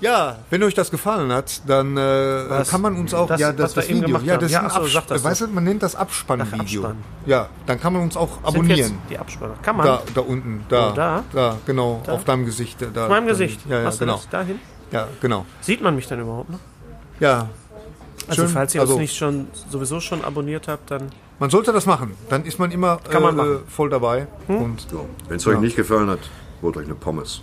Speaker 8: Ja, wenn euch das gefallen hat, dann äh, kann man uns auch
Speaker 9: Das,
Speaker 8: ja das,
Speaker 9: was wir
Speaker 8: das
Speaker 9: eben
Speaker 8: Video,
Speaker 9: gemacht
Speaker 8: ja
Speaker 9: haben.
Speaker 8: das,
Speaker 9: Ja,
Speaker 8: ist ein
Speaker 9: ach so,
Speaker 8: Absp-
Speaker 9: sag das
Speaker 8: weißt du, man nennt das Abspannvideo.
Speaker 9: Ach, Abspann.
Speaker 8: Ja, dann kann man uns auch
Speaker 9: Sind
Speaker 8: abonnieren.
Speaker 9: jetzt die Abspanner. Kann man?
Speaker 8: Da, da unten, da,
Speaker 9: Oh, da?
Speaker 8: genau, auf deinem Gesicht, da,
Speaker 9: Auf meinem Gesicht.
Speaker 8: ja, ja,
Speaker 9: Hast du
Speaker 8: genau,
Speaker 9: das dahin?
Speaker 8: ja, genau,
Speaker 9: Sieht man mich dann überhaupt noch?
Speaker 8: ja.
Speaker 9: Also
Speaker 8: Schön,
Speaker 9: falls ihr uns nicht schon sowieso schon abonniert habt, dann
Speaker 8: man sollte das machen, dann ist man immer
Speaker 9: Kann man
Speaker 8: äh,
Speaker 9: machen.
Speaker 8: voll dabei
Speaker 9: Hm?
Speaker 8: und
Speaker 10: Wenn es euch nicht gefallen hat, holt euch eine Pommes.